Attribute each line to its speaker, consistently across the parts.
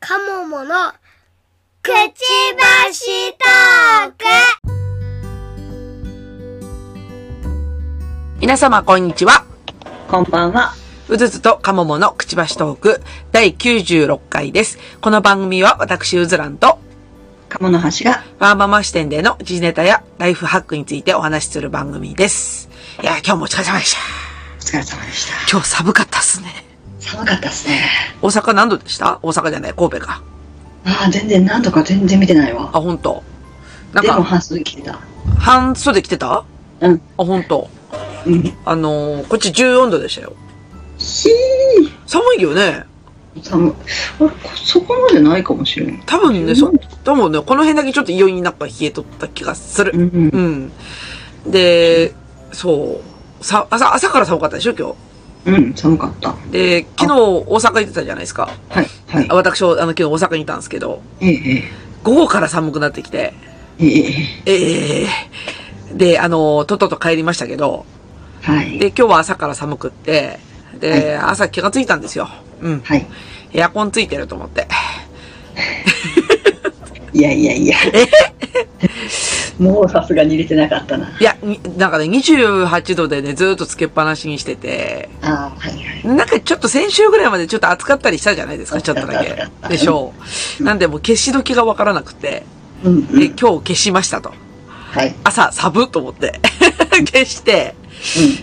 Speaker 1: カモモのくちばしトーク
Speaker 2: 皆様、こんにちは。
Speaker 3: こんばんは。
Speaker 2: うずずとかもものくちばしトーク第96回です。この番組は私、うずらんと、
Speaker 3: 鴨の橋が、
Speaker 2: ワーママ視点での時事ネタやライフハックについてお話しする番組です。いや、今日もお疲れ様でした。
Speaker 3: お疲れ様でした。
Speaker 2: 今日寒かったっすね。
Speaker 3: 寒かったですね。
Speaker 2: 大阪何度でした大阪じゃない、神戸か。
Speaker 3: ああ、全然、なんとか全然見てないわ。
Speaker 2: あ、ほんと。なん
Speaker 3: でも
Speaker 2: か、
Speaker 3: 半袖着てた。
Speaker 2: 半袖着てたあ、
Speaker 3: うん。
Speaker 2: ほんと。
Speaker 3: うん。
Speaker 2: あのーこっち14度でしたよ。
Speaker 3: ひ
Speaker 2: 寒いよね。
Speaker 3: ー寒い。あれ、こそこまでないかもしれない。
Speaker 2: 多分ね、そ
Speaker 3: 14、
Speaker 2: 多分ね、この辺だけちょっと異様になんか冷えとった気がする。
Speaker 3: うん
Speaker 2: う。ん。で、そう。さ、朝、朝から寒かったでしょ、今
Speaker 3: うん、寒かった。
Speaker 2: 日。で、昨日大阪行ってたじゃないですか。
Speaker 3: はい、はい
Speaker 2: あ。私、あの、昨日大阪にいたんですけど、
Speaker 3: ええ、
Speaker 2: 午後から寒くなってきて、
Speaker 3: ええ、ええ、
Speaker 2: ええで、あの、とっとと帰りましたけど、
Speaker 3: はい。
Speaker 2: で、今日は朝から寒くって、で、朝気がついたんですよ。うん。
Speaker 3: はい。
Speaker 2: エアコンついてると思って。
Speaker 3: いやいやいや。もうさすがに入れてなかったな。
Speaker 2: いや、になんかね、28度でね、ずーっとつけっぱなしにしてて、
Speaker 3: ああ、はい、はい。
Speaker 2: なんかちょっと先週ぐらいまでちょっと暑かったりしたじゃないですか、ちょっとだ
Speaker 3: 暑かった暑かっ
Speaker 2: け。
Speaker 3: た
Speaker 2: でしょう。なんでもう消し時がわからなくて、
Speaker 3: うん、う
Speaker 2: で、
Speaker 3: ん。
Speaker 2: 今日消しましたと。
Speaker 3: はい。
Speaker 2: 朝、サブと思って。 消して、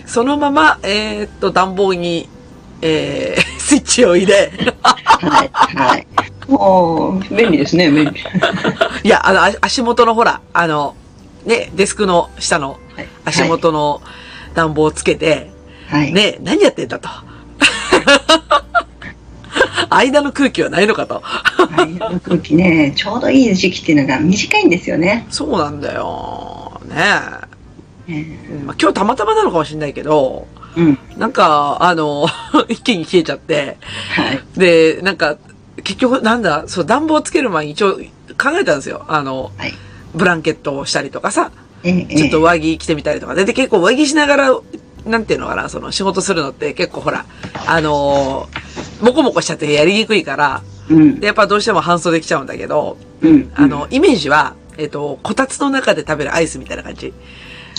Speaker 2: そのまま、えーっと、暖房に、えー、 スイッチを入れ。
Speaker 3: うん。はい、はい。おー、便利ですね、便利。
Speaker 2: いや、あの、あ足元のほら、あの、ね、デスクの下の
Speaker 3: はい
Speaker 2: 足元の暖房をつけて、
Speaker 3: はい。
Speaker 2: ね、何やってんだと。 間の空気はないのかと。
Speaker 3: ああいう空気ね、ちょうどいい時期っていうのが短いんですよね。
Speaker 2: そうなんだよ。ね
Speaker 3: ね
Speaker 2: え。うんまあ、今日たまたまなのかもしれないけど、
Speaker 3: うん。
Speaker 2: なんか、あの、 一気に冷えちゃって、
Speaker 3: はい。
Speaker 2: で、なんか、結局、なんだ、そう、暖房つける前に一応考えたんですよ。あの、
Speaker 3: はい。
Speaker 2: ブランケットをしたりとかさ、
Speaker 3: ええ
Speaker 2: ちょっと上着着てみたりとか。で、で結構上着しながら、なんていうのかな、その仕事するのって結構ほら、あのもこもこしちゃってやりにくいから、
Speaker 3: うん
Speaker 2: で、。やっぱどうしても半袖着ちゃうんだけど、
Speaker 3: うん。
Speaker 2: あの、イメージは、えっ、と、こたつの中で食べるアイスみたいな感じ。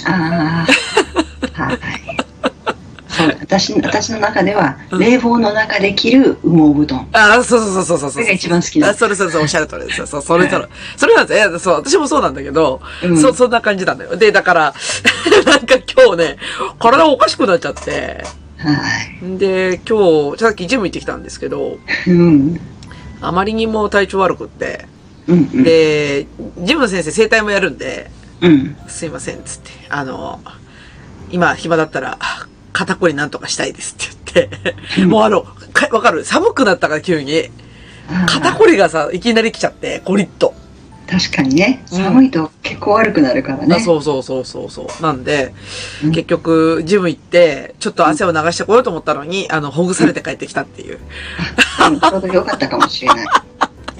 Speaker 3: ああ。はい。そう、私、私の中では、
Speaker 2: うん
Speaker 3: 冷房の中で着る羽毛布団。
Speaker 2: ああ、そうそうそうそうそうそう。
Speaker 3: それが一番好きだ
Speaker 2: あ、それそれそれ、おっしゃる通りです。そう、それそれ。それなんですよいや。そう、私もそうなんだけど、
Speaker 3: うん
Speaker 2: そ、そんな感じなんだよ。で、だから、 なんか今日ね、体おかしくなっちゃって、
Speaker 3: はい。
Speaker 2: で、今日、さっきジム行ってきたんですけど、
Speaker 3: うん。
Speaker 2: あまりにも体調悪くって、
Speaker 3: うん。うん。
Speaker 2: で、ジムの先生生体もやるんで、
Speaker 3: うん。
Speaker 2: すいません、つって、あの、今暇だったら、肩こりなんとかしたいですって言って、もうあの、かわかる寒くなったから急に。
Speaker 3: ああ
Speaker 2: 肩こりがさ、いきなり来ちゃって、ゴリッと。
Speaker 3: 確かにね、
Speaker 2: うん
Speaker 3: 寒いと結構悪くなるからね。
Speaker 2: あそうそうそうそうそう。なんで、
Speaker 3: うん
Speaker 2: 結局、ジム行って、ちょっと汗を流してこようと思ったのに、あの、ほぐされて帰ってきたっていう。
Speaker 3: うんちょうど良かったかもしれ ない。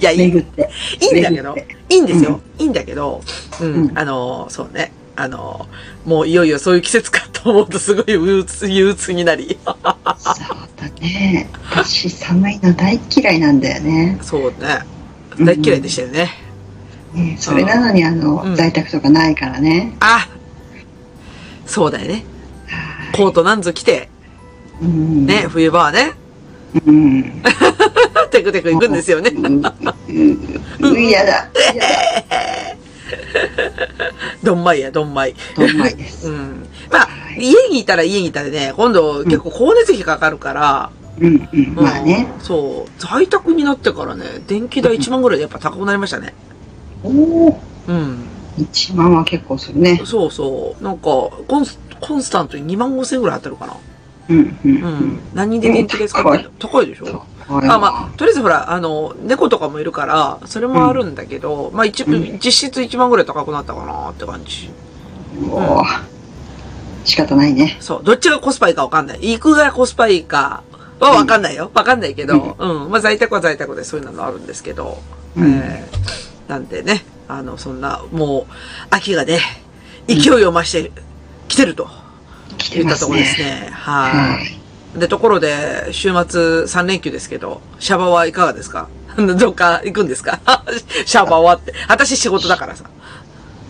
Speaker 2: いや、いい、い
Speaker 3: 巡って。
Speaker 2: いんだけど
Speaker 3: 巡って、
Speaker 2: いいんですよ。いいんだけど、うん、
Speaker 3: うん
Speaker 2: あの、そうね。あの、もういよいよそういう季節かと思うとすごい憂鬱、憂鬱になり。
Speaker 3: そうだね。私、寒いの大嫌いなんだよね。
Speaker 2: そうね。大嫌いでしたよね。
Speaker 3: ねそれなのに、あの、
Speaker 2: うん
Speaker 3: 在宅とかないからね。
Speaker 2: あそうだよね。
Speaker 3: は
Speaker 2: コートなんぞ着て、
Speaker 3: いうん
Speaker 2: ね、冬場はね、
Speaker 3: うん。
Speaker 2: テクテク行くんですよね。
Speaker 3: うんうん嫌だ。嫌だ。
Speaker 2: どんまいや、どんまい。
Speaker 3: と思いです
Speaker 2: う。ん。まあ、家にいたら家にいたでね、今度結構光熱費かかるから、
Speaker 3: うんうん。まあね。
Speaker 2: うんそう、在宅になってからね、電気代1万ぐらいでやっぱ高くなりましたね。
Speaker 3: おお。
Speaker 2: うん。
Speaker 3: 1万は結構するね。
Speaker 2: そうそう。なんか、コンスコンスタントに2万5千ぐらい当たるかな。
Speaker 3: うん
Speaker 2: う
Speaker 3: う
Speaker 2: んん。何で電気代使ってるの高いでし
Speaker 3: う
Speaker 2: ょ
Speaker 3: ん。これ
Speaker 2: あま
Speaker 3: は
Speaker 2: あ、とりあえずほら、あの、猫とかもいるから、それもあるんだけど、まあ一、
Speaker 3: うん
Speaker 2: 実質1万ぐらい高くなったかなって感じ。
Speaker 3: もう仕方ないね。
Speaker 2: そう。どっちがコスパいいかわかんない。行くがコスパいいかはわかんないよ。わかんないけど、うん。まあ在宅は在宅でそういうのあるんですけど、
Speaker 3: うん
Speaker 2: えーなんでね、あの、そんな、もう、秋がね、勢いを増してきてると
Speaker 3: 来て
Speaker 2: 言っ
Speaker 3: ま
Speaker 2: たと
Speaker 3: す
Speaker 2: ころです
Speaker 3: ね。
Speaker 2: ね。はい。
Speaker 3: はい。
Speaker 2: で、ところで、週末3連休ですけど、シャバはいかがですか どっか行くんですか シャバはって。私仕事だからさ。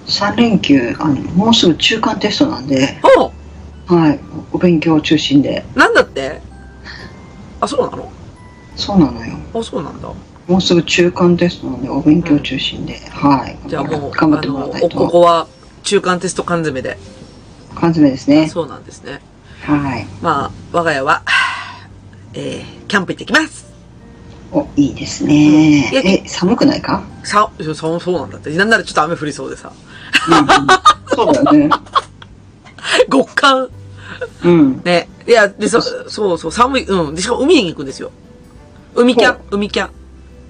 Speaker 3: 3連休あの、もうすぐ中間テストなんで、
Speaker 2: おう
Speaker 3: はい、お勉強中心で、
Speaker 2: なんだってあ、そうなの
Speaker 3: そうなのよ。
Speaker 2: あ、そうなんだ。
Speaker 3: もうすぐ中間テストなんで、お勉強中心で、はい。
Speaker 2: じゃあもう、
Speaker 3: 頑張って
Speaker 2: あ
Speaker 3: もら
Speaker 2: の
Speaker 3: いたい
Speaker 2: お
Speaker 3: と
Speaker 2: ここは中間テスト缶詰で。
Speaker 3: 缶詰ですね。
Speaker 2: そうなんですね。
Speaker 3: はい。
Speaker 2: まあ、我が家は、 えー、キャンプ行ってきます。
Speaker 3: お、いいです
Speaker 2: うんいや
Speaker 3: ね。え、寒くない か
Speaker 2: さ、そうそうなんだって。なんならちょっと雨降りそうでさ。
Speaker 3: うんうんそうだよね。
Speaker 2: 極寒。
Speaker 3: うん。
Speaker 2: ね。いや、で、そ、そうそう、寒い、うん。で、しかも海に行くんですよ。海キャン、海キャン、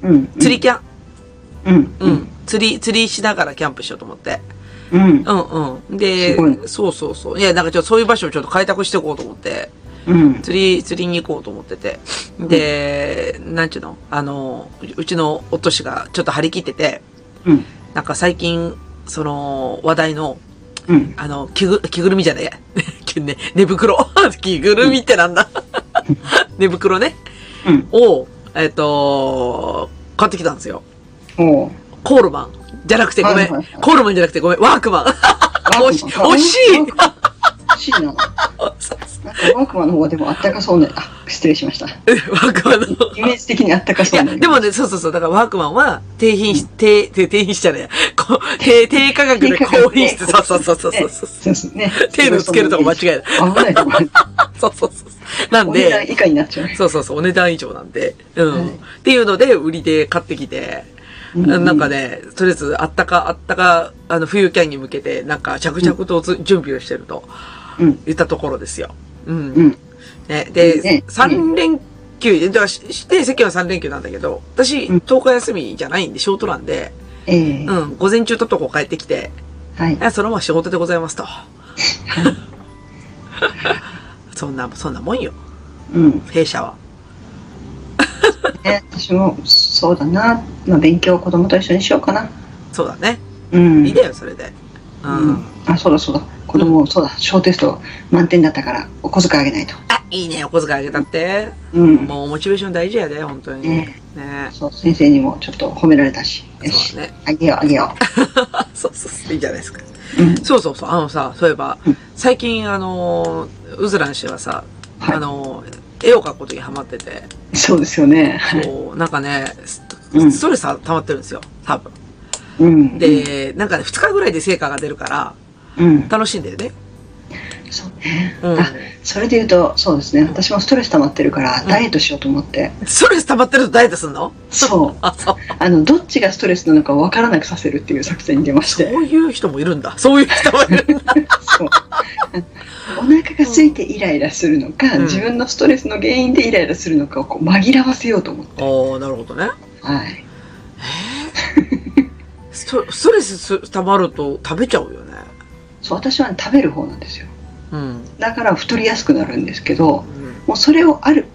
Speaker 3: うん。
Speaker 2: 釣りキャン、
Speaker 3: うん。
Speaker 2: うん。釣り、釣りしながらキャンプしようと思って。
Speaker 3: うん。
Speaker 2: うんうん。です
Speaker 3: ごい、ね
Speaker 2: そうそうそう。いや、なんかちょっとそういう場所をちょっと開拓していこうと思って、
Speaker 3: うん。
Speaker 2: 釣り、釣りに行こうと思ってて。で、なんちゅうのあの、ううちのおとしがちょっと張り切ってて、
Speaker 3: うん。
Speaker 2: なんか最近、その、話題の、
Speaker 3: うん。
Speaker 2: あの、着ぐ、着ぐるみじゃないや。 ね、寝袋。 着ぐるみってなんだ 寝袋ね。
Speaker 3: うん。
Speaker 2: を、えっ、と買ってきたんですよ。
Speaker 3: おう。
Speaker 2: コールマン。じゃなくてごめん。
Speaker 3: はいはいはい
Speaker 2: コールマンじゃなくてごめん。ワークマン。 惜しい惜しい
Speaker 3: ワークマン惜しいな。なんかワークマンの方がでもあったかそうね。あ、失礼しました。
Speaker 2: ワークマンの。
Speaker 3: イメージ的にあったか
Speaker 2: い
Speaker 3: そう
Speaker 2: や、
Speaker 3: ね。
Speaker 2: でもね、そうそうそう。だからワークマンは、低品質、低、低、低品質じゃないや。こ低、低価格で高品 質。そうそうそうそうそうそう。
Speaker 3: そうそうね。
Speaker 2: 程度つけるとこ間違え
Speaker 3: 危ないとこ。
Speaker 2: そうそうそう。なん
Speaker 3: お値段
Speaker 2: で、
Speaker 3: 以下になっちゃう。
Speaker 2: そうそうそう、お値段以上なんで。うん。
Speaker 3: はい
Speaker 2: っていうので、売りで買ってきて、なんか
Speaker 3: ね。
Speaker 2: ね、とりあえず、あったか、あったか、あの、冬キャンに向けて、なんか、着々とつ準備をしてると
Speaker 3: うん。
Speaker 2: 言ったところですよ。うん。
Speaker 3: うん。
Speaker 2: ね、で、
Speaker 3: いいね
Speaker 2: 3連休、だからしして、世間は3連休なんだけど、私、
Speaker 3: うん
Speaker 2: 10日休みじゃないんで、ショートなんで、
Speaker 3: ええ
Speaker 2: うん、午前中とっとこ帰ってきて、
Speaker 3: はい。
Speaker 2: あそのまま仕事でございますと。 そんな、そんなもんよ、
Speaker 3: うん。
Speaker 2: 弊社は。
Speaker 3: ね、私もそうだな、まあ、勉強を子供と一緒にしようかな
Speaker 2: そうだね。
Speaker 3: うん
Speaker 2: いいだよ、それで。う。
Speaker 3: うんん、あそうだそうだ子供、そうだ小テスト満点だったからお小遣いあげないと
Speaker 2: あ、いいね、お小遣いあげたって。
Speaker 3: うん
Speaker 2: もう、モチベーション大事やで、本当に。ね
Speaker 3: ねそう先生にもちょっと褒められたし
Speaker 2: そう
Speaker 3: よし、
Speaker 2: だね。
Speaker 3: あげようあげよ
Speaker 2: そうそうそう、いいじゃないですか。
Speaker 3: う、うん、
Speaker 2: そうそうそう、あのさ、そういえば
Speaker 3: うん、
Speaker 2: 最近、あの、うずらん氏はさ、
Speaker 3: は い
Speaker 2: あの、絵を描くことにハマってて、
Speaker 3: そうですよね
Speaker 2: そう、なんかね、ス
Speaker 3: うん
Speaker 2: ストレス溜まってるんですよ、多分。
Speaker 3: うん
Speaker 2: で、なんかね、2日ぐらいで成果が出るから、
Speaker 3: うん
Speaker 2: 楽しいんだよね。
Speaker 3: そうね、
Speaker 2: うん
Speaker 3: あそれで言うとそうですね私もストレス溜まってるから
Speaker 2: ん
Speaker 3: ダイエットしようと思って、
Speaker 2: ストレス溜まってるとダイエットすんの
Speaker 3: そう
Speaker 2: あ、そう。
Speaker 3: あのどっちがストレスなのか分からなくさせるっていう作戦に出まし
Speaker 2: そ
Speaker 3: て
Speaker 2: ういう人もいるんだ。そういう人もいるん だ。
Speaker 3: そう お腹が空いてイライラするのか、
Speaker 2: うん
Speaker 3: 自分のストレスの原因でイライラするのかをこう紛らわせようと思って、
Speaker 2: ああ、なるほどね。
Speaker 3: はい、
Speaker 2: ストストレス溜まると食べちゃうよね。
Speaker 3: そう私はね、食べる方なんですよ
Speaker 2: うん。
Speaker 3: だから太りやすくなるんですけど
Speaker 2: うん。
Speaker 3: もうそれをある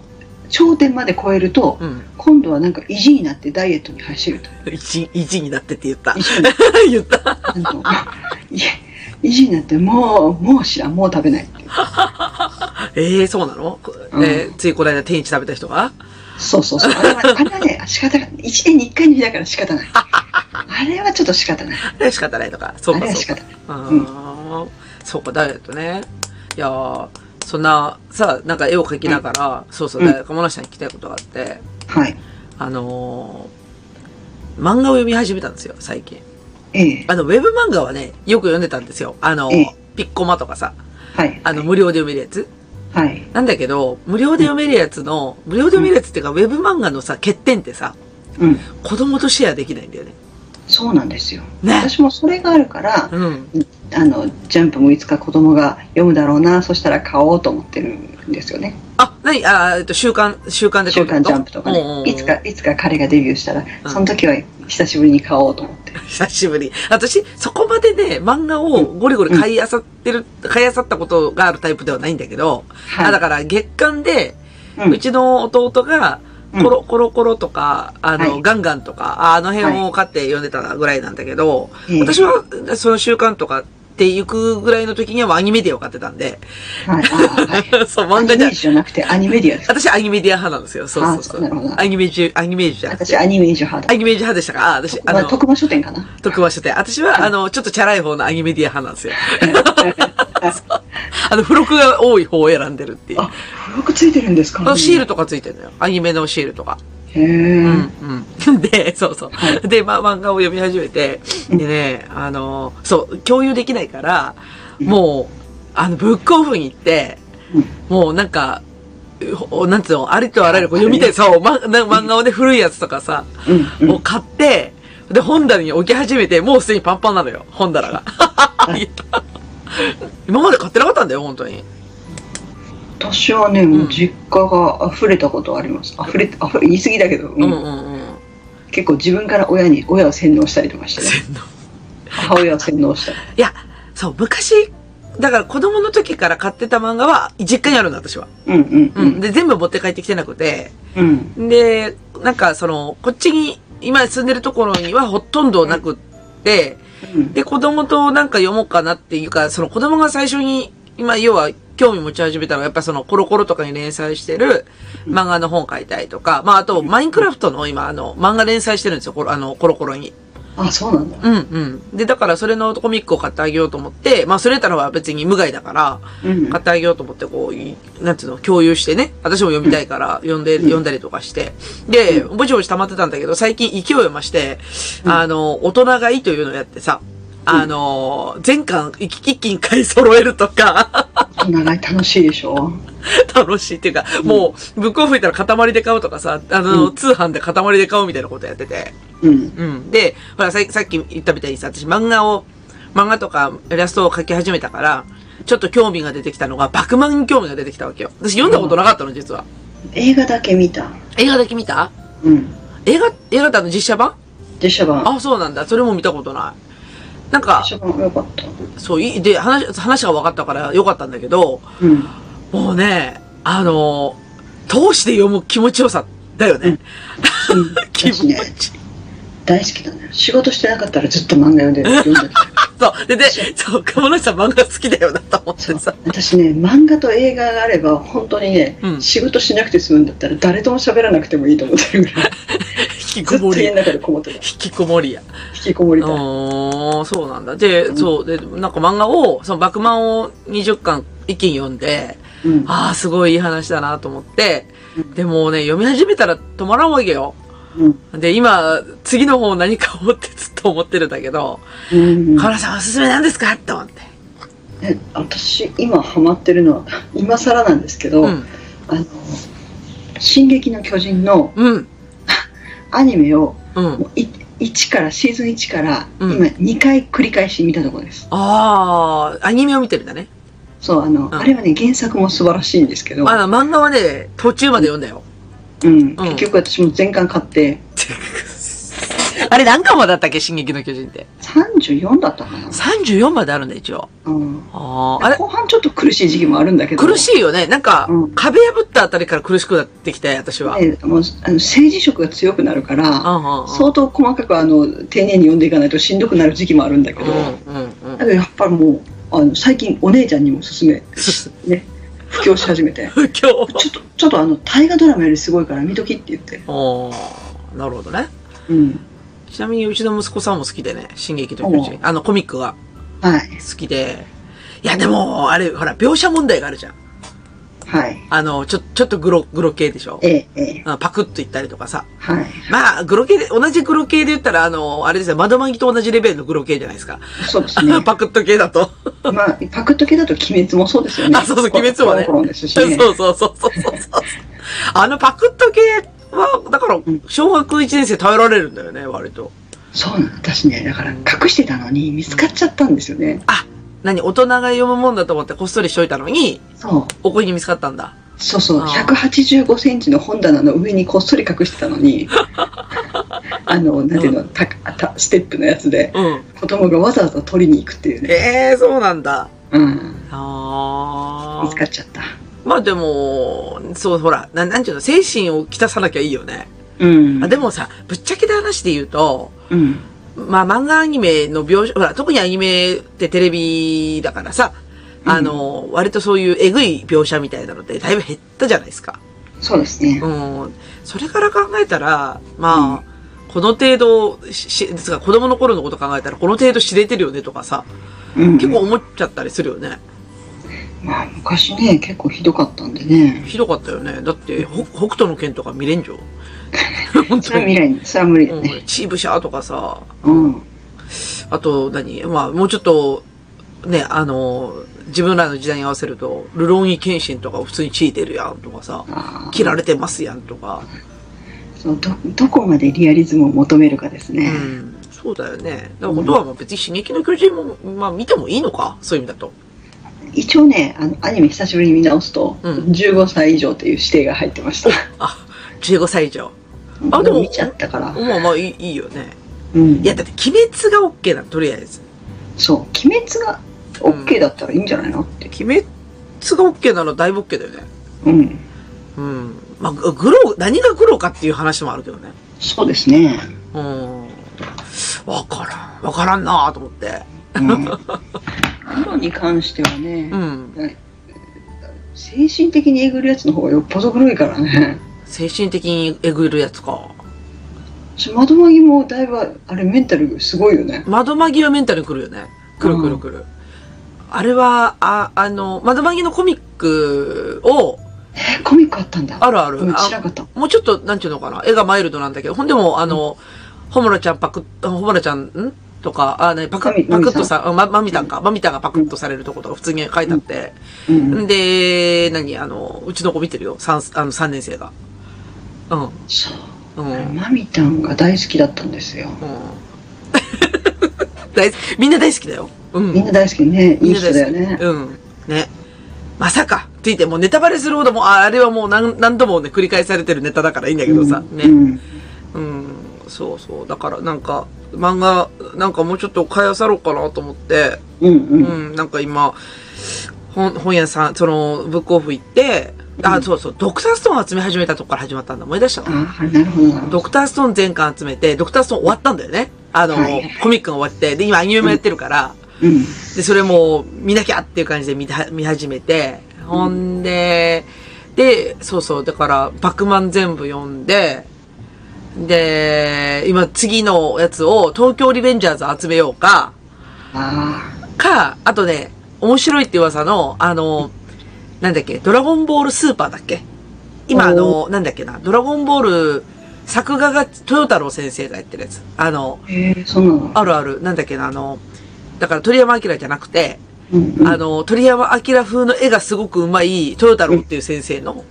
Speaker 3: 頂点まで超えると、
Speaker 2: うん。
Speaker 3: 今度はなんか意地になってダイエットに走ると
Speaker 2: 一、一になってって言った
Speaker 3: 意。地になって
Speaker 2: 言った。
Speaker 3: あのいや意地になってもうもう知らんもう食べないっていう
Speaker 2: ええそうなの、
Speaker 3: うん
Speaker 2: えーついこの間天一食べた人が
Speaker 3: そうそうそうあれはあれはね仕方が1年に1回の日だから仕方ないあれはちょっと仕方ない
Speaker 2: あれは仕方ないとか。そう
Speaker 3: あ
Speaker 2: か
Speaker 3: れは
Speaker 2: そ
Speaker 3: 仕
Speaker 2: うか。
Speaker 3: 方ない
Speaker 2: あ
Speaker 3: うん
Speaker 2: ーそうか、ダイエットね。いやーそんな、さ、なんか絵を描きながら、そうそう、
Speaker 3: うん
Speaker 2: だから鴨梨さんに聞きたいことがあって、
Speaker 3: はい
Speaker 2: あのー漫画を読み始めたんですよ、最近。
Speaker 3: ええ
Speaker 2: あの、ウェブ漫画はね、よく読んでたんですよ。あの、
Speaker 3: ええ
Speaker 2: ピッコマとかさ、
Speaker 3: はい。
Speaker 2: あの、無料で読めるやつ。
Speaker 3: はい。
Speaker 2: なんだけど、無料で読めるやつの、無料で読めるやつっていうか、ウェブ漫画のさ、欠点ってさ、
Speaker 3: うん。
Speaker 2: 子供とシェアできないんだよね。
Speaker 3: そうなんですよ。
Speaker 2: ね。
Speaker 3: 私もそれがあるから、
Speaker 2: うん。
Speaker 3: あの、ジャンプもいつか子供が読むだろうな、そしたら買おうと思ってるんですよね。
Speaker 2: あ、なに、あ、えっと、週刊、週刊で
Speaker 3: 週刊ジャンプと
Speaker 2: う
Speaker 3: か
Speaker 2: んうんう
Speaker 3: ね。
Speaker 2: ん
Speaker 3: いつか、いつか彼がデビューしたら
Speaker 2: う、ん
Speaker 3: その時は久しぶりに買おうと思って。
Speaker 2: 久しぶり。私、そこまでね、漫画をゴリゴリ買い漁ってる、買い漁ったことがあるタイプではないんだけど、あ
Speaker 3: は
Speaker 2: だ
Speaker 3: い。
Speaker 2: から月間で、
Speaker 3: うん
Speaker 2: うちの弟が、
Speaker 3: うん
Speaker 2: コロコロコロとか、あの、
Speaker 3: はい
Speaker 2: ガンガンとか、ああの辺を買って読んでたぐらいなんだけど、
Speaker 3: ええ
Speaker 2: 私は、その週刊とかっていくぐらいの時にはもうアニメディアを買ってたん で、
Speaker 3: はい。あー
Speaker 2: そう、
Speaker 3: は
Speaker 2: 漫
Speaker 3: い。アニ
Speaker 2: 画
Speaker 3: メ
Speaker 2: じ
Speaker 3: ー
Speaker 2: ゃ
Speaker 3: ジ、じゃなくてアニメディアです。
Speaker 2: 私アニメディア派なんですよ。そうそうそう。
Speaker 3: あそうなるほど
Speaker 2: アニメージ、アニメージじゃなく
Speaker 3: 私
Speaker 2: て。
Speaker 3: アニメージ派
Speaker 2: ア
Speaker 3: だ。
Speaker 2: ニメージ派でしたから、あ私、あ
Speaker 3: まあ、
Speaker 2: の、
Speaker 3: 徳間書店かな。
Speaker 2: 特話してて、私は、あの、ちょっとチャラい方のアニメディア派なんですよ。 そうあの、付録が多い方を選んでるっていう。
Speaker 3: あ、付録ついてるんですか
Speaker 2: あのシール
Speaker 3: ル。
Speaker 2: とかついてるのよ。アニメのシールとか。
Speaker 3: へえ、
Speaker 2: うん、うん。 で、そうそう。で、ま、漫画を読み始めて、でね、あの、そう、共有できないから、もう、あの、ブックオフに行って、
Speaker 3: うん
Speaker 2: もうなんか、ほなんつうの、ありとあらゆる、こう読みたい、そう、ま、な漫画をね、古いやつとかさ、
Speaker 3: うんうん
Speaker 2: を買って、で、本棚に置き始めて、もうすでにパンパンなのよ、本棚が。 今まで買ってなかったんだよ、本当に。
Speaker 3: 私はね、もうんう実家が溢れたことあります。溢れ、溢れ、言い過ぎだけど、うん
Speaker 2: うんうんうん。
Speaker 3: 結構自分から親に、親を洗脳したりとかして、ね、
Speaker 2: 洗脳
Speaker 3: 母親を洗脳したり。
Speaker 2: いや、そう、昔、だから子供の時から買ってた漫画は、実家にあるの、私は。
Speaker 3: うんうんう
Speaker 2: うんん。。で、全部持って帰ってきてなくて、
Speaker 3: うん。
Speaker 2: で、なんか、その、こっちに、今住んでるところにはほとんどなくって、
Speaker 3: うん。
Speaker 2: で、子供となんか読もうかなっていうか、その子供が最初に、今、要は、興味持ち始めたのは、やっぱそのコロコロとかに連載してる漫画の本買いたいとか、まああと、マインクラフトの今、あの、漫画連載してるんですよ、コロあの、コロコロに。
Speaker 3: あ、そうなんだ。
Speaker 2: うんうん。で、だからそれのコミックを買ってあげようと思って、まあそれたのは別に無害だから、
Speaker 3: うん。
Speaker 2: 買ってあげようと思って、こうい、なんつうの、共有してね、私も読みたいから、読んで、読んだりとかして。で、ぼちぼち溜まってたんだけど、最近勢いを増して、あの、大人買いというのをやってさ、あの、全巻一気一気に買い揃えるとか、
Speaker 3: 長い楽しいでしょ。
Speaker 2: 楽しいっていうか、もう、ブックオフ行ったら塊で買うとかさ、あの、
Speaker 3: うん
Speaker 2: 通販で塊で買うみたいなことやってて。
Speaker 3: うん。
Speaker 2: うん。で、ほら、ささっき言ったみたいにさ、私漫画を、漫画とかイラストを描き始めたから、ちょっと興味が出てきたのが、バクマンに興味が出てきたわけよ。私読んだことなかったの、実は。
Speaker 3: 映画だけ見た。
Speaker 2: 映画だけ見た
Speaker 3: うん。
Speaker 2: 映画、映画ってあの実写版
Speaker 3: 実写版。
Speaker 2: あ、そうなんだ。それも見たことない。なんか
Speaker 3: 実、写版よかった。
Speaker 2: そう、いい、で、話、話が分かったからよかったんだけど、
Speaker 3: うん。
Speaker 2: もうね、あの、通して読む気持ちよさだよね。
Speaker 3: うん、
Speaker 2: 気持
Speaker 3: 私ね、
Speaker 2: ち。
Speaker 3: 大好きだね。仕事してなかったらずっと漫画読んでる。読 んでる。
Speaker 2: そう。で、で、そう、鴨梨さん漫画好きだよなと思ってさ。
Speaker 3: 私ね、漫画と映画があれば、本当にね、
Speaker 2: うん
Speaker 3: 仕事しなくて済むんだったら、誰とも喋らなくてもいいと思ってるぐ らい、
Speaker 2: 引き
Speaker 3: ず
Speaker 2: こ
Speaker 3: っと
Speaker 2: もり
Speaker 3: 家
Speaker 2: や。
Speaker 3: の中でこもってた
Speaker 2: 引。きこもりや。
Speaker 3: 引きこもりたい。
Speaker 2: おー、そうなんだ。で、そう、で、なんか漫画を、その、バクマンを20巻一気に読んで、
Speaker 3: うん。
Speaker 2: ああ、すごいいい話だなと思って
Speaker 3: う、
Speaker 2: でもね、読み始めたら止まらんわけよ。
Speaker 3: うん。
Speaker 2: で、今、次の方何かをってずっと思ってるんだけど、
Speaker 3: うん
Speaker 2: 河原さんおすすめなんですかと思って。
Speaker 3: ね私、今ハマってるのは、 今更なんですけど、
Speaker 2: うん。
Speaker 3: あの、進撃の巨人の
Speaker 2: うん。
Speaker 3: アニメを、
Speaker 2: うん。
Speaker 3: もうい1から、シーズン1から、
Speaker 2: うん
Speaker 3: 今2回繰り返し見たところです。
Speaker 2: ああ、アニメを見てるんだね。
Speaker 3: そう、あの、
Speaker 2: ん
Speaker 3: あれはね、原作も素晴らしいんですけど、
Speaker 2: あの、漫画はね、途中まで読んだよ。
Speaker 3: うん、結局私も全巻買って、
Speaker 2: あれ何巻まであったっけ進撃の巨人って。
Speaker 3: 34だったかな。
Speaker 2: 34まであるんだ、一応。
Speaker 3: うん
Speaker 2: ああ、あれ
Speaker 3: 後半ちょっと苦しい時期もあるんだけど
Speaker 2: 苦しいよね。なんか、
Speaker 3: うん
Speaker 2: 壁破ったあたりから苦しくなってきて、私は。
Speaker 3: ねもうあの政治色が強くなるか
Speaker 2: う
Speaker 3: ら
Speaker 2: んうんうん。
Speaker 3: 相当細かくあの丁寧に読んでいかないとしんどくなる時期もあるんだけど、だ
Speaker 2: うんうん
Speaker 3: けどやっぱりもうあの最近お姉ちゃんにも勧め
Speaker 2: う
Speaker 3: ね布教し始めて
Speaker 2: ん。今日。
Speaker 3: ちょっとちょっとあの大河ドラマよりすごいから見ときって言って、
Speaker 2: おなるほどね。
Speaker 3: うん、
Speaker 2: ちなみにうちの息子さんも好きでね、進撃と巨人。あのコミックが
Speaker 3: はい
Speaker 2: 好きで。いやでも、あれ、ほら、描写問題があるじゃん。
Speaker 3: はい
Speaker 2: あの、ちょ、ちょっとグロ、グロ系でしょ
Speaker 3: ええええ
Speaker 2: あのパクッといったりとかさ。
Speaker 3: はい
Speaker 2: まあ、グロ系で、同じグロ系で言ったら、あの、あれですよ、窓マギと同じレベルのグロ系じゃないですか。
Speaker 3: そうで すね
Speaker 2: パクッと系だと。
Speaker 3: まあパクッと系だと鬼滅もそうですよね
Speaker 2: あ、そうそう、鬼滅はね。
Speaker 3: コロコロですし ね
Speaker 2: そうそうそうそうそうそう。あのパクッと系は、だから
Speaker 3: ん、
Speaker 2: 小学1年生耐えられるんだよね、割と。
Speaker 3: そうなの私ねだから隠してたのに見つかっちゃったんですよね、
Speaker 2: あ、何大人が読むもんだと思ってこっそりしといたのに、
Speaker 3: そう
Speaker 2: おこに見つかったんだ。
Speaker 3: そうそう
Speaker 2: あー
Speaker 3: 185センチの本棚の上にこっそり隠してたのに あのなんていうの、たたステップのやつで
Speaker 2: うん。
Speaker 3: 子供がわざわざ取りに行くっていうね、
Speaker 2: ええそうなんだ。
Speaker 3: うん、
Speaker 2: あ
Speaker 3: 見つ
Speaker 2: あ。
Speaker 3: かっちゃった
Speaker 2: まあでも、そう、ほら、なん、なんていうの、精神をきたさなきゃいいよね。
Speaker 3: うん
Speaker 2: あでもさ、ぶっちゃけた話で言うと、
Speaker 3: うん
Speaker 2: まあ漫画アニメの描写、ほら、特にアニメってテレビだからさ、あの、割とそういうえぐい描写みたいなのってだいぶ減ったじゃないですか。
Speaker 3: そうですね。
Speaker 2: うん。それから考えたら、まあ、この程度し、し、ですが子供の頃のこと考えたら、この程度知れてるよねとかさ、
Speaker 3: うん、
Speaker 2: 結構思っちゃったりするよね。
Speaker 3: まあ、昔ね、結構ひどかったんでね。
Speaker 2: ひどかったよね。だって、ほ北斗の剣とか見れんじゃん。本
Speaker 3: そ
Speaker 2: 当
Speaker 3: れは
Speaker 2: に。
Speaker 3: 未来に、それは無理だ
Speaker 2: う
Speaker 3: ね。
Speaker 2: ん、チーブシャーとかさ、
Speaker 3: うん。
Speaker 2: あと何、まあ、もうちょっと、ね、あの、自分らの時代に合わせると、ルロンイ剣心とか普通にチーてるやんとかさ、
Speaker 3: あ
Speaker 2: 切られてますやんとか、
Speaker 3: ーそうど、どこまでリアリズムを求めるかです
Speaker 2: う
Speaker 3: ね。
Speaker 2: ん、そうだよね。だから、ことはまあ別に刺激の巨人も、まあ見てもいいのかそういう意味だと。
Speaker 3: 一応ね、あの、アニメ久しぶりに見直すと、
Speaker 2: うん
Speaker 3: 15歳以上という指定が入ってました。
Speaker 2: あ、15歳以上。 あでも
Speaker 3: 見ちゃったから。
Speaker 2: まあまあいいいいよね。
Speaker 3: うん
Speaker 2: い。や、だって鬼滅が OK なの、とりあえず。
Speaker 3: そう、鬼滅が OK だったらいいんじゃないのって。
Speaker 2: 鬼滅が OK なのだいぶ OK だよね。
Speaker 3: うん。
Speaker 2: うん。まあ、ググロー、何がグローかっていう話もあるけどね。
Speaker 3: そうですね。
Speaker 2: うん。わからん。わからんなぁと思って。
Speaker 3: うん。黒に関してはね、
Speaker 2: うん。
Speaker 3: 精神的にえぐるやつの方がよっぽど黒いからね。
Speaker 2: 精神的にえぐるやつか。
Speaker 3: 私窓マギもだいぶあれメンタルすごいよね。
Speaker 2: 窓マギはメンタルくるよね。くるくるくる。あれは、あ、あの、窓マギのコミックを、
Speaker 3: えーコミックあったんだ。
Speaker 2: あるある
Speaker 3: ごめん
Speaker 2: あ
Speaker 3: 知らなかった。
Speaker 2: もうちょっと、なんていうのかな、絵がマイルドなんだけど、ほんでも、あの、ホムラちゃんパクッ、ホムラちゃん、んとか、あ、ね、パク
Speaker 3: マミ
Speaker 2: ッ、パクッと
Speaker 3: マミさ
Speaker 2: さ、あま、まみたんか、まみたんがパクッとされるとことか普通に書いてあって、
Speaker 3: うん。
Speaker 2: んで、何、あの、うちの子見てるよ、三、あの、三年生が。うん、
Speaker 3: そ
Speaker 2: う
Speaker 3: う。
Speaker 2: ん、うん。
Speaker 3: マミタンが大好きだったんですよ。
Speaker 2: 大好き、みんな大好きだよ。うん。
Speaker 3: みんな大好きね。いい人だよ
Speaker 2: みんな大
Speaker 3: ね
Speaker 2: 好き。うん。ね。まさかって言って、もうネタバレするほどもう、ああれはもう何何度もね、繰り返されてるネタだからいいんだけどさ。
Speaker 3: うん
Speaker 2: ね。
Speaker 3: うん
Speaker 2: うん、そうそう。だからなんか、漫画、なんかもうちょっと買いあさろうかなと思って、
Speaker 3: うん
Speaker 2: う
Speaker 3: う。
Speaker 2: んん、なんか今、本、本屋さん、その、ブックオフ行って、あ、そうそう、ドクターストーン集め始めたとこから始まったんだ。思い出したわ。
Speaker 3: ああ、なるほどなるほ
Speaker 2: ド
Speaker 3: ど。
Speaker 2: クターストーン全巻集めて、ドクターストーン終わったんだよね。あの、
Speaker 3: はい
Speaker 2: コミックが終わって、で、今アニメもやってるから、
Speaker 3: うん。
Speaker 2: で、それも見なきゃっていう感じで見た、見始めて、ほんで、で、そうそう、だから、バックマン全部読んで、で、今次のやつを東京リベンジャーズ集めようか、
Speaker 3: あ
Speaker 2: か、あとね、面白いって噂の、あの、なんだっけ、ドラゴンボールスーパーだっけ今あの、なんだっけな、ドラゴンボール作画が豊太郎先生がやってるやつ。あの、
Speaker 3: あ。へえ、そうなの。
Speaker 2: あるある、なんだっけな、あの、だから鳥山明じゃなくて、
Speaker 3: うんうん
Speaker 2: あの、鳥山明風の絵がすごくうまい、豊太郎っていう先生の、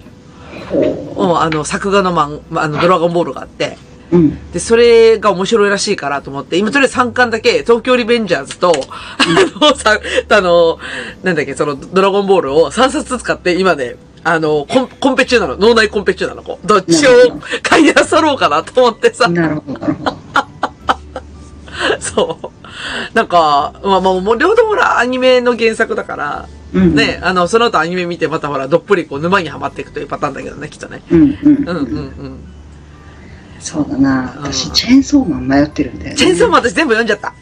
Speaker 3: ほ
Speaker 2: うん、あの、作画のマン、まあの、ドラゴンボールがあって、
Speaker 3: ううん。
Speaker 2: で、それが面白いらしいからと思って、今とりあえず3巻だけ、東京リベンジャーズと、あの、さ、あの、なんだっけ、その、ドラゴンボールを3冊ずつ買って、今ね、あの、コンコンペ中なの、脳内コンペ中なの、こう、どっちを買いあさろうかなと思ってさ、
Speaker 3: なるほど、なるほ ど。
Speaker 2: そう。なんか、まあまあ、もう両方ともほら、アニメの原作だから、
Speaker 3: うん。
Speaker 2: ね、あの、その後アニメ見て、またほら、どっぷりこう、沼にはまっていくというパターンだけどね、きっとね。
Speaker 3: うんうん
Speaker 2: うんうん
Speaker 3: う
Speaker 2: う
Speaker 3: ん。
Speaker 2: ん。
Speaker 3: そうだな。
Speaker 2: うん
Speaker 3: 私、チェーンソーマン迷ってるんだよね。
Speaker 2: チェーンソーマン私全部読んじゃった。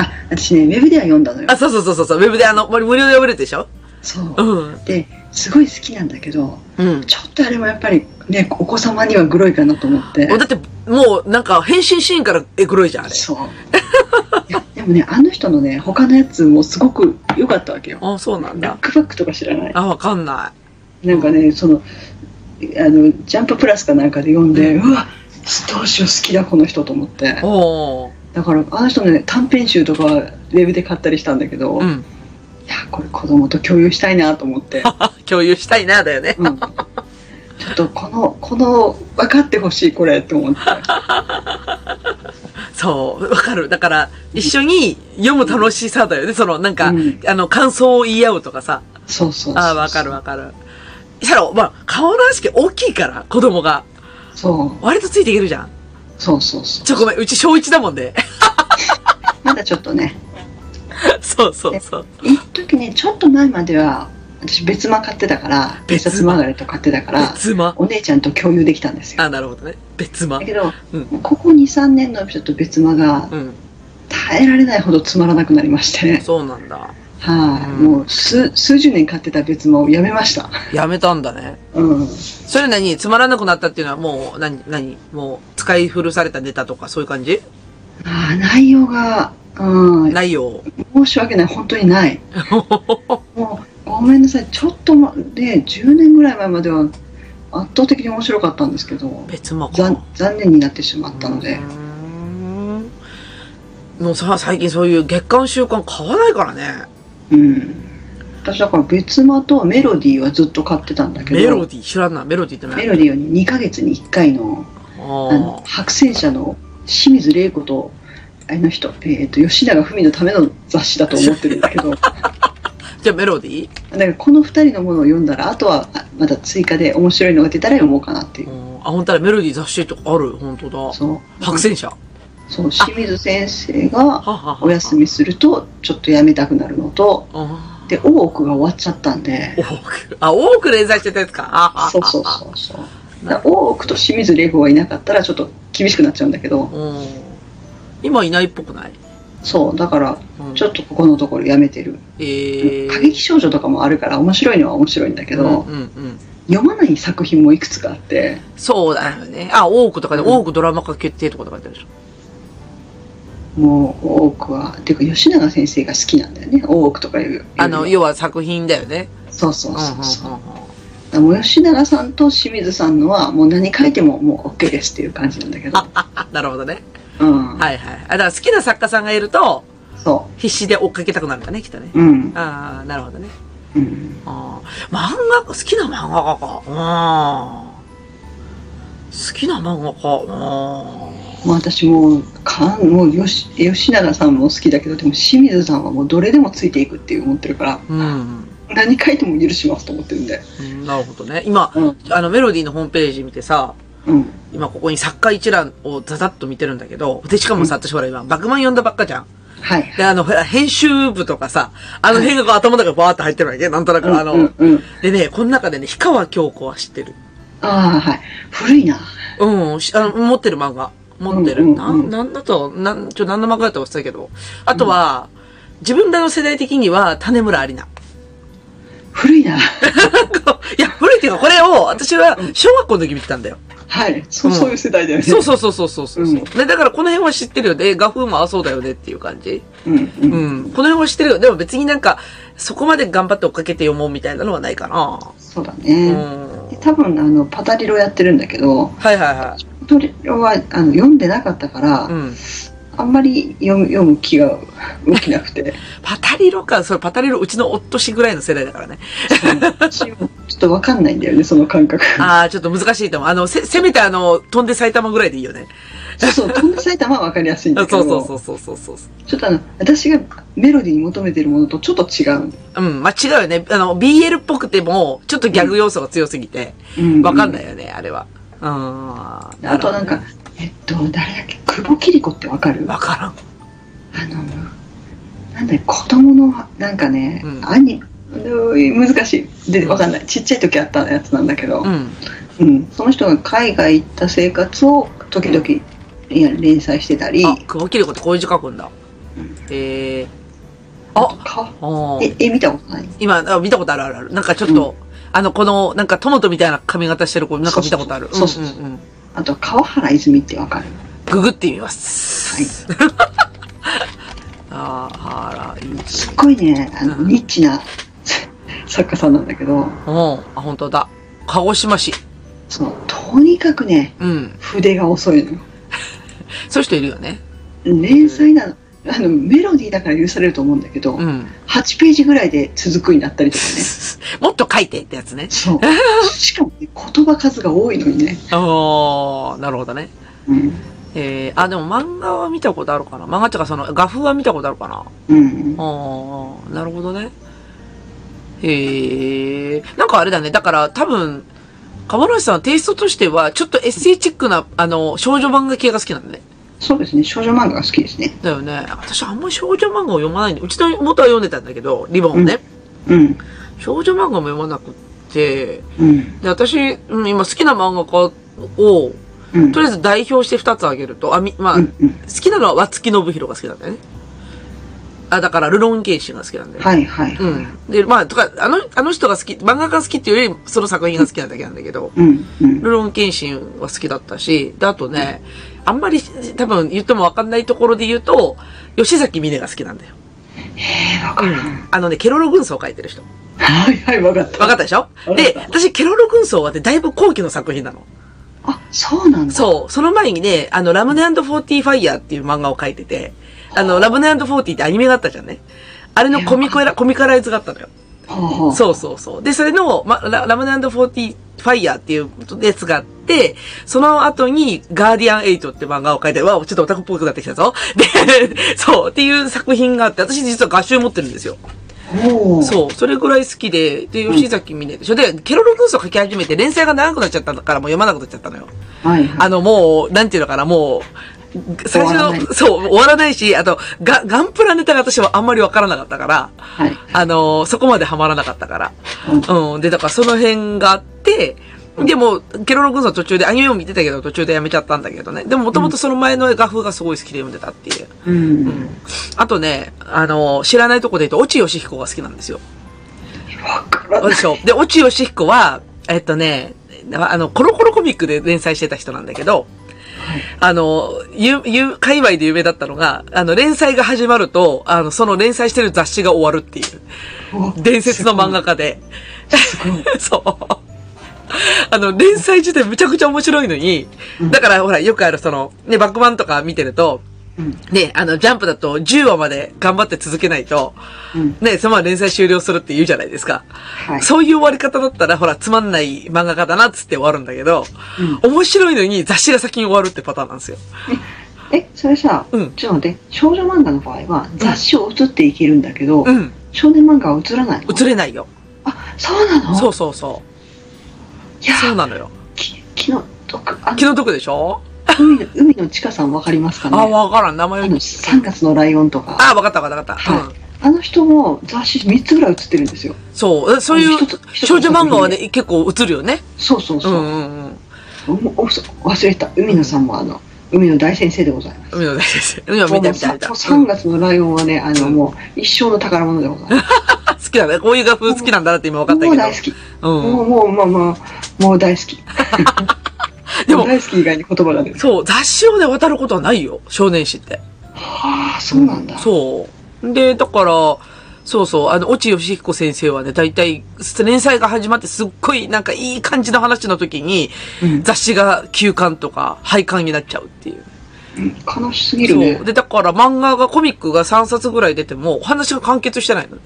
Speaker 3: あ、私ね、ウェブでは読んだのよ
Speaker 2: あ、。そうそうそうそうそう、ウェブであの、無料で読めるでしょ
Speaker 3: そう
Speaker 2: う。ん。
Speaker 3: で、すごい好きなんだけど、
Speaker 2: うん。
Speaker 3: ちょっとあれもやっぱりね、お子様にはグロいかなと思って。
Speaker 2: だって、もう、なんか、変身シーンからエグロいじゃん、あれ。
Speaker 3: そう。いや、でもね、あの人のね、他のやつもすごく良かったわけよ。
Speaker 2: あ、そうなん
Speaker 3: ラッ
Speaker 2: だ。
Speaker 3: クバックとか知らない。
Speaker 2: あ、わかんな
Speaker 3: なんかね、その、あの、ジャンププラスかなんかで読んで、うわ、どうしよう好きだこの人と思って
Speaker 2: い。。おー。
Speaker 3: だから、あの人のね、短編集とかはウェブで買ったりしたんだけど、
Speaker 2: う
Speaker 3: い
Speaker 2: ん。
Speaker 3: や、これ子供と共有したいなと思って。
Speaker 2: あ、共有したいな、だよね。
Speaker 3: うんちょっとこの、この、分かってほしい、これ、と思って。
Speaker 2: そう、わかる。だから、一緒に読む楽しさだよね。その、なんか、
Speaker 3: うん
Speaker 2: あの、感想を言い合うとかさ。
Speaker 3: そうそうそう
Speaker 2: あーわかるわかる。したら、まあ、顔の話大きいから、子供が。
Speaker 3: そう、
Speaker 2: 割とついていけるじゃん。
Speaker 3: そうそうそう。
Speaker 2: ちょ、ごめん、うち小一だもんね。
Speaker 3: まだちょっとね、
Speaker 2: そうそうそう。
Speaker 3: 一時ね、ちょっと前までは、私別間買ってたから、
Speaker 2: 別
Speaker 3: 別
Speaker 2: 間
Speaker 3: 冊マーガレット買ってたから、
Speaker 2: 別間。
Speaker 3: お姉ちゃんと共有できたんですよ。
Speaker 2: あ、なるほどね。別間
Speaker 3: だ。けど、
Speaker 2: うん
Speaker 3: ここ2、3年のちょっと別間が
Speaker 2: う、ん。
Speaker 3: 耐えられないほどつまらなくなりまして、
Speaker 2: そうなんだ。
Speaker 3: はい、
Speaker 2: うん
Speaker 3: もう数数十年買ってた別もやめました。
Speaker 2: やめたんだね。
Speaker 3: うん、
Speaker 2: それ何つまらなくなったっていうのはもう、何、何もう、使い古されたネタとかそういう感じ
Speaker 3: あー内容が、うん、
Speaker 2: 内容。
Speaker 3: 申し訳ない、本当 にない。もうごめんなさい、ちょっとまで、10年ぐらい前までは圧倒的に面白かったんですけど、
Speaker 2: 別もか。
Speaker 3: 残残念になってしまったので、
Speaker 2: うーんもうさ、最近そういう月間週間買わないからね。
Speaker 3: うん、私だから別間とメロディーはずっと買ってたんだけど、
Speaker 2: メロディー知らんな。メロディーって
Speaker 3: メ
Speaker 2: 何
Speaker 3: ロディーは2ヶ月に1回のあ
Speaker 2: あ
Speaker 3: の白戦車の清水玲子とあの人、えー、と吉永文のための雑誌だと思ってるんだ けどだか
Speaker 2: あ。じゃあメロディー
Speaker 3: らこの2人のものを読んだらあとはあまた追加で面白いのが出たら読もうかなっていう、
Speaker 2: うんあ、本当だ。メロディー雑誌とかある。本当だ。
Speaker 3: そう
Speaker 2: 白戦車。は
Speaker 3: そう清水先生が
Speaker 2: はは
Speaker 3: お休みするとちょっとやめたくなるのと
Speaker 2: あ
Speaker 3: で「大奥」が終わっちゃったんで
Speaker 2: ー多く。あ、多く連載してたやつか。ああ
Speaker 3: そうそうそうそうだから大奥と清水玲子がいなかったらちょっと厳しくなっちゃうんだけど
Speaker 2: うん。今いないっぽくない、
Speaker 3: そうだから
Speaker 2: うん、
Speaker 3: ちょっとここのところやめてる
Speaker 2: えー、
Speaker 3: 過激少女とかもあるから面白いのは面白いんだけど、
Speaker 2: うんうんうん。
Speaker 3: 読まない作品もいくつかあって
Speaker 2: そうだよね。あ、多くとかで、
Speaker 3: うん
Speaker 2: 多くドラマ化決定とかって書いてあるでしょ。
Speaker 3: もう大奥はていうか吉永先生が好きなんだよね大奥とかいう
Speaker 2: あの、要は作品だよね。
Speaker 3: そうそううんそうそう,、
Speaker 2: うんうんうん。
Speaker 3: もう吉永さんと清水さんのはもう何書いてももう OK ですっていう感じなんだけど、
Speaker 2: あ、なるほどね。
Speaker 3: うん
Speaker 2: はいはい。あ、だから好きな作家さんがいると、
Speaker 3: そ
Speaker 2: 必死で追っかけたくなるんだね、きっとね。
Speaker 3: ううん、
Speaker 2: ああ、なるほどね。
Speaker 3: うん、
Speaker 2: あー漫画、好きな漫画家か。うん。好きな漫画家。うん。
Speaker 3: もう私もうかんもうよし吉永さんも好きだけどでも清水さんはもうどれでもついていくって思ってるから
Speaker 2: うん。
Speaker 3: 何書いても許しますと思ってるんで
Speaker 2: うんなるほどね。今、
Speaker 3: うん
Speaker 2: あの、メロディーのホームページ見てさ、
Speaker 3: うん
Speaker 2: 今ここに作家一覧をザザッと見てるんだけど、で、しかもさ、私ほら今、バグマン読んだばっかじゃん。
Speaker 3: はいはい
Speaker 2: で、あの、ほら編集部とかさ、あの辺がこう頭の中にバーって入ってるわけなんとなく、あ
Speaker 3: うん
Speaker 2: の、
Speaker 3: うんうん、
Speaker 2: でね、この中でね、氷川京子は知ってる。
Speaker 3: ああはい古いな
Speaker 2: うん、しあの、持ってる漫画。持ってる。
Speaker 3: うんうん
Speaker 2: な
Speaker 3: うん
Speaker 2: ん、なんだと、なん、ちょ、何の漫画だったか忘れたけど。あとは、自分らの世代的には、種村ありな。
Speaker 3: 古いな
Speaker 2: いや、古いっていうか、これを、私は、小学校の時見てた んだよ。
Speaker 3: はいそ,、
Speaker 2: う
Speaker 3: うんそういう世代だよね
Speaker 2: そうそうそうそうそうそう、
Speaker 3: うん
Speaker 2: ね。だからこの辺は知ってるよね。画風もあそうだよねっていう感じ。
Speaker 3: うんうん
Speaker 2: うん。この辺は知ってるよ。でも別になんか、そこまで頑張って追っかけて読もうみたいなのはないかな。
Speaker 3: そうだ
Speaker 2: う
Speaker 3: ね、
Speaker 2: ん。
Speaker 3: で多分あのパタリロやってるんだけど
Speaker 2: はいはいは
Speaker 3: パタリロはあの読んでなかったから、
Speaker 2: い。うん。
Speaker 3: あんまり読む読む気が動きなく て
Speaker 2: パタリロか、それパタリロうちの夫氏ぐらいの世代だからね。
Speaker 3: 私もちょっと分かんないんだよねその感覚
Speaker 2: ああ、ちょっと難しいと思う。あの、せ、せめてあの、飛んで埼玉ぐらいでいいよね。
Speaker 3: そうそう飛んで埼玉は分かりやすいん
Speaker 2: そ
Speaker 3: だ
Speaker 2: う
Speaker 3: けど
Speaker 2: そうそうそうそうそう。
Speaker 3: ちょっとあの私がメロディーに求めてるものとちょっと違う、
Speaker 2: うん、まあ、違うよね。あの、BL っぽくても、ちょっとギャグ要素が強すぎて、
Speaker 3: うん
Speaker 2: わかんないいよね、あれは。うん。あ
Speaker 3: あとなんか、えっと誰だっけ久保桐子って分かる
Speaker 2: わからん。
Speaker 3: あの、なんだよ子供の、なんかね、
Speaker 2: うん
Speaker 3: アニメ、難しい。で、
Speaker 2: うん
Speaker 3: わかんない。ちっちゃい時あったやつなんだけど
Speaker 2: う、ん。
Speaker 3: うん、その人が海外行った生活を時々、いや連載してたり、
Speaker 2: あ、久保切子ってこういう字書くんだ。えー、あ、
Speaker 3: か
Speaker 2: あー
Speaker 3: え、え、見たことない
Speaker 2: 今、あ見たことあるあるある。なんかちょっと、あの、この、なんかトマトみたいな髪型してる子、なんか見たことある。
Speaker 3: そうそうそう
Speaker 2: うんうんうん。
Speaker 3: あと、川原泉ってわかる
Speaker 2: ググってみます。
Speaker 3: は
Speaker 2: あーあら、いいです
Speaker 3: すっ
Speaker 2: ね。
Speaker 3: ごいね、あの、
Speaker 2: うん
Speaker 3: ニッチな 作家さんなんだけど、
Speaker 2: うん。あ、本当だ。鹿児島市。
Speaker 3: その、とにかくね、
Speaker 2: うん。
Speaker 3: 筆が遅いのよ。
Speaker 2: そういう人いるよね。
Speaker 3: 連載なの。あの、メロディーだから許されると思うんだけど、
Speaker 2: うん。
Speaker 3: 8ページぐらいで続くになったりとかね。
Speaker 2: もっと書いてってやつね。
Speaker 3: そう。 しかもね、言葉数が多いのにね。
Speaker 2: ああ、なるほどね。
Speaker 3: うん。
Speaker 2: えー、あ、でも漫画は見たことあるかな。漫画っていうかその画風は見たことあるかな。
Speaker 3: うん。
Speaker 2: ああ、なるほどね。へえ、なんかあれだね。だから多分、河原さんはテイストとしては、ちょっとエッセイチックな、あの、少女漫画系が好きなんだね。
Speaker 3: そうですね、少女漫画が好きですね。
Speaker 2: だよね。私あんまり少女漫画を読まないんで、うちの妹は読んでたんだけど、リボンをね。
Speaker 3: うん。
Speaker 2: 少女漫画も読まなくって、
Speaker 3: うん。
Speaker 2: で、私、うん、今好きな漫画家を、
Speaker 3: うん。
Speaker 2: とりあえず代表して2つ挙げると、あみ、まあ、
Speaker 3: うん。うん。
Speaker 2: 好きなのは和月信弘が好きなんだよね。あ、だから、ルロンケンシンが好きなんだよ。
Speaker 3: はいはいは
Speaker 2: う
Speaker 3: い。
Speaker 2: ん。で、まあ、とか、あの、あの人が好き、漫画が好きっていうより、その作品が好きなだけなんだけど、
Speaker 3: うんうん。
Speaker 2: ルロンケンシンは好きだったし、で、あとね、あんまり多分言ってもわかんないところで言うと、吉崎美音が好きなんだよ。
Speaker 3: えー、わからん。
Speaker 2: あのね、ケロロ軍曹を書いてる人。
Speaker 3: はいはい、わかった。
Speaker 2: わかったでしょ
Speaker 3: た
Speaker 2: で、私、ケロロ軍曹はね、だいぶ後期の作品なの。
Speaker 3: あ、そうなんだ。
Speaker 2: そう、その前にね、あの、ラムネ &40 ファイヤーっていう漫画を書いてて、あの、ラムネ &40 ってアニメがあったじゃんね。あれのコミコラ、コミカライズがあったのよ。
Speaker 3: ほうほう。
Speaker 2: そうそうそう。で、それの、ま、ララムネ &40 ファイヤーっていうやつがあって、その後に、ガーディアン8って漫画を書いて、わあ、ちょっとオタクっぽくなってきたぞ。で、そう、っていう作品があって、私実は画集持ってるんですよ。
Speaker 3: ほう。
Speaker 2: そう、それぐらい好きで、で、吉崎美音でしょ。で、ケロロ軍曹書き始めて、連載が長くなっちゃったから、もう読まなくなっちゃったのよ。
Speaker 3: はいはい。
Speaker 2: あの、もう、なんていうのかな、もう、最初
Speaker 3: 終わらな
Speaker 2: の、そう、終わらないし、あと、ガ、ガンプラネタが私はあんまりわからなかったから、
Speaker 3: はい。
Speaker 2: あのーそこまでハマらなかったから。うん。で、だからその辺があって、でも、ケロロ軍曹途中で、アニメも見てたけど、途中でやめちゃったんだけどね。でも、もともとその前の画風がすごい好きで読んでたっていう。
Speaker 3: うん。
Speaker 2: うん。あとね、あのー知らないとこで言うと、越智義彦が好きなんですよ。
Speaker 3: わから
Speaker 2: で
Speaker 3: ない。
Speaker 2: しょ。で、越智義彦は、えっとね、あの、コロコロコミックで連載してた人なんだけど、
Speaker 3: はい
Speaker 2: あの、ゆ、ゆ、界隈で有名だったのが、あの、連載が始まると、あの、その連載してる雑誌が終わるっていう、
Speaker 3: お
Speaker 2: 伝説の漫画家で。
Speaker 3: すごい。
Speaker 2: そう。あの、連載自体むちゃくちゃ面白いのに、だからほら、よくあるその、ね、バックマンとか見てると、
Speaker 3: うん
Speaker 2: ね、あの、ジャンプだと10話まで頑張って続けないと、
Speaker 3: うん。
Speaker 2: ね、そのまま連載終了するって言うじゃないですか。
Speaker 3: はい。
Speaker 2: そういう終わり方だったら、ほら、つまんない漫画家だなっつって終わるんだけど、面白いのに雑誌が先に終わるってパターンなんですよ。
Speaker 3: え、それさ、
Speaker 2: うん
Speaker 3: ちょっと待って、少女漫画の場合は雑誌を映っていけるんだけど、
Speaker 2: うん。
Speaker 3: 少年漫画は映らないの
Speaker 2: 映れないよ。
Speaker 3: あ、そうなの
Speaker 2: そうそうそう。
Speaker 3: いや、
Speaker 2: そうなのよ。
Speaker 3: き昨日、どっかあ
Speaker 2: 気の毒でしょ
Speaker 3: 海の海の地下さんわかりますかね
Speaker 2: あ、わからん。名前
Speaker 3: あ
Speaker 2: を
Speaker 3: の、3月のライオンとか、
Speaker 2: あ、わかったわかったわかった。うん。
Speaker 3: あの人も雑誌3つぐらい映ってるんですよ。
Speaker 2: そう。えそうい
Speaker 3: あの
Speaker 2: う
Speaker 3: 一つ一つ
Speaker 2: 少女漫画はね、結構映るよね。
Speaker 3: そうそう
Speaker 2: う
Speaker 3: そ
Speaker 2: ん
Speaker 3: う。
Speaker 2: うんうん。
Speaker 3: もうおそ忘れた。海野さんもあの、海の大先生でございます。
Speaker 2: 海の大先生。海の見
Speaker 3: もう
Speaker 2: た見た見た。
Speaker 3: 3月のライオンはね、あの、
Speaker 2: うん
Speaker 3: もう一生の宝物でございます。
Speaker 2: あ好きだね。こういう画風好きなんだなって今分かった
Speaker 3: もう大好
Speaker 2: け
Speaker 3: き。
Speaker 2: ど。
Speaker 3: も
Speaker 2: うん。
Speaker 3: う、もう、もう、もう、もう大好き。
Speaker 2: でも
Speaker 3: 大好き以外に言葉が出る。
Speaker 2: そう、雑誌をね、渡ることはないよ。少年誌って。
Speaker 3: はあ、そうなんだ。
Speaker 2: そう。で、だから、そうそう、あの、越智義彦先生はね、大体、連載が始まってすっごい、なんかいい感じの話の時に、
Speaker 3: うん
Speaker 2: 雑誌が休刊とか廃刊になっちゃうっていう。
Speaker 3: うん悲しすぎるね
Speaker 2: そう。。で、だから漫画が、コミックが3冊ぐらい出ても、お話が完結してないの。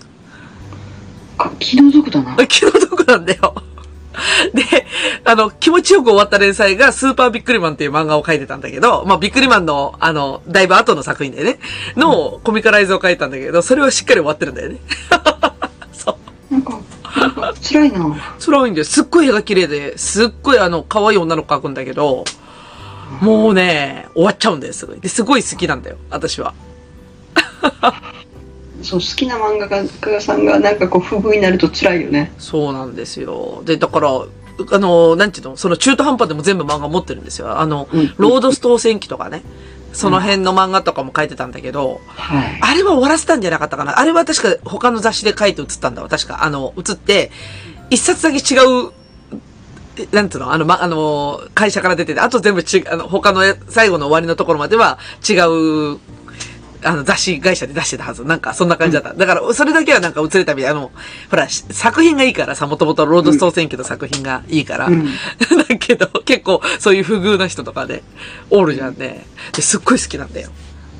Speaker 3: か気の毒だな。
Speaker 2: 気の毒なんだよ。 で、あの、気持ちよく終わった連載が、スーパービックリマンっていう漫画を書いてたんだけど、まあ、ビックリマンの、あの、だいぶ後の作品でね、のコミカライズを書いたんだけど、それはしっかり終わってるんだよね。そう。
Speaker 3: なんか、なんか辛いな。
Speaker 2: 辛いんだよ。すっごい絵が綺麗で、すっごいあの、可愛い女の子描くんだけど、もうね、終わっちゃうんだよ、すごい。で、すごい好きなんだよ、私は。
Speaker 3: そう、好きな漫画家さんがなんかこう、不遇になると辛いよね。
Speaker 2: そうなんですよ。で、だから、あの、なんていうの、その中途半端でも全部漫画持ってるんですよ。あの、
Speaker 3: うん
Speaker 2: ロードストー戦記とかね。その辺の漫画とかも書いてたんだけど、
Speaker 3: はい。
Speaker 2: あれは終わらせたんじゃなかったかな。あれは確か他の雑誌で書いて映ったんだわ。確か、あの、映って、一冊だけ違う、えなんていうのあの、ま、あの、会社から出てて、あと全部ち、あの、他のえ最後の終わりのところまでは違う、あの、雑誌会社で出してたはず。なんか、そんな感じだった。だから、それだけはなんか映れたみたい。あの、ほら、し作品がいいからさ、もともとロードストー選挙の作品がいいから。
Speaker 3: うん
Speaker 2: だけど、結構、そういう不遇な人とかで、おるじゃんね。で、すっごい好きなんだよ。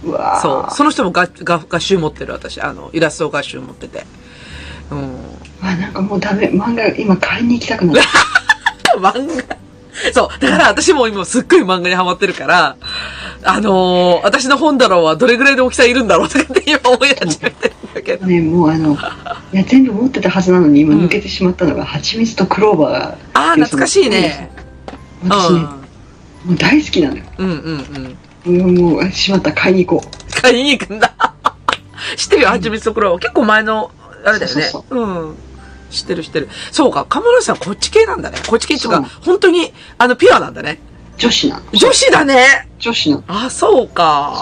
Speaker 3: うわ
Speaker 2: そう。
Speaker 3: ぁ。
Speaker 2: その人も画画画集持ってる、私。あの、イラスト画集持ってて。うん。
Speaker 3: うわなんかもうダメ。漫画今買いに行きたくなる。
Speaker 2: 漫画。そう。だから私も今すっごい漫画にハマってるから、あのー私の本棚はどれぐらいの大きさいるんだろうとかって今思い始めてるんだけど。
Speaker 3: ね、もうあの、いや、全部持ってたはずなのに今抜けてしまったのが、蜂蜜とクローバーが。
Speaker 2: ああ、懐かしいね。うん。
Speaker 3: 私ね、もう大好きなのよ。
Speaker 2: うんうんうん。
Speaker 3: うんもう、あしまった、買いに行こう。
Speaker 2: 買いに行くんだ。 知ってるよ、蜂蜜とクローバー。結構前の、あれだよね。
Speaker 3: そう
Speaker 2: うん。知ってる知ってる。そうか、カムロさんこっち系なんだね。こっち系っていうか、
Speaker 3: そ
Speaker 2: 本当に、あの、ピュアなんだね。
Speaker 3: 女子なの。
Speaker 2: 女子だね
Speaker 3: 女子なの。
Speaker 2: あ、そうか。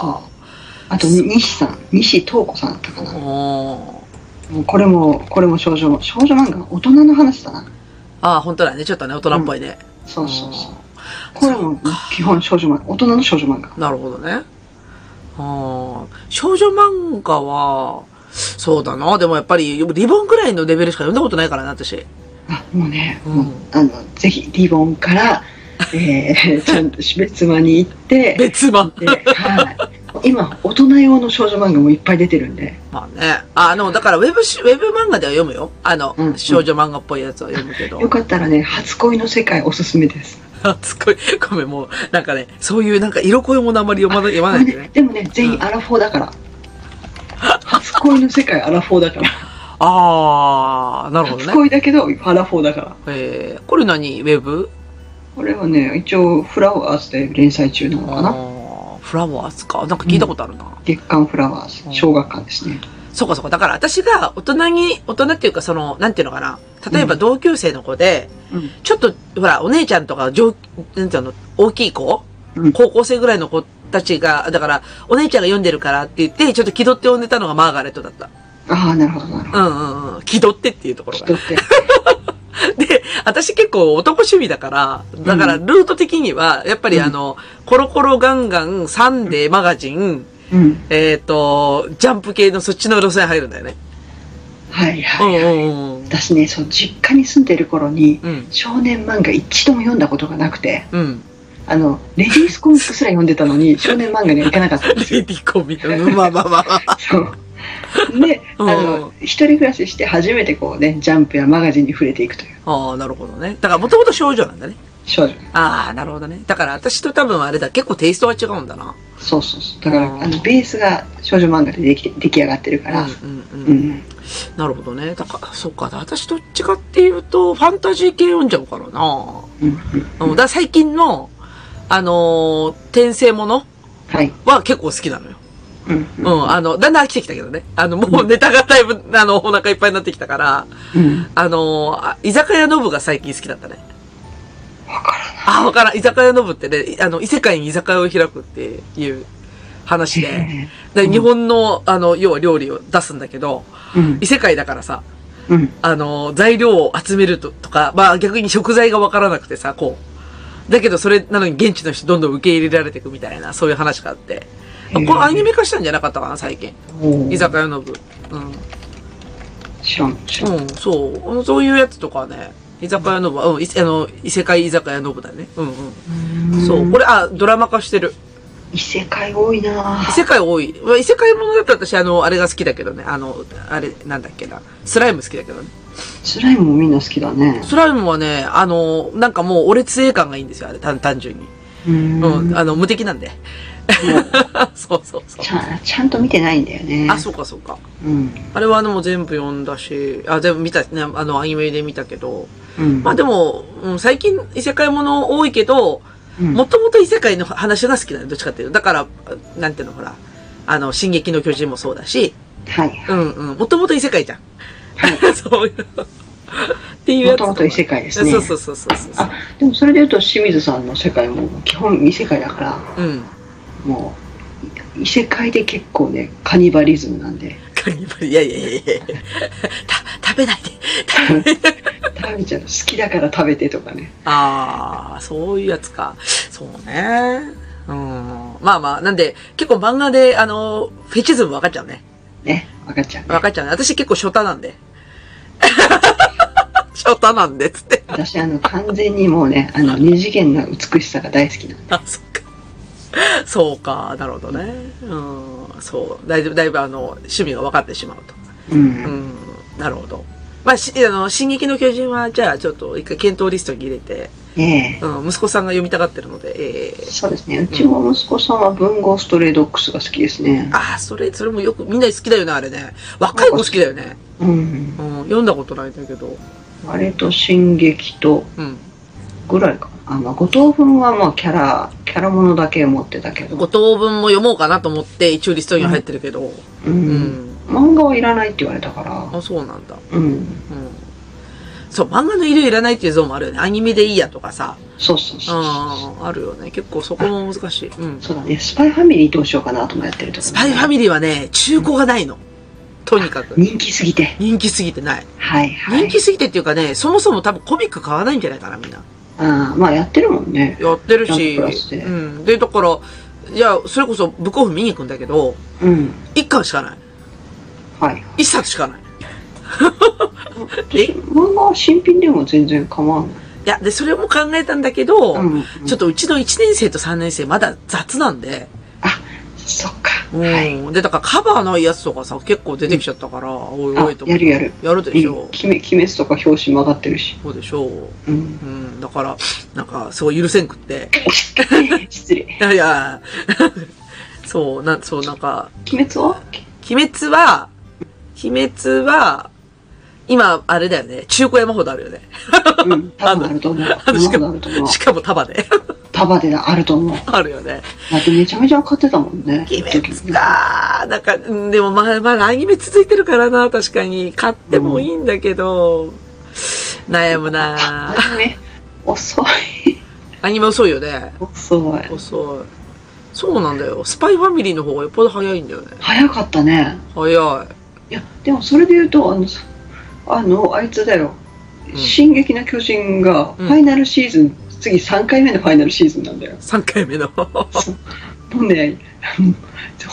Speaker 3: そあと西さん西東子さんだったかな
Speaker 2: おー。
Speaker 3: もうこれもこれも少女少女漫画大人の話だな
Speaker 2: ああ、本当だね。ちょっとね、大人っぽいね。
Speaker 3: そうそうそうこれも基本少女漫画大人の少女漫画
Speaker 2: なるほどね。ああ、少女漫画は、そうだな。でもやっぱり、リボンぐらいのレベルしか読んだことないからな、私。
Speaker 3: あもうね、
Speaker 2: うん
Speaker 3: もうあのぜひリボンから、え ー、ちゃんと別間に行って
Speaker 2: 別版。
Speaker 3: で、はい、今大人用の少女漫画もいっぱい出てるんで
Speaker 2: まあね。あの、だからウェブし、ウェブ漫画では読むよ。あの、
Speaker 3: うんうん
Speaker 2: 少女漫画っぽいやつは読むけど。
Speaker 3: よかったらね初恋の世界おすすめです
Speaker 2: あ、すごい。ごめん、もう、なんかね、そういうなんか色恋ものあんまり読まない、読まないで
Speaker 3: まあね
Speaker 2: ね。
Speaker 3: でもね全員アラフォーだから、初恋の世界アラフォーだから
Speaker 2: ああ、なるほど
Speaker 3: 初
Speaker 2: ね。
Speaker 3: 恋だけどアラフォーだから
Speaker 2: えー、これ何ウェブ
Speaker 3: これはね一応フラワーズで連載中なのかな
Speaker 2: あーフラワーズか。なんか聞いたことあるな。
Speaker 3: 月刊フラワーズ小学館ですね
Speaker 2: そうかそうか。だから私が大人に、大人っていうかその、なんていうのかな。例えば同級生の子で、
Speaker 3: うん
Speaker 2: ちょっと、ほら、お姉ちゃんとか上、なんていうの、大きい子、
Speaker 3: うん
Speaker 2: 高校生ぐらいの子たちが、だから、お姉ちゃんが読んでるからって言って、ちょっと気取って読んでたのがマーガレットだった。
Speaker 3: ああなるほどなるほど
Speaker 2: うんうんうん。気取ってっていうところ
Speaker 3: ち
Speaker 2: が
Speaker 3: ょ。っとって
Speaker 2: で、私結構男趣味だから、だからルート的には、やっぱりあの、コロコロガンガン、サンデーマガジン、
Speaker 3: うん
Speaker 2: えっ、と、ジャンプ系のそっちの路線入るんだよね。
Speaker 3: はい
Speaker 2: うん
Speaker 3: はい、
Speaker 2: うんうん。
Speaker 3: 私ねそう実家に住んでる頃に
Speaker 2: うん。
Speaker 3: 少年漫画一度も読んだことがなくて
Speaker 2: うん。
Speaker 3: あのレディースコミックすら読んでたのに少年漫画にはいかなかったん
Speaker 2: レ
Speaker 3: ですよ
Speaker 2: ディコミの、まあまあま あまあ。
Speaker 3: そうで
Speaker 2: う
Speaker 3: あ
Speaker 2: ん
Speaker 3: の一人暮らしして初めてこうねジャンプやマガジンに触れていくという
Speaker 2: ああ、なるほどね。だからもともと少女なんだね。
Speaker 3: 少女
Speaker 2: ああ、なるほどね。だから私と多分あれだ、結構テイストは違うんだな。
Speaker 3: そうそうそうだから
Speaker 2: うん
Speaker 3: あのベースが少女漫画ででき出来上がってるか
Speaker 2: う
Speaker 3: ら、
Speaker 2: んうん
Speaker 3: う
Speaker 2: うん。
Speaker 3: ん、
Speaker 2: なるほどね。だから、そうか。私どっちかっていうと、ファンタジー系読んじゃうからな。
Speaker 3: うんうん
Speaker 2: うん、だから最近の、あのー転生もの
Speaker 3: はい、
Speaker 2: は結構好きなのよ。
Speaker 3: うん
Speaker 2: う、ん、あの、だんだん飽きてきたけどね。あの、もうネタがだいぶ、あの、お腹いっぱいになってきたから、
Speaker 3: うん、
Speaker 2: あのーあ居酒屋ノブが最近好きだったね。
Speaker 3: 分からない
Speaker 2: あ、わからん。居酒屋ノブってね、あの、異世界に居酒屋を開くっていう話で、で日本の、あの、要は料理を出すんだけど、
Speaker 3: うん
Speaker 2: 異世界だからさ、
Speaker 3: うん
Speaker 2: あの、材料を集めるととか、まあ逆に食材がわからなくてさ、こう。だけどそれなのに現地の人どんどん受け入れられていくみたいな、そういう話があって。これアニメ化したんじゃなかったかな、最近。
Speaker 3: おー
Speaker 2: 居酒屋の部。うん。
Speaker 3: 知らん知らん
Speaker 2: うん、そう。そういうやつとかね。居酒屋の部は、うん、いあの、異世界居酒屋の部だね。うんうん。そう。これ、あ、ドラマ化してる。
Speaker 3: 異世界多いな
Speaker 2: 異世界多い。まあ異世界ものだったら私、あの、あれが好きだけどね。あの、あれ、なんだっけな。スライム好きだけどね。
Speaker 3: スライムもみんな好きだね
Speaker 2: スライムはね、あの、なんかもう、俺杖感がいいんですよ、あれ、単単純に。
Speaker 3: うん
Speaker 2: うん、あの、無敵なんで。 そうそうそう。
Speaker 3: ちゃんちゃんと見てないんだよね
Speaker 2: あ、そうかそうか。
Speaker 3: うん
Speaker 2: あれはあの、もう全部読んだし、あ、全部見た、ね、あの、アニメで見たけど。
Speaker 3: うん
Speaker 2: まあでも、うん、最近異世界もの多いけど、
Speaker 3: うん
Speaker 2: もともと異世界の話が好きなの、どっちかっていうと。だから、なんていうの、ほら、あの、進撃の巨人もそうだし、
Speaker 3: はい
Speaker 2: うんうん、もともと異世界じゃん。 そういう。っていう
Speaker 3: も
Speaker 2: やつ
Speaker 3: ともと異世界ですね
Speaker 2: そうそうそうそうそう
Speaker 3: あ。でもそれで言うと清水さんの世界も基本異世界だから
Speaker 2: うん。
Speaker 3: もうい異世界で結構ねカニバリズムな んで
Speaker 2: カニバリ、いやいやいやいやた、食べないで、食べないで。
Speaker 3: 食べちゃうの好きだから食べてとかね
Speaker 2: ああ、そういうやつか。そうね。うん。まあまあ、なんで、結構漫画で、あの、フェチズム分かっちゃうね。
Speaker 3: ね分かっちゃうね
Speaker 2: 分かっちゃうね。私結構初太なんで。初太なんで、つって。
Speaker 3: 私あの完全にもうねあの二次元の美しさが大好きなんで
Speaker 2: あ、そっか。そうか、 なるほどね。うん。そう。だいぶ、だいぶ、あの、趣味が分かってしまうと。
Speaker 3: う
Speaker 2: うんん。なるほど。まあ、し、あの、進撃の巨人は、じゃあ、ちょっと、一回検討リストに入れて、
Speaker 3: ねえ
Speaker 2: うん、息子さんが読みたがってるので、ええ
Speaker 3: そうですねうちも息子さんは文豪ストレイドックスが好きですね
Speaker 2: ああ、それ、それもよく、みんな好きだよね、あれね。若い子好きだよね。
Speaker 3: うん
Speaker 2: うん、読んだことないんだけど。
Speaker 3: 割と進撃と
Speaker 2: うん。
Speaker 3: ぐらいかなあまあ五等分はまあキャラキャラものだけ持ってたけ
Speaker 2: 五
Speaker 3: ど
Speaker 2: 等分も読もうかなと思って、一応リストには入ってるけど。う
Speaker 3: う
Speaker 2: んん。
Speaker 3: 漫画はいらないって言われたから
Speaker 2: あ、そうなんだ。
Speaker 3: うん
Speaker 2: うん。そう、漫画の色いらないっていうゾーンもあるよね。アニメでいいやとかさ。
Speaker 3: そうそうそうそう。
Speaker 2: ああ、あるよね。結構そこも難しい。うん。
Speaker 3: そうだね。スパイファミリーどうしようかなともやってるとこ
Speaker 2: スパイファミリーはね、中古がないの。とにかく。
Speaker 3: 人気すぎて。
Speaker 2: 人気すぎてない。
Speaker 3: はいはい。
Speaker 2: 人気すぎてっていうかね、そもそも多分コミック買わないんじゃないかな、みんな。
Speaker 3: ああ、まあやってるもんね。
Speaker 2: やってるし。
Speaker 3: ジャンププラスで
Speaker 2: うん。で、だから、いや、それこそブックオフ見に行くんだけど、
Speaker 3: うん。
Speaker 2: 一巻しかない。
Speaker 3: はい。
Speaker 2: 一冊しかない。
Speaker 3: 私漫画は新品でも全然構わない。
Speaker 2: いや、で、それも考えたんだけど、
Speaker 3: うん、
Speaker 2: ちょっ
Speaker 3: と。
Speaker 2: とうちの1年生と3年生まだ雑なんで、
Speaker 3: そっか。
Speaker 2: うん。
Speaker 3: はい。
Speaker 2: で、だからカバーないやつとかさ、結構出てきちゃったから、おいおいと思
Speaker 3: あ
Speaker 2: って。
Speaker 3: やるやる。
Speaker 2: やるでしょ
Speaker 3: うん。決め、決めとか表紙曲がってるし。
Speaker 2: そうでしょう。
Speaker 3: う
Speaker 2: う
Speaker 3: ん。
Speaker 2: ん。だから、なんか、そう許せんくって。
Speaker 3: 失礼。
Speaker 2: いやいや、そう、な、そう、なんか、
Speaker 3: 鬼滅は
Speaker 2: 鬼滅は、鬼滅は、今、あれだよね。中古山ほどあるよね。
Speaker 3: うん。多分あると思う。
Speaker 2: あのしかも
Speaker 3: あると思う
Speaker 2: し。かも束で。
Speaker 3: 束であると思う。
Speaker 2: あるよね。
Speaker 3: だってめちゃめちゃ買ってたもんね。
Speaker 2: 鬼滅かなんか、うんでもまあまあアニメ続いてるからな、確かに。買ってもいいんだけど、悩むな
Speaker 3: アニメ、遅い。
Speaker 2: アニメ遅いよね。
Speaker 3: 遅い。
Speaker 2: 遅い。そうなんだよ。スパイファミリーの方がよっぽど早いんだよね。
Speaker 3: 早かったね。
Speaker 2: 早い。
Speaker 3: いや、でもそれで言うと、あの、あの、あいつだよ。
Speaker 2: うん
Speaker 3: 進撃の巨人が、
Speaker 2: う
Speaker 3: フ
Speaker 2: ん
Speaker 3: ァイナルシーズン、次3回目のファイナルシーズンなんだよ。
Speaker 2: 3回目の。
Speaker 3: もうね、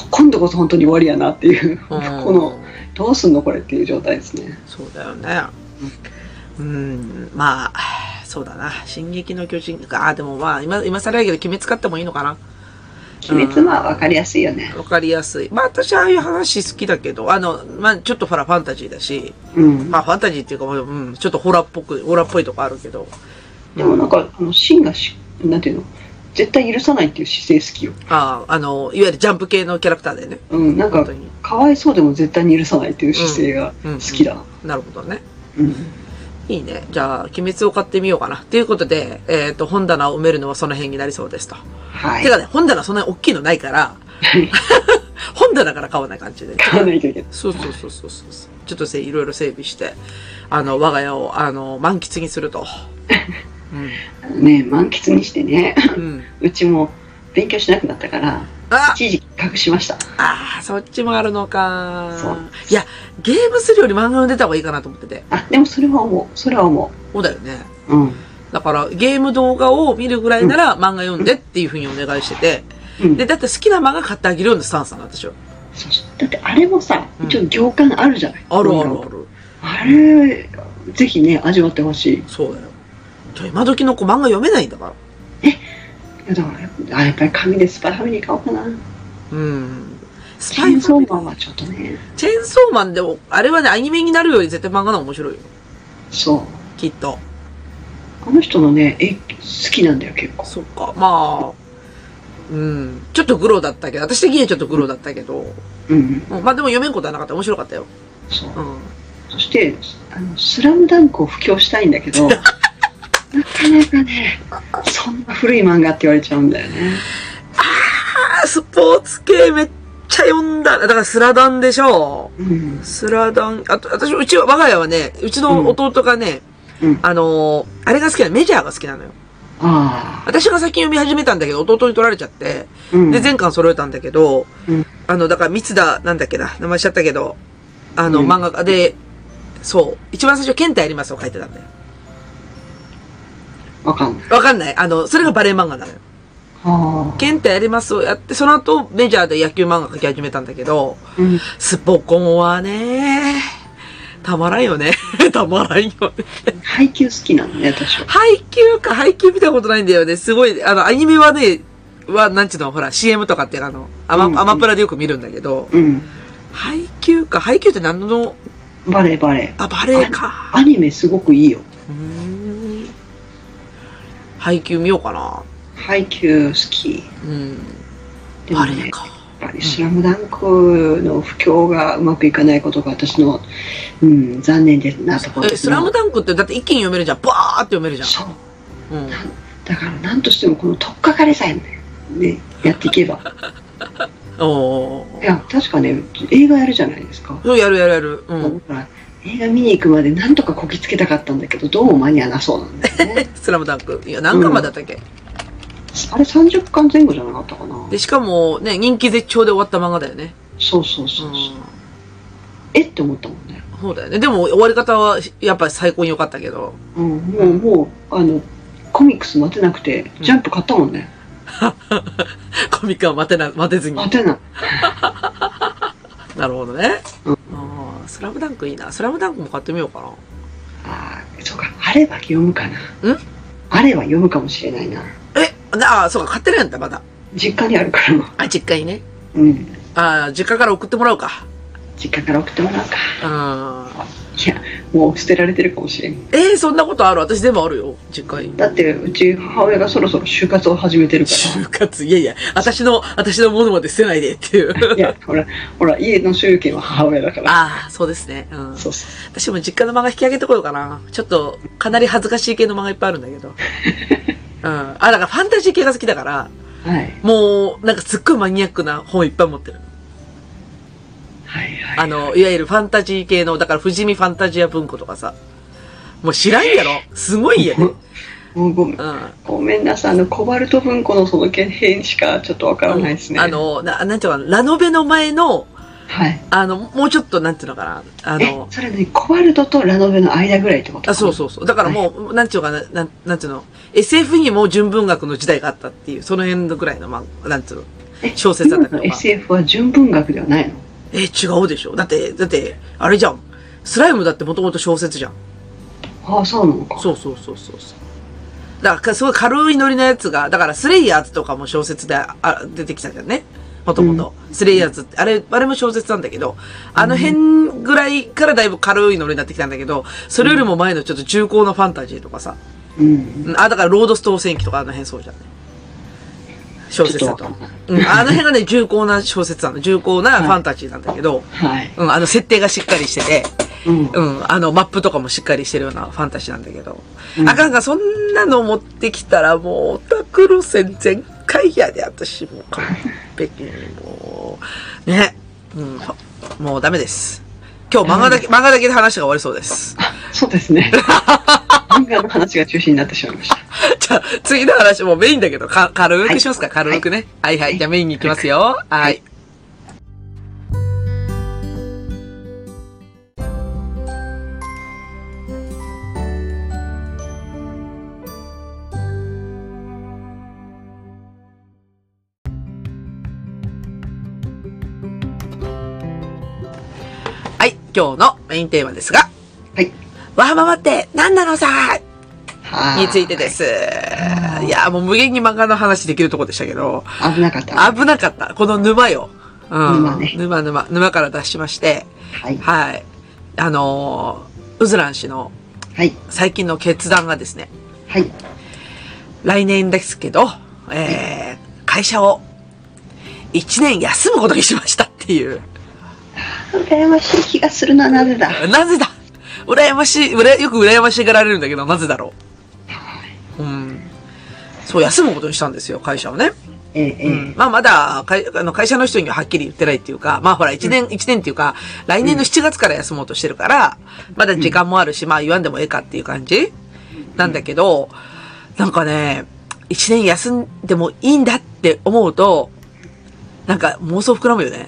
Speaker 3: 今度こそ本当に終わりやなっていう、
Speaker 2: うん
Speaker 3: この、どうすんのこれっていう状態ですね。
Speaker 2: そうだよね。うん、まあ、そうだな。進撃の巨人か。あ、でもまあ、今、今更やけど、鬼滅買ってもいいのかな。
Speaker 3: 鬼滅は分かりやすいよね。
Speaker 2: わかりやすい。まあ、私、ああいう話好きだけど、あの、まあ、ちょっとほら、ファンタジーだし、
Speaker 3: うん。
Speaker 2: まあ、ファンタジーっていうか、まあうん、ちょっとホラーっぽく、ホラーっぽいとこあるけど。
Speaker 3: でもなんか、あの、シンがし、なんていうの、絶対許さないっていう姿勢好きよ。
Speaker 2: ああ、あの、いわゆるジャンプ系のキャラクターだよね。
Speaker 3: うん、なん
Speaker 2: 本
Speaker 3: か
Speaker 2: 当、に。
Speaker 3: かわいそうでも絶対に許さないっていう姿勢が好きだな。
Speaker 2: なるほどね。
Speaker 3: うん。
Speaker 2: いいね。じゃあ、鬼滅を買ってみようかな。ということで、えっ、と、本棚を埋めるのはその辺になりそうですと。
Speaker 3: はい
Speaker 2: て。かね、本棚そんなに大きいのない から、本棚から買わない感じでね。
Speaker 3: 買わないといけない。
Speaker 2: そうそうそうそうそう。ちょっとせ、いろいろ整備して、あの、我が家を、あの、満喫にす ると。
Speaker 3: ね満喫にしてね、
Speaker 2: うん。うん。
Speaker 3: うちも勉強しなくなったから、
Speaker 2: あ
Speaker 3: 一時期隠しました。
Speaker 2: ああ、そっちもあるのか
Speaker 3: そう。
Speaker 2: いや、ゲームするより漫画読んでた方がいいかなと思ってて。
Speaker 3: あ、でもそれは思う。それは思
Speaker 2: そうだよね。
Speaker 3: う。うん。
Speaker 2: だから、ゲーム動画を見るぐらいなら漫画読んでっていうふうにお願いしてて。
Speaker 3: うん、
Speaker 2: で、だって好きな漫画買ってあげるようなスタンスなの、私は。
Speaker 3: そうそうだってあれもさ、
Speaker 2: うん
Speaker 3: 一応行間あるじゃない。
Speaker 2: あるあるある。
Speaker 3: あれ、ぜひね、味わってほしい。い
Speaker 2: そうだよ。じゃあ今時の子漫画読めないんだから。
Speaker 3: やだからやっぱ、あやっぱり紙でスパイファミリー買おうかな。
Speaker 2: うん。ス
Speaker 3: チ
Speaker 2: パ
Speaker 3: ェ
Speaker 2: イ
Speaker 3: ン
Speaker 2: フ
Speaker 3: ソ
Speaker 2: ァミ
Speaker 3: ー
Speaker 2: リー
Speaker 3: マンはちょっとね、
Speaker 2: チェーンソーマンでも、あれはね、アニメになるより絶対漫画の方が面白いよ。
Speaker 3: そう。
Speaker 2: きっと。
Speaker 3: この人のね、え好きなんだよ、結構。
Speaker 2: そっか。まあ、うん。ちょっとグロだったけど、私的にはちょっとグロだったけど、
Speaker 3: うん。
Speaker 2: うんまあでも読めんことはなかった。面白かったよ。
Speaker 3: そう。
Speaker 2: うん。
Speaker 3: そして、あの、スラムダンクを布教したいんだけ ど、なかなかね、そんな古い漫画って言われちゃうんだよね。
Speaker 2: あースポーツ系めっちゃ読んだ。だからスラダンでしょ。
Speaker 3: うん。
Speaker 2: スラダン。あと、私、うちは、我が家はね、うちの弟がね、
Speaker 3: うんうん
Speaker 2: あのーあれが好きなの、メジャーが好きなのよ。
Speaker 3: ああ。
Speaker 2: 私が先に読み始めたんだけど、弟に取られちゃって、
Speaker 3: うん
Speaker 2: で、全巻揃えたんだけど、
Speaker 3: うん
Speaker 2: あの、だから、三田、なんだっけな、名前しちゃったけど、あの、
Speaker 3: うん
Speaker 2: 漫画家で、そう、一番最初、ケンタやりますを書いてたんだよ。
Speaker 3: わかんない。
Speaker 2: わかんないあの、それがバレエ漫画なのよ。
Speaker 3: あ
Speaker 2: ケンタやりますをやって、その後、メジャーで野球漫画書き始めたんだけど、
Speaker 3: あ。うん。
Speaker 2: スポコンはね、たまらんよね。 たまらんよね。
Speaker 3: 配給好きなのね、私は。
Speaker 2: 配給か、配給見たことないんだよね。すごい、あの、アニメはね、は、なんちゅうの、ほら、CM とかって、あの、アマ,、
Speaker 3: うんうん
Speaker 2: アマプラでよく見るんだけど、
Speaker 3: うん。
Speaker 2: 配給か、配給って何の、
Speaker 3: バレーバレー。
Speaker 2: あ、バレエか。
Speaker 3: アニメすごくいいよ。
Speaker 2: うーん。配給見ようかな。
Speaker 3: 配給好き。
Speaker 2: うん。
Speaker 3: でも
Speaker 2: バレエ
Speaker 3: ね、
Speaker 2: か。
Speaker 3: やっぱりスラムダンクの不況がうまくいかないことが私の、うん、残念ですなところ
Speaker 2: え、
Speaker 3: です
Speaker 2: ス
Speaker 3: な
Speaker 2: ラムダンクってだって一気に読めるじゃん。バーって読めるじゃ
Speaker 3: そう。
Speaker 2: ん。うん。
Speaker 3: だから何としてもこの取っかかりさえね、ねやっていけば。
Speaker 2: おー。
Speaker 3: いや、確かね、映画やるじゃないですか。
Speaker 2: そう、やるやるやる。うん。
Speaker 3: だから映画見に行くまでなんとかこぎつけたかったんだけどどうも間に合わなそうなんだよね
Speaker 2: スラムダンク。いや、何巻までだったっけ、
Speaker 3: あれ30巻前後じゃなかったかな
Speaker 2: で、しかもね、人気絶頂で終わった漫画だよね。
Speaker 3: そうそうそう
Speaker 2: う
Speaker 3: そう、
Speaker 2: ん。
Speaker 3: えって思ったもんね、
Speaker 2: そうだよね。でも、終わり方は、やっぱり最高に良かったけど。
Speaker 3: うん、もうもうあのコミックス待てなくてジャンプ買ったもんね、
Speaker 2: コミックは待てな、待てずに。
Speaker 3: 待てない
Speaker 2: なるほどね。
Speaker 3: うん
Speaker 2: ああ、スラムダンクいいな。スラムダンクも買ってみようかな。
Speaker 3: ああそうかあれば読むかなあれば読むかもしれないな
Speaker 2: え、ああ、そうか、買ってないんだ、まだ。
Speaker 3: 実家にあるからも
Speaker 2: あ、実家にね。
Speaker 3: う、うん、
Speaker 2: ああ、実家から送ってもらうか。
Speaker 3: 実家から送ってもらうか
Speaker 2: うん。
Speaker 3: いやもう捨てられてるかもしれん
Speaker 2: えー、そんなことある私全部あるよ。実家に。
Speaker 3: だってうち母親がそろそろ就活を始めてるか
Speaker 2: 就活、いやいや、私の、私のものまで捨てないでっていう。
Speaker 3: らいやほらほら家の所有権は母親だから
Speaker 2: ああ、そうですね。うん。
Speaker 3: そうそう
Speaker 2: 私も実家の漫画引き上げてこようかな。ちょっと、かなり恥ずかしい系の漫画いっぱいあるんだけど。うん。あ、だからファンタジー系が好きだから、
Speaker 3: はい
Speaker 2: もう、なんかすっごいマニアックな本いっぱい持ってる。
Speaker 3: はいはい
Speaker 2: あの、いわゆるファンタジー系の、だから、富士見ファンタジア文庫とかさ。もう知らんやろすごいや ね。
Speaker 3: もうごめん
Speaker 2: うん。
Speaker 3: ごめんなさいあのコバルト文庫のその辺しかちょっとわからないですね
Speaker 2: あの、ななんていうのかな、ラノベの前の、
Speaker 3: はい
Speaker 2: あの、もうちょっと、なんていうのかな、あ
Speaker 3: え
Speaker 2: の、
Speaker 3: それねコバルトとラノベの間ぐらいってこと
Speaker 2: あそうそうそう。だからもう、なんていうのかな、なんなんていうの、SF にも純文学の時代があったっていう、その辺のぐらいの、まあ、なんていうの、
Speaker 3: え
Speaker 2: 小説だったりと
Speaker 3: 今
Speaker 2: か
Speaker 3: の SF は純文学ではないの
Speaker 2: え、違うでしょだって、だって、あれじゃん。スライムだってもともと小説じゃん。
Speaker 3: ああそうなのか
Speaker 2: そうそうそうそうそう。だから、すごい軽いノリのやつが、だから、スレイヤーズとかも小説であ出てきたじゃんね。もともと。スレイヤーズって、あれ、あれも小説なんだけど、あの辺ぐらいからだいぶ軽いノリになってきたんだけど、それよりも前のちょっと重厚なファンタジーとかさ。
Speaker 3: うん
Speaker 2: うんあ、だから、ロードストー戦記とかあの辺そうじゃんね。小説だと。
Speaker 3: ちょっとわ
Speaker 2: うん、あの辺がね、重厚な小説なの。重厚なファンタジーなんだけど、
Speaker 3: はい
Speaker 2: うん、あの、設定がしっかりしてて、
Speaker 3: うん
Speaker 2: うん、あの、マップとかもしっかりしてるようなファンタジーなんだけど。
Speaker 3: うん
Speaker 2: あかんが、そんなの持ってきたら、もう、オタク路線全開やで、私、もう、完璧に、もう、ね、うん、もうダメです。今日漫画だけ、漫画だけで話が終わりそうです。
Speaker 3: そうで すね漫画の話が中心になってしまいました
Speaker 2: じゃあ、次の話もうメインだけど、か、軽くしますか、軽くね。はいはい。じゃあメインに行きますよ。はい。はい。今日のメインテーマですが、
Speaker 3: はい
Speaker 2: わーママって何なのさー
Speaker 3: はー
Speaker 2: についてです。いや、もう無限に漫画の話できるとこでしたけど、
Speaker 3: 危なかった
Speaker 2: 危なかった。この沼よ。うん、
Speaker 3: 沼ね
Speaker 2: 沼沼、沼から脱しまして、
Speaker 3: はい
Speaker 2: はい。あのー、うずらん氏の
Speaker 3: はい
Speaker 2: 最近の決断がですね、
Speaker 3: はい
Speaker 2: 来年ですけど、えー、会社を1年休むことにしましたっていう。
Speaker 3: 羨ましい気がするのはなぜだ
Speaker 2: なぜだ羨ましい、うらよく羨ましがられるんだけど、なぜだろう。うん。そう、休むことにしたんですよ、会社をね。
Speaker 3: ええええ
Speaker 2: まあまだ会あの会社の人にははっきり言ってないっていうか、まあほら一年、一、年っていうか、来年の7月から休もうとしてるから、まだ時間もあるし、まあ言わんでもええかっていう感じなんだけど、なんかね、一年休んでもいいんだって思うと、なんか妄想膨らむよね。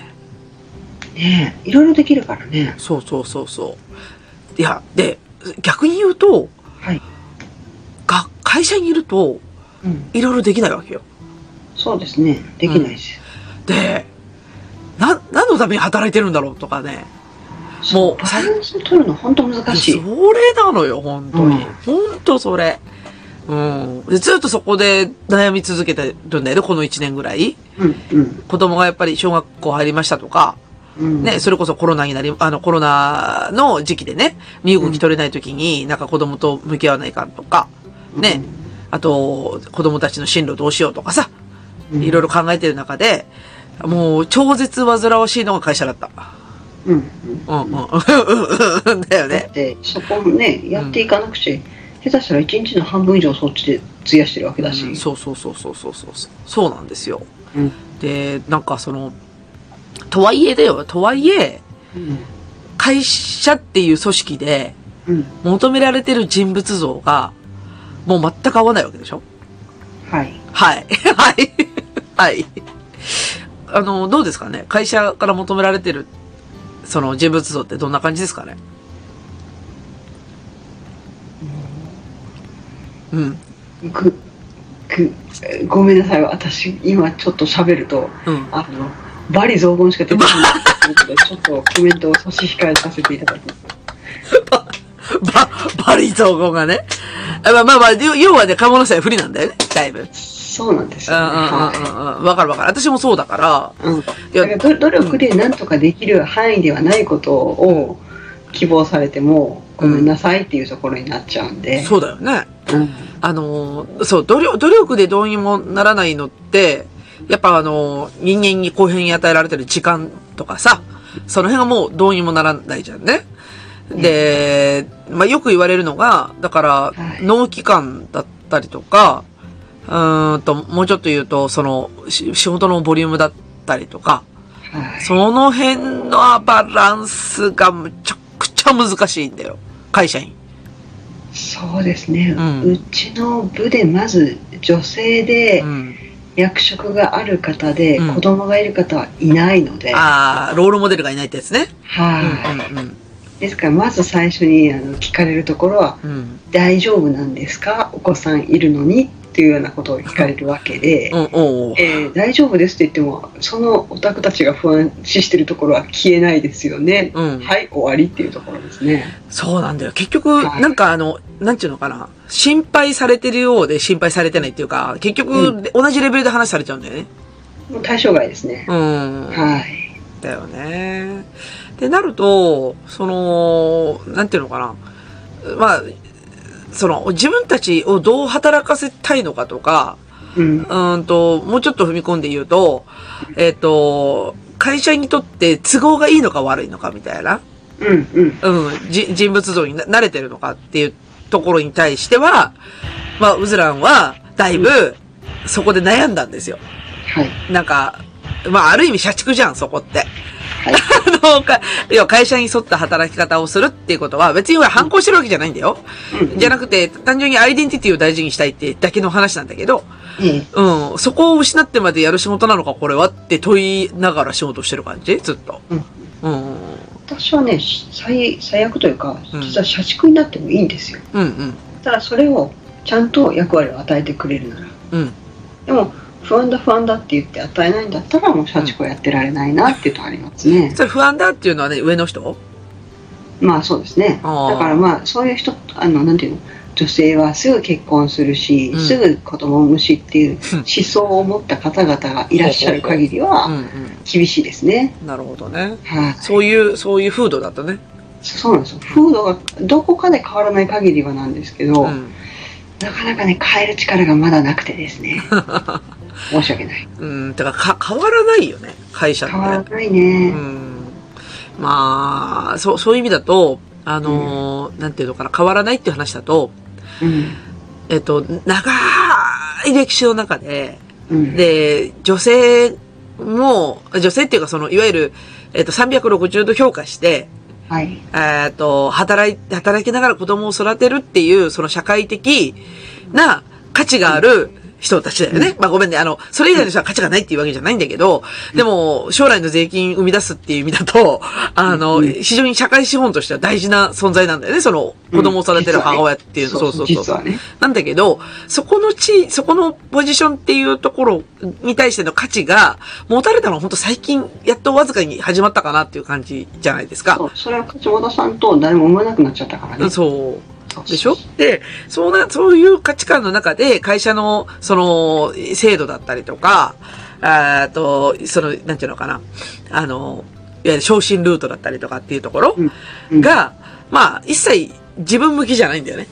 Speaker 3: ねえいろいろできるからね
Speaker 2: そうそうそうそう。いや、で、逆に言うと、
Speaker 3: はい
Speaker 2: が、会社にいると、
Speaker 3: うん
Speaker 2: いろいろできないわけよ。
Speaker 3: そうですねできないし、
Speaker 2: で、な、何のために働いてるんだろうとかね。もう
Speaker 3: バランス取るの本当難しい
Speaker 2: それなのよ、本当に。
Speaker 3: うん
Speaker 2: 本当それ。うん。で、ずっとそこで悩み続けてるんだよね、この1年ぐらい。
Speaker 3: うんうん
Speaker 2: 子供がやっぱり小学校入りましたとか、
Speaker 3: うん
Speaker 2: ね、それこそコロナになり、あの、コロナの時期でね、身動き取れない時に、なんか子供と向き合わないかんとか、ね、あと、子供たちの進路どうしようとかさ、
Speaker 3: うん
Speaker 2: いろいろ考えてる中で、もう、超絶煩わしいのが会社だった。
Speaker 3: うんう
Speaker 2: う
Speaker 3: ん
Speaker 2: んうん、うん、 うん、だよね。
Speaker 3: でそこもねやっていかなくちゃ、下手したら一日の半分以上そっちで費やしてるわけだし、
Speaker 2: うんそうそうそうそうそうそうそう。そうなんですよ。
Speaker 3: うん
Speaker 2: で、なんかその、とはいえだよ、とはいえ、会社っていう組織で
Speaker 3: うん。
Speaker 2: 求められてる人物像が、もう全く合わないわけでしょ
Speaker 3: はい。
Speaker 2: はい。 はい。はい。あの、どうですかね会社から求められてる、その人物像ってどんな感じですかね うん。
Speaker 3: ぐ、ぐ、えーごめんなさい。私、今ちょっと喋ると、
Speaker 2: うん。
Speaker 3: あの、バリ雑言しか出てこないとい うことで、ちょっとコメントを差し控えさせていただきます。
Speaker 2: ば、バリ雑言がね。あまあまあまあ、要要はね、買い物さえ不利なんだよね、だいぶ。うん
Speaker 3: そうなんです
Speaker 2: うん
Speaker 3: よ、ね。
Speaker 2: うん
Speaker 3: は
Speaker 2: うんうん。わかるわかる。私もそうだから。
Speaker 3: い。うん。
Speaker 2: いや
Speaker 3: だからど努力でなんとかできる範囲ではないことを希望されても、ごめんなさいっていうところになっちゃうんで。
Speaker 2: そうだよね。
Speaker 3: うん。
Speaker 2: あのー、そう、努力、努力でどうにもならないのって、やっぱあのー、人間に公平に与えられてる時間とかさ、その辺がもうどうにもならないじゃんね。で、まあ、よく言われるのが、だから
Speaker 3: は、い
Speaker 2: 納期間だったりとか、うーんと、もうちょっと言うと、その、し仕事のボリュームだったりとか、
Speaker 3: はい。
Speaker 2: その辺のバランスがむちゃくちゃ難しいんだよ。会社員。
Speaker 3: そうですね、
Speaker 2: う
Speaker 3: うんちの部でまず女性で
Speaker 2: うん。
Speaker 3: 役職がある方で
Speaker 2: うん
Speaker 3: 子供がいる方はいないので、
Speaker 2: ああ、ロールモデルがいないってやつね。
Speaker 3: はい、
Speaker 2: うんうんうん。
Speaker 3: ですからまず最初にあの聞かれるところは
Speaker 2: うん。
Speaker 3: 「大丈夫なんですかお子さんいるのに」っていうようなことを聞かれるわけで
Speaker 2: う。ん、おうおう
Speaker 3: えー大丈夫ですって言ってもそのオタクたちが不安視してるところは消えないですよね、
Speaker 2: うん。
Speaker 3: はい終わりっていうところですね
Speaker 2: そうなんだよ。結局、
Speaker 3: はい
Speaker 2: なんかあの、なんていうのかな。心配されてるようで心配されてないっていうか、結局、
Speaker 3: う
Speaker 2: 同じレベルで話されちゃうんだよね。
Speaker 3: もう対象外ですね、
Speaker 2: うん。
Speaker 3: はい
Speaker 2: だよね。で、なると、その、なんていうのかな。まあ、その、自分たちをどう働かせたいのかとか、
Speaker 3: うん
Speaker 2: うーんと、もうちょっと踏み込んで言うと、えっ、と、会社にとって都合がいいのか悪いのかみたいな。
Speaker 3: うんうん
Speaker 2: うん、じ人物像にな慣れてるのかっていうところに対しては、まあ、ウズランは、だいぶ、そこで悩んだんですよ。
Speaker 3: はい
Speaker 2: なんか、まあ、ある意味社畜じゃん、そこって。
Speaker 3: はい
Speaker 2: あの、か、要は会社に沿った働き方をするっていうことは、別に俺反抗してるわけじゃないんだよ。
Speaker 3: う ん
Speaker 2: じゃなくて、単純にアイデンティティを大事にしたいってだけの話なんだけど、
Speaker 3: ええ
Speaker 2: うん、そこを失ってまでやる仕事なのか、これはって問いながら仕事してる感じずっと。
Speaker 3: うん
Speaker 2: うん。
Speaker 3: 私はねし最最悪というか
Speaker 2: うん
Speaker 3: 実は社畜になってもいいんですよ、
Speaker 2: うんうん。
Speaker 3: ただそれをちゃんと役割を与えてくれるなら
Speaker 2: うん。
Speaker 3: でも不安だ不安だって言って与えないんだったらもう社畜はやってられないなっていうのはありますね、
Speaker 2: それ不安だっていうのはね、上の人
Speaker 3: まあそうですねだ
Speaker 2: あー
Speaker 3: からまあそういう人あのなんていうの女性はすぐ結婚するし、
Speaker 2: うん
Speaker 3: すぐ子供を産むしっていう
Speaker 2: うん
Speaker 3: 思想を持った方々がいらっしゃる限り
Speaker 2: うん
Speaker 3: は厳しいですね、
Speaker 2: うん。なるほどね。
Speaker 3: はい
Speaker 2: そういう、そういう風土だったね。
Speaker 3: そうなんですよ風土がどこかで変わらない限りはなんですけど、
Speaker 2: うん。
Speaker 3: なかなかね、変える力がまだなくてです ね。申し訳ない。
Speaker 2: うん。てか、か、変わらないよね。会社って。
Speaker 3: 変わらないうね。
Speaker 2: ん。まあ、そう、そういう意味だと、あのーなんていうのかな、変わらないっていう話だと、
Speaker 3: うん。
Speaker 2: えっと、長い歴史の中で、
Speaker 3: うん。
Speaker 2: で、女性も、女性っていうかその、いわゆる、えっと、360度評価して、
Speaker 3: はい。
Speaker 2: えっと、働い、働きながら子供を育てるっていう、その社会的な価値がある人たちだよね。まあごめんね、あの、それ以外の人は価値がないっていうわけじゃないんだけど、でも、将来の税金生み出すっていう意味だと、あの、
Speaker 3: うん
Speaker 2: 非常に社会資本としては大事な存在なんだよね、その、子供を育てる母親っていうの、そうそうそう。
Speaker 3: 実はね。
Speaker 2: なんだけど、そこの地位、そこのポジションっていうところに対しての価値が、持たれたのは本当最近、やっとわずかに始まったかなっていう感じじゃないですか。
Speaker 3: そう。それは勝本さんと誰も産まなくなっちゃったからね。
Speaker 2: そう。でしょで、そうな、そういう価値観の中で、会社の、その、制度だったりとか、あーと、その、なんていうのかな、あの、いわゆる昇進ルートだったりとかっていうところ
Speaker 3: うん
Speaker 2: が、まあ、一切自分向きじゃないんだよね。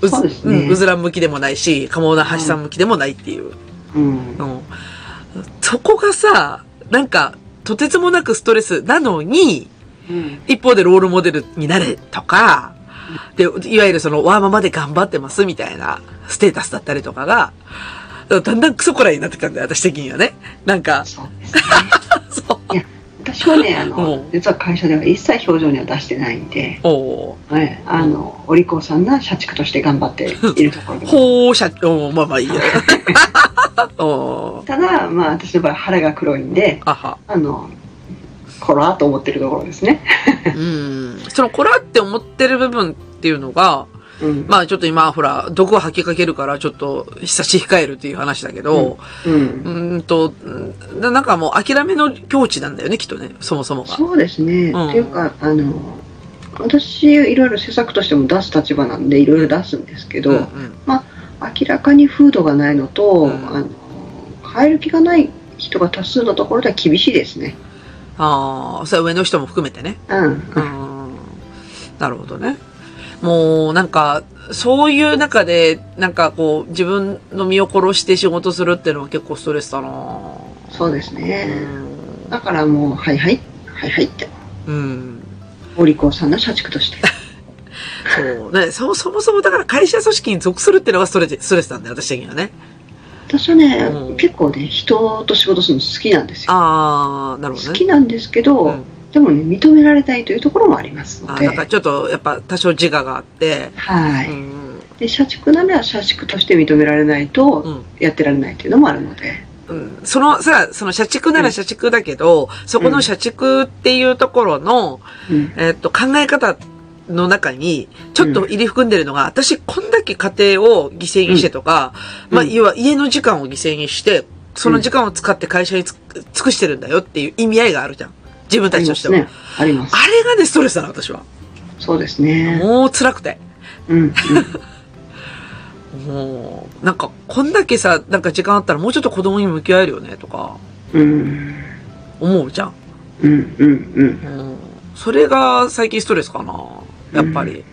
Speaker 2: うず
Speaker 3: そうですね
Speaker 2: んうずらん向きでもないし、鴨の橋さん向きでもないっていう。
Speaker 3: うん。
Speaker 2: うん、そこがさ、なんか、とてつもなくストレスなのに、
Speaker 3: うん。
Speaker 2: 一方でロールモデルになれとか、で、いわゆるその、ワーマまで頑張ってますみたいなステータスだったりとかが、だんだんクソくらいになってきたんだよ、私的にはね。なんか、
Speaker 3: そうですね。
Speaker 2: そう。
Speaker 3: いや、私はね、あの
Speaker 2: う、ん
Speaker 3: 実は会社では一切表情には出してないんで、
Speaker 2: おー
Speaker 3: はい、あの、お利口さんな社畜として頑張っているところです。
Speaker 2: ほう、社長、おーまあまあいい や。おー
Speaker 3: ただ、まあ、私の場合腹が黒いんで、
Speaker 2: あは。
Speaker 3: あの、こらーと思ってるところですね。
Speaker 2: うん。その、こらって思ってる部分っていうのが、
Speaker 3: うん。
Speaker 2: まあちょっと今、ほら、毒を吐きかけるから、ちょっと、久し控えるっていう話だけど、
Speaker 3: うん
Speaker 2: う。ーんと、うんななんかもう諦めの境地なんだよね、きっとね、そもそもが。
Speaker 3: そうですね。
Speaker 2: うん
Speaker 3: っていうか、あの、私、いろいろ施策としても出す立場なんで、いろいろ出すんですけど、
Speaker 2: うんうん
Speaker 3: 明らかに風土がないのと、
Speaker 2: うん
Speaker 3: あの変える気がない人が多数のところでは厳しいですね。
Speaker 2: ああ、それは上の人も含めてね。
Speaker 3: うん、
Speaker 2: うんなるほどね。もう、なんか、そういう中で、なんかこう、自分の身を殺して仕事するっていうのは結構ストレスだな
Speaker 3: そうです
Speaker 2: う
Speaker 3: ね。
Speaker 2: ん。
Speaker 3: だからもう、はいはい、はいはいって、
Speaker 2: うん。
Speaker 3: お利口さんの社畜 として。
Speaker 2: そう。ね、そ、そもそもだから会社組織に属するっていうのがストレス、ストレスなんだよ、私的にはね。
Speaker 3: 私はね、
Speaker 2: うん
Speaker 3: 結構ね、人と仕事するの好きなんですよ。
Speaker 2: ああ、なるほど
Speaker 3: 好
Speaker 2: ね。
Speaker 3: きなんですけど、
Speaker 2: うん
Speaker 3: でもね、認められたいというところもありますの
Speaker 2: あー
Speaker 3: で
Speaker 2: なん。かちょっと、やっぱ多少自我があって、
Speaker 3: は
Speaker 2: う
Speaker 3: い。
Speaker 2: ん
Speaker 3: で、社畜なら社畜として認められないと、
Speaker 2: うん
Speaker 3: やってられないというのもあるので。
Speaker 2: うんそのさ、その社畜なら社畜だけど、そこの社畜っていうところの、
Speaker 3: うん。
Speaker 2: えっと、考え方の中に、ちょっと入り含んでるのが、私こんだけ家庭を犠牲にしてとか、
Speaker 3: うん
Speaker 2: まあ、
Speaker 3: うん
Speaker 2: 要は家の時間を犠牲にして、その時間を使って会社につ尽くしてるんだよっていう意味合いがあるじゃん。自分
Speaker 3: あ
Speaker 2: たち
Speaker 3: り
Speaker 2: と
Speaker 3: ま
Speaker 2: して
Speaker 3: す
Speaker 2: は。
Speaker 3: ね。あります。
Speaker 2: あれがね、ストレスだな、私は。
Speaker 3: そうですね。
Speaker 2: もう辛くて。
Speaker 3: うん。うん
Speaker 2: もう、なんか、こんだけさ、なんか時間あったらもうちょっと子供に向き合えるよね、とか、
Speaker 3: うん
Speaker 2: 思うじゃん。
Speaker 3: うんうんうん、
Speaker 2: うん。それが最近ストレスかな。やっぱり。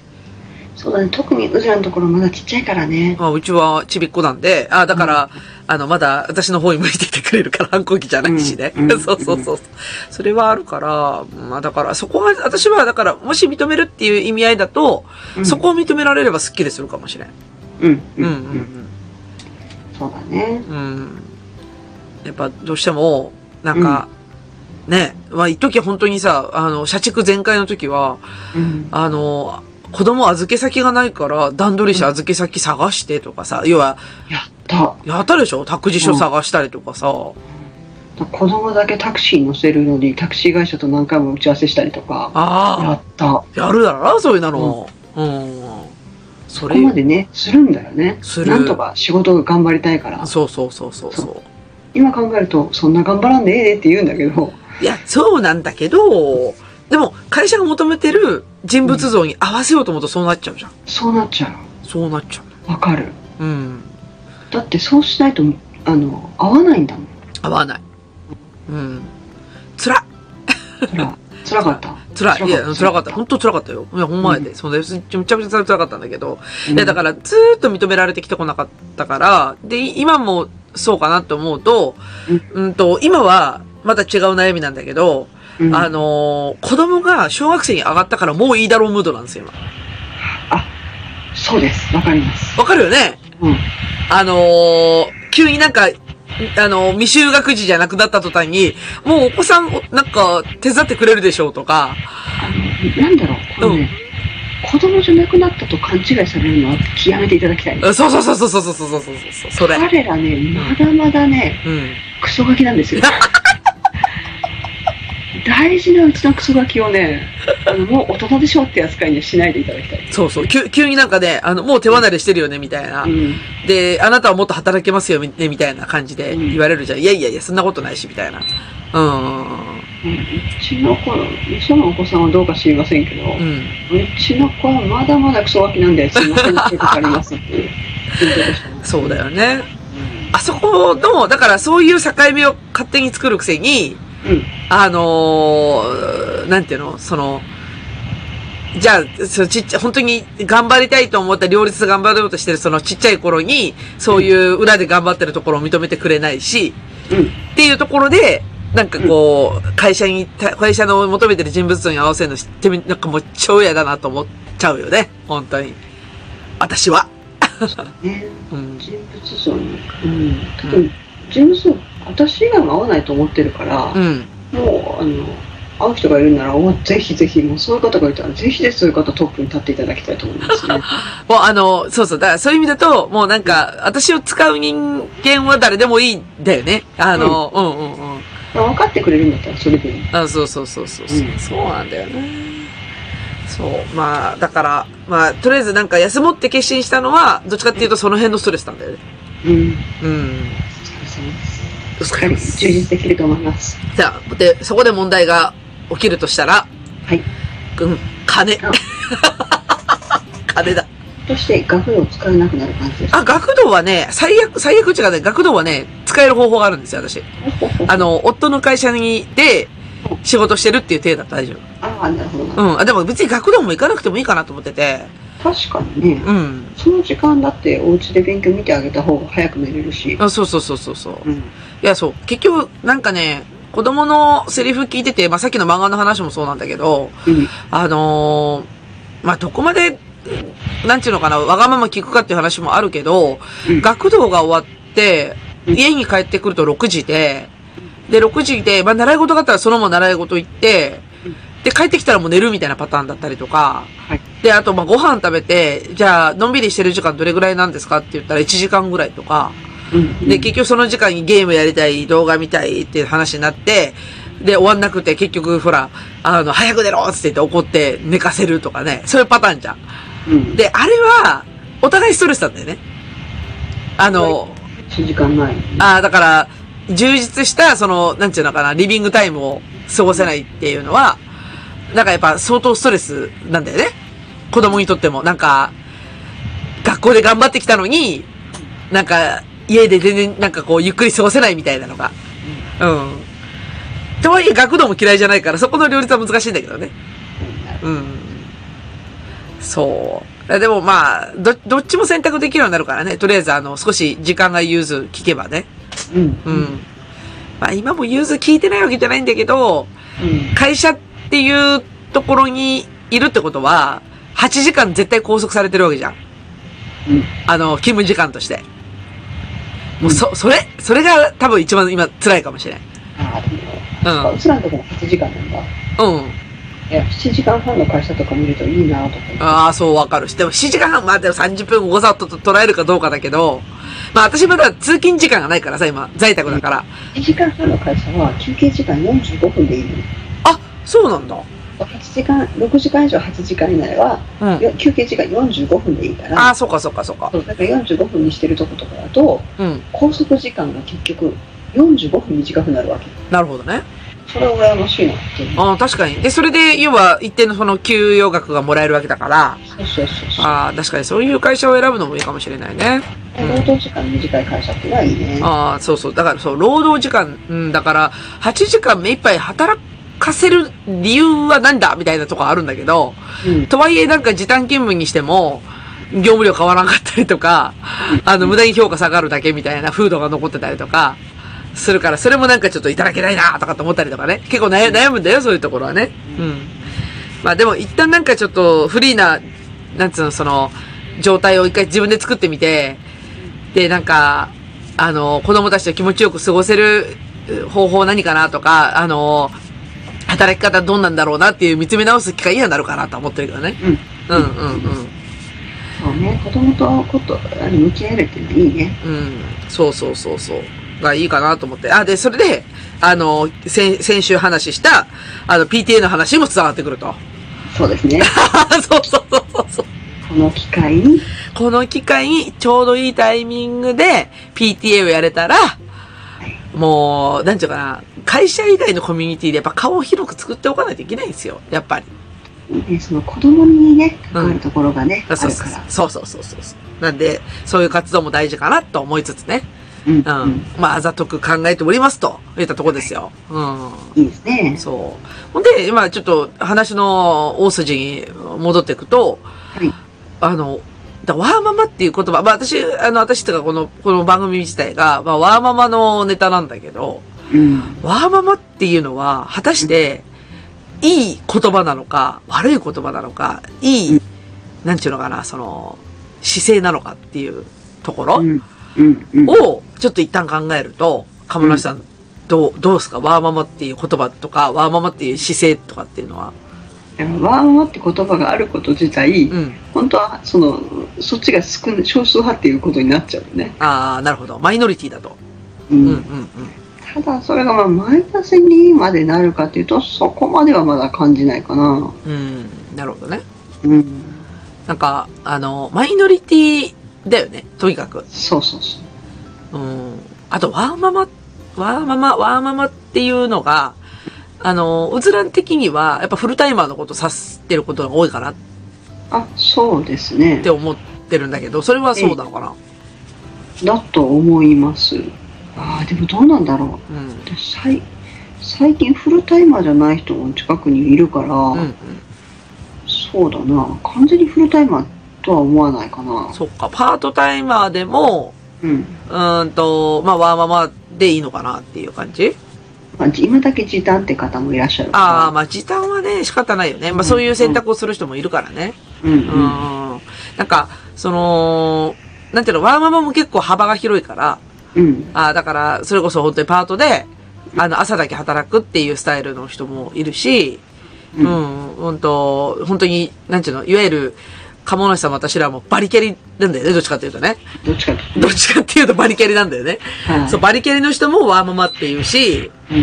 Speaker 3: そうだね特にうずらのところまだちっちゃいからね
Speaker 2: まあ、うちはちびっ子なんで、あだから、あの、まだ私の方に向いてきてくれるから、 反抗期じゃないしね。
Speaker 3: うんうん
Speaker 2: そうそうそう。それはあるから、まあだから、そこが、私はだから、もし認めるっていう意味合いだと、そ、こを認められればスッキリするかもしれん。
Speaker 3: うん
Speaker 2: う
Speaker 3: うんん
Speaker 2: う
Speaker 3: うんんうん、そうだね
Speaker 2: うん。うん。やっぱ、どうしても、なんか、ね、まあ一時本当にさ、あの、社畜全開の時は、
Speaker 3: うん
Speaker 2: あの、子供預け先がないから、段取りして預け先探してとかさ、要は、
Speaker 3: やった
Speaker 2: やったでしょ託児所探したりとかさ、
Speaker 3: 子供だけタクシーに乗せるのにタクシー会社と何回も打ち合わせしたりとかや
Speaker 2: あ
Speaker 3: った
Speaker 2: あ、やるだろな、そういうなの。うん。そ
Speaker 3: ここ
Speaker 2: れ、
Speaker 3: までねするんだよね
Speaker 2: する
Speaker 3: なんとか仕事を頑張りたいから
Speaker 2: そうそうそうそうそ
Speaker 3: 今考えるとそんな頑張らんでええでって言うんだけど
Speaker 2: う。いや、そうなんだけど、でも、会社が求めてる人物像に合わせようと思うとそうなっちゃうじゃん。
Speaker 3: そうなっちゃ
Speaker 2: そうなっちゃ
Speaker 3: うわかる
Speaker 2: う。うん。
Speaker 3: だってそうしないとあの合わないんだもん
Speaker 2: 合わない。うん。つら
Speaker 3: つら辛かった
Speaker 2: つらい。いや、
Speaker 3: 辛かった
Speaker 2: 辛かった。本当辛かったよ。いや、ほんまやで。
Speaker 3: う
Speaker 2: そのめちゃくちゃ辛かったんだけど。
Speaker 3: うん
Speaker 2: いや、だから、ずーっと認められてきてこなかったから、で、今もそうかなと思うと、うんと、今は、また違う悩みなんだけど、
Speaker 3: うん
Speaker 2: あのー子供が小学生に上がったからもういいだろうムードなんですよ、今。
Speaker 3: そうですわかります
Speaker 2: わかるよね
Speaker 3: うん
Speaker 2: あのー急になんか、あのー未就学児じゃなくなった途端に、もうお子さん、なんか、手伝ってくれるでしょうとか、
Speaker 3: あの、なんだろう、これね、子供じゃなくなったと勘違いされるのは極めていただきたい。
Speaker 2: そうそうそうそうそうそうそうそうそう、それ。
Speaker 3: 彼らね、まだまだね、
Speaker 2: うん。
Speaker 3: クソガキなんですよ。大事なうちのクソガキをね、あの、もう大人でしょって扱いにはしないでいただきたい。
Speaker 2: そうそう、急急になんかね、あの、もう手離れしてるよね、みたいな
Speaker 3: う。ん。
Speaker 2: で、あなたはもっと働けますよね、みたいな感じで言われるじゃん。いやいやいや、そんなことないし、みたいな。うん。
Speaker 3: うんうちの子、うちのお子さんはどうか知りませんけど、う
Speaker 2: うん。
Speaker 3: ちの子はまだまだクソガキなんで、すいません、っていうことありますっていう。
Speaker 2: そうだよね。
Speaker 3: う
Speaker 2: あそこの、だからそういう境目を勝手に作るくせに、
Speaker 3: ん。
Speaker 2: あのーなんていうのその、じゃあ、そのちっちゃい、本当に頑張りたいと思った両立頑張ろうとしてるそのちっちゃい頃に、そういう裏で頑張ってるところを認めてくれないし、
Speaker 3: うん。うん。
Speaker 2: っていうところで、なんかこう、会社に、た会社の求めてる人物像に合わせるのってみ、なんかもう超嫌だなと思っちゃうよね。本当に。私は。
Speaker 3: ね
Speaker 2: うん。
Speaker 3: 人物像に、うん、特に人物像私以外も合わないと思ってるから、
Speaker 2: うん。
Speaker 3: もうあの会う人がいるなら、おぜひぜひ、もうそういう方がいたら、ぜひぜひそういう方トップに立っていただきたいと思います ね。
Speaker 2: もうあの、そうそう。だからそういう意味だと、もうなんか、私を使う人間は誰でもいいんだよね。あの、うん、うんうんうん
Speaker 3: 分かってくれるんだったら、それでいい。
Speaker 2: あそうそうそうそうそう、
Speaker 3: うん
Speaker 2: そうなんだよね。そう。まあ、だから、まあ、とりあえずなんか休もうって決心したのは、どっちかっていうとその辺のストレスなんだよね。
Speaker 3: うん。
Speaker 2: うん。
Speaker 3: お疲れ様で
Speaker 2: お疲
Speaker 3: す。はい、充実できると思います。
Speaker 2: じゃあ、で、そこで問題が起きるとしたら、
Speaker 3: はい。
Speaker 2: うん、金
Speaker 3: あ。
Speaker 2: 金だ。
Speaker 3: そして、学費を使えなくなる感じです。
Speaker 2: あ、学童はね、最悪、最悪っていうかね、学童はね、使える方法があるんですよ、私。あの、夫の会社に、で、仕事してるっていう体だったら大丈
Speaker 3: ああ、なるほどな。
Speaker 2: 夫。うん。あ、でも別に学童も行かなくてもいいかなと思ってて。
Speaker 3: 確かにね、
Speaker 2: うん。
Speaker 3: その時間だって、お家で勉強見てあげた方が早く寝れるし。
Speaker 2: あそうそうそうそうそう。
Speaker 3: うん。
Speaker 2: いや、そう。結局、なんかね、子供のセリフ聞いてて、まあ、さっきの漫画の話もそうなんだけど、
Speaker 3: うん。
Speaker 2: あのーまあ、どこまで、なんちゅうのかな、わがまま聞くかっていう話もあるけど、
Speaker 3: うん
Speaker 2: 学童が終わって、
Speaker 3: うん
Speaker 2: 家に帰ってくると6時で、で、6時で、まあ、習い事があったらそのまま習い事行って
Speaker 3: うん、
Speaker 2: で、帰ってきたらもう寝るみたいなパターンだったりとか、
Speaker 3: はい。
Speaker 2: で、あと、まあ、ご飯食べて、じゃあ、のんびりしてる時間どれぐらいなんですかって言ったら1時間ぐらいとか、
Speaker 3: うん。
Speaker 2: で、結局その時間にゲームやりたい、動画見たいっていう話になって、で、終わんなくて、結局、ほら、あの、早く寝ろっつって言って怒って寝かせるとかね。そういうパターンじゃん。
Speaker 3: うん。で、
Speaker 2: で、あれは、お互いストレスなんだよね。あの、
Speaker 3: 1時間前に。
Speaker 2: あーだから、充実した、その、なんていうのかな、リビングタイムを過ごせないっていうのは、なんかやっぱ相当ストレスなんだよね。子供にとっても。なんか、学校で頑張ってきたのに、なんか、家で全然、なんかこう、ゆっくり過ごせないみたいなのが。うん。とはいえ、学童も嫌いじゃないから、そこの両立は難しいんだけどね。うん。そう。あでもまあ、ど、どっちも選択できるようになるからね。とりあえず、あの、少し時間が融通聞けばね。
Speaker 3: うん。
Speaker 2: うん。まあ今も融通聞いてないわけじゃないんだけど、
Speaker 3: うん。
Speaker 2: 会社っていうところにいるってことは、8時間絶対拘束されてるわけじゃん。
Speaker 3: うん。
Speaker 2: あの、勤務時間として。もう
Speaker 3: うん
Speaker 2: そ、それ、それが多分一番今辛いかもしれん。
Speaker 3: ああ、で
Speaker 2: う
Speaker 3: も、うちらのところ8時間なんだ。
Speaker 2: ん。うん。
Speaker 3: いや、7時間半の会社とか見るといいなとか思う。
Speaker 2: ああ、そうわかるし。でも7時間半、まあでも30分ござっとと捉えるかどうかだけど、まあ私まだ通勤時間がないからさ、今、在宅だから。
Speaker 3: 1時間半の会社は休憩時間45分でいいの。
Speaker 2: あ、そうなんだ。
Speaker 3: 8時間、6時間以上8時間以内は、
Speaker 2: うん。
Speaker 3: よ休憩時間45分でいいから、
Speaker 2: ああ、そうかそうかそうか。
Speaker 3: そうだから45分にしてるとことかだと、
Speaker 2: うん。
Speaker 3: 拘束時間が結局45分短くなるわけ。
Speaker 2: なるほどね。
Speaker 3: それは羨ましいなっていう。
Speaker 2: ああ、確かに。で、それで、要は、一定のその給与額がもらえるわけだから、
Speaker 3: そうそうそうそう。
Speaker 2: ああ、確かにそういう会社を選ぶのもいいかもしれないね。うん
Speaker 3: 労働時間の短い会社っていうのはいいね。
Speaker 2: ああ、そうそう。だから、そう、労働時間、うん、だから、8時間目いっぱい働かせる理由はなんだみたいなとこあるんだけど、
Speaker 3: うん。
Speaker 2: とはいえなんか時短勤務にしても、業務量変わらなかったりとか、あの、無駄に評価下がるだけみたいな風土が残ってたりとか、するから、それもなんかちょっといただけないなとかと思ったりとかね。結構悩悩むんだよ、そういうところはね。うん。まあでも、一旦なんかちょっとフリーな、なんつうの、その、状態を一回自分で作ってみて、で、なんか、あの、子供たちと気持ちよく過ごせる方法何かなとか、あの、働き方どんなんだろうなっていう見つめ直す機会にはなるかなと思ってるけどね。
Speaker 3: うん。
Speaker 2: うんうんうん。
Speaker 3: そうね、子供とことあの向き合えるっていうのはいいね。
Speaker 2: うん。そうそうそうそう。がいいかなと思って。あ、で、それで、あの、先、先週話した、あの、PTA の話にも伝わってくると。
Speaker 3: そうですね。
Speaker 2: そうそうそうそうそう。
Speaker 3: この機会に、
Speaker 2: この機会にちょうどいいタイミングで PTA をやれたら、もう、なんちゅうかな、会社以外のコミュニティでやっぱ顔を広く作っておかないといけないんですよ。やっぱり。
Speaker 3: ね、その子供にね、関わるところがね、あ
Speaker 2: そう
Speaker 3: る
Speaker 2: そう
Speaker 3: から。
Speaker 2: そうそうそうそうそう。なんで、そういう活動も大事かなと思いつつね。
Speaker 3: うん。
Speaker 2: うん。
Speaker 3: うん
Speaker 2: まあ、あざとく考えておりますと言ったとこですよ。うん。
Speaker 3: いいですね。
Speaker 2: そう。ほんで、今ちょっと話の大筋に戻っていくと、
Speaker 3: はい。
Speaker 2: あの、だワーママっていう言葉、まあ私、あの、私とかこの、この番組自体が、まあワーママのネタなんだけど、
Speaker 3: うん。
Speaker 2: ワーママっていうのは、果たして、いい言葉なのか、悪い言葉なのか、いい、なんちゅうのかな、その、姿勢なのかっていうところ
Speaker 3: うん。うん。うん。
Speaker 2: を、ちょっと一旦考えると、鴨梨さんどう、どうですかワーママっていう言葉とか、ワーママっていう姿勢とかっていうのは。
Speaker 3: でもワーママって言葉があること自体、
Speaker 2: うん。
Speaker 3: 本当はそのそっちが少ない少数派っていうことになっちゃうよね、
Speaker 2: ああ、なるほど。マイノリティだと。
Speaker 3: う
Speaker 2: うんんうん
Speaker 3: ただそれがまあマイナスにまでなるかっていうとそこまではまだ感じないかな
Speaker 2: うん。うん。なるほどね。
Speaker 3: うん
Speaker 2: なんか、あの、マイノリティだよね。とにかく。
Speaker 3: そうそうそう
Speaker 2: うん。あと、ワーママ、ワーママ、ワーママっていうのが、あの、うずらん的には、やっぱフルタイマーのこと指してることが多いかなっ
Speaker 3: あそうですね
Speaker 2: て思ってるんだけど、それはそうなのかな。
Speaker 3: だと思いますああでもどうなんだろ
Speaker 2: うん。
Speaker 3: う最最近フルタイマーじゃない人も近くにいるから、
Speaker 2: うん、うん。
Speaker 3: そうだな完全にフルタイマーとは思わないかな
Speaker 2: そっか、パートタイマーでも、
Speaker 3: うん、
Speaker 2: うーんと、まあ、ワーママでいいのかなっていう感じ
Speaker 3: まあ、今だけ時短って方もいらっしゃるから
Speaker 2: ああ、まあ、時短はね、仕方ないよね。ま
Speaker 3: う
Speaker 2: あ、
Speaker 3: ん
Speaker 2: そういう選択をする人もいるからね。
Speaker 3: うん
Speaker 2: う
Speaker 3: うん
Speaker 2: ん。なんか、その、なんていうの、ワーママも結構幅が広いから、
Speaker 3: うん
Speaker 2: ああ、だから、それこそ本当にパートで、あの、朝だけ働くっていうスタイルの人もいるし、う
Speaker 3: うん
Speaker 2: ん、本当本当に、なんていうの、いわゆる、鴨梨さんも私らもバリキャリなんだよね、どっちかっていうとね。
Speaker 3: どっちかというと
Speaker 2: どっちかっていうとバリキャリなんだよね。
Speaker 3: はい
Speaker 2: そう、バリキャリの人もワーママっていうし、
Speaker 3: う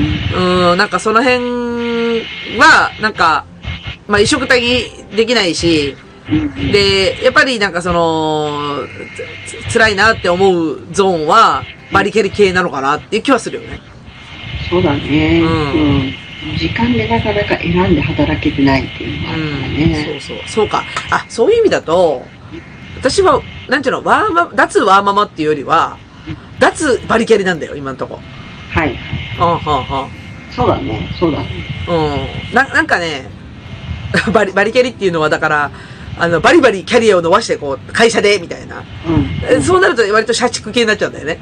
Speaker 3: ん
Speaker 2: うん、なんかその辺は、なんか、まあ、移植的にできないし、
Speaker 3: うん
Speaker 2: で、やっぱりなんかその、つつ辛いなって思うゾーンは、バリキャリ系なのかなっていう気はするよね。
Speaker 3: そうだね、
Speaker 2: う
Speaker 3: うんん時間でなかなか選んで働けてないっていうのがあるから
Speaker 2: そ
Speaker 3: ね
Speaker 2: う、そう。そうか。あ、そういう意味だと、私は、なんていうの、ワーマ、脱ワーママっていうよりは、脱バリキャリなんだよ、今のとこ。
Speaker 3: はい
Speaker 2: うん、うん、うん。
Speaker 3: そうだねそうだね
Speaker 2: うん。な、なんかね、 バリ、バリキャリっていうのはだから、あの、バリバリキャリアを伸ばしてこう、会社で、みたいな。
Speaker 3: うん、
Speaker 2: えそうなると割と社畜系になっちゃうんだよね。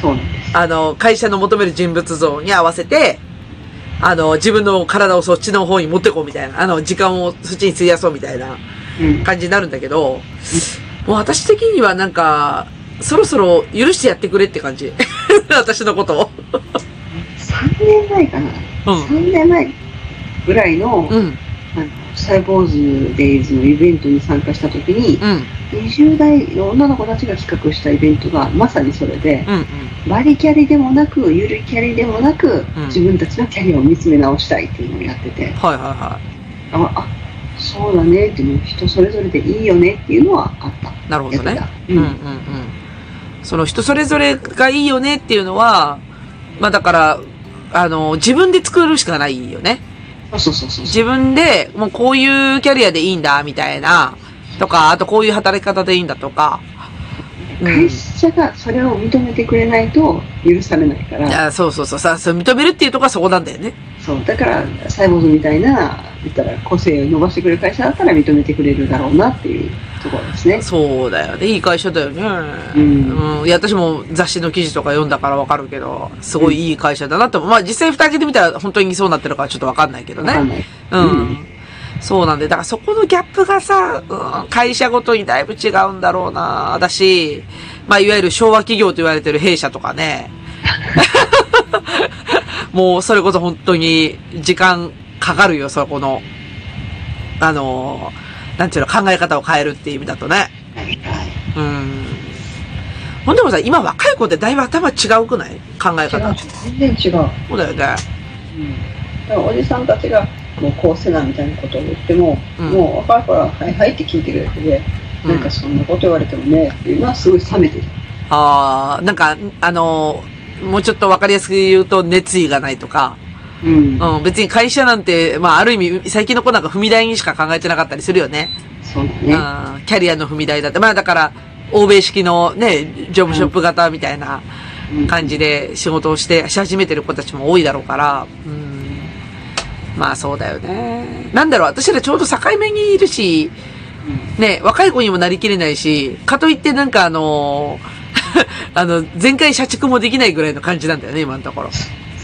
Speaker 3: そうなんです
Speaker 2: あの、会社の求める人物像に合わせて、あの、自分の体をそっちの方に持ってこうみたいな、あの、時間をそっちに費やそうみたいな
Speaker 3: うん
Speaker 2: 感じになるんだけど、もう私的にはなんか、そろそろ許してやってくれって感じ。 私のことを。
Speaker 3: 3年前かな、
Speaker 2: うん。
Speaker 3: 3年前ぐらいの,、
Speaker 2: うん。
Speaker 3: あのサイボーズデイズのイベントに参加した時に、
Speaker 2: うん。
Speaker 3: 20代の女の子たちが企画したイベントがまさにそれで、
Speaker 2: うん。
Speaker 3: バリキャリでもなくゆるキャリでもなく、
Speaker 2: うん
Speaker 3: 自分たちのキャリアを見つめ直したいっていうのをやってて
Speaker 2: はいはいは
Speaker 3: ああそうだねっていうの人それぞれでいいよねっていうのはあった
Speaker 2: い。なるほ
Speaker 3: や
Speaker 2: ど
Speaker 3: っ
Speaker 2: ね
Speaker 3: て。た、
Speaker 2: うんうんうん。その人それぞれがいいよねっていうのは、まあだから、あの、自分で作るしかないよね。
Speaker 3: うん、そうそうそうそう
Speaker 2: 自分で、もうこういうキャリアでいいんだ、みたいな、とか、あとこういう働き方でいいんだとか。うん
Speaker 3: 会社がそれを認めてくれないと許されないから、
Speaker 2: あそうそうそうさ、そう認めるっていうとこはそこなんだよね。
Speaker 3: そうだからサイボーズみたいな言ったら個性を伸ばしてくれる会社だったら認めてくれるだろうなっていうところですね
Speaker 2: そうだよね。いい会社だよね。
Speaker 3: う
Speaker 2: うんん。いや、私も雑誌の記事とか読んだからわかるけど、すごいいい会社だなって思う。まあ実際蓋開けてみたら本当にそうなってるからちょっとわかんないけど
Speaker 3: わ
Speaker 2: ね
Speaker 3: か。んない
Speaker 2: うん。そうなんで、だからそこのギャップがさ、うん会社ごとにだいぶ違うんだろうなだし、まあ、いわゆる昭和企業と言われてる弊社とか ね。もう、それこそ本当に時間かかるよ、そこの、あの、なんていうの、考え方を変えるっていう意味だとね。
Speaker 3: はいはい
Speaker 2: うん。ほんでもさ、今若い子ってだいぶ頭違うくない考え
Speaker 3: 違う
Speaker 2: 方。
Speaker 3: 全然違う
Speaker 2: そうだよね。
Speaker 3: だからおじさんたちがもうこうせなみたいなことを言っても、
Speaker 2: うん
Speaker 3: もう若い頃ははいはいって聞いてるだけで、
Speaker 2: うん
Speaker 3: なんかそんなこと言われてもねっていうのはすごい冷めてる
Speaker 2: ああ、なんか、あのーもうちょっとわかりやすく言うと熱意がないとか、
Speaker 3: うん、
Speaker 2: うん、別に会社なんて、まあある意味、最近の子なんか踏み台にしか考えてなかったりするよね。
Speaker 3: そうだ
Speaker 2: うん
Speaker 3: ね、
Speaker 2: キャリアの踏み台だって。まあだから、欧米式のね、ジョブショップ型みたいな
Speaker 3: うん
Speaker 2: 感じで仕事をして、し始めてる子たちも多いだろうから、うん。まあそうだよね。なんだろう、私らちょうど境目にいるし、ね、若い子にもなりきれないし、かといってなんかあのー あの、全開社畜もできないぐらいの感じなんだよね、今のところ。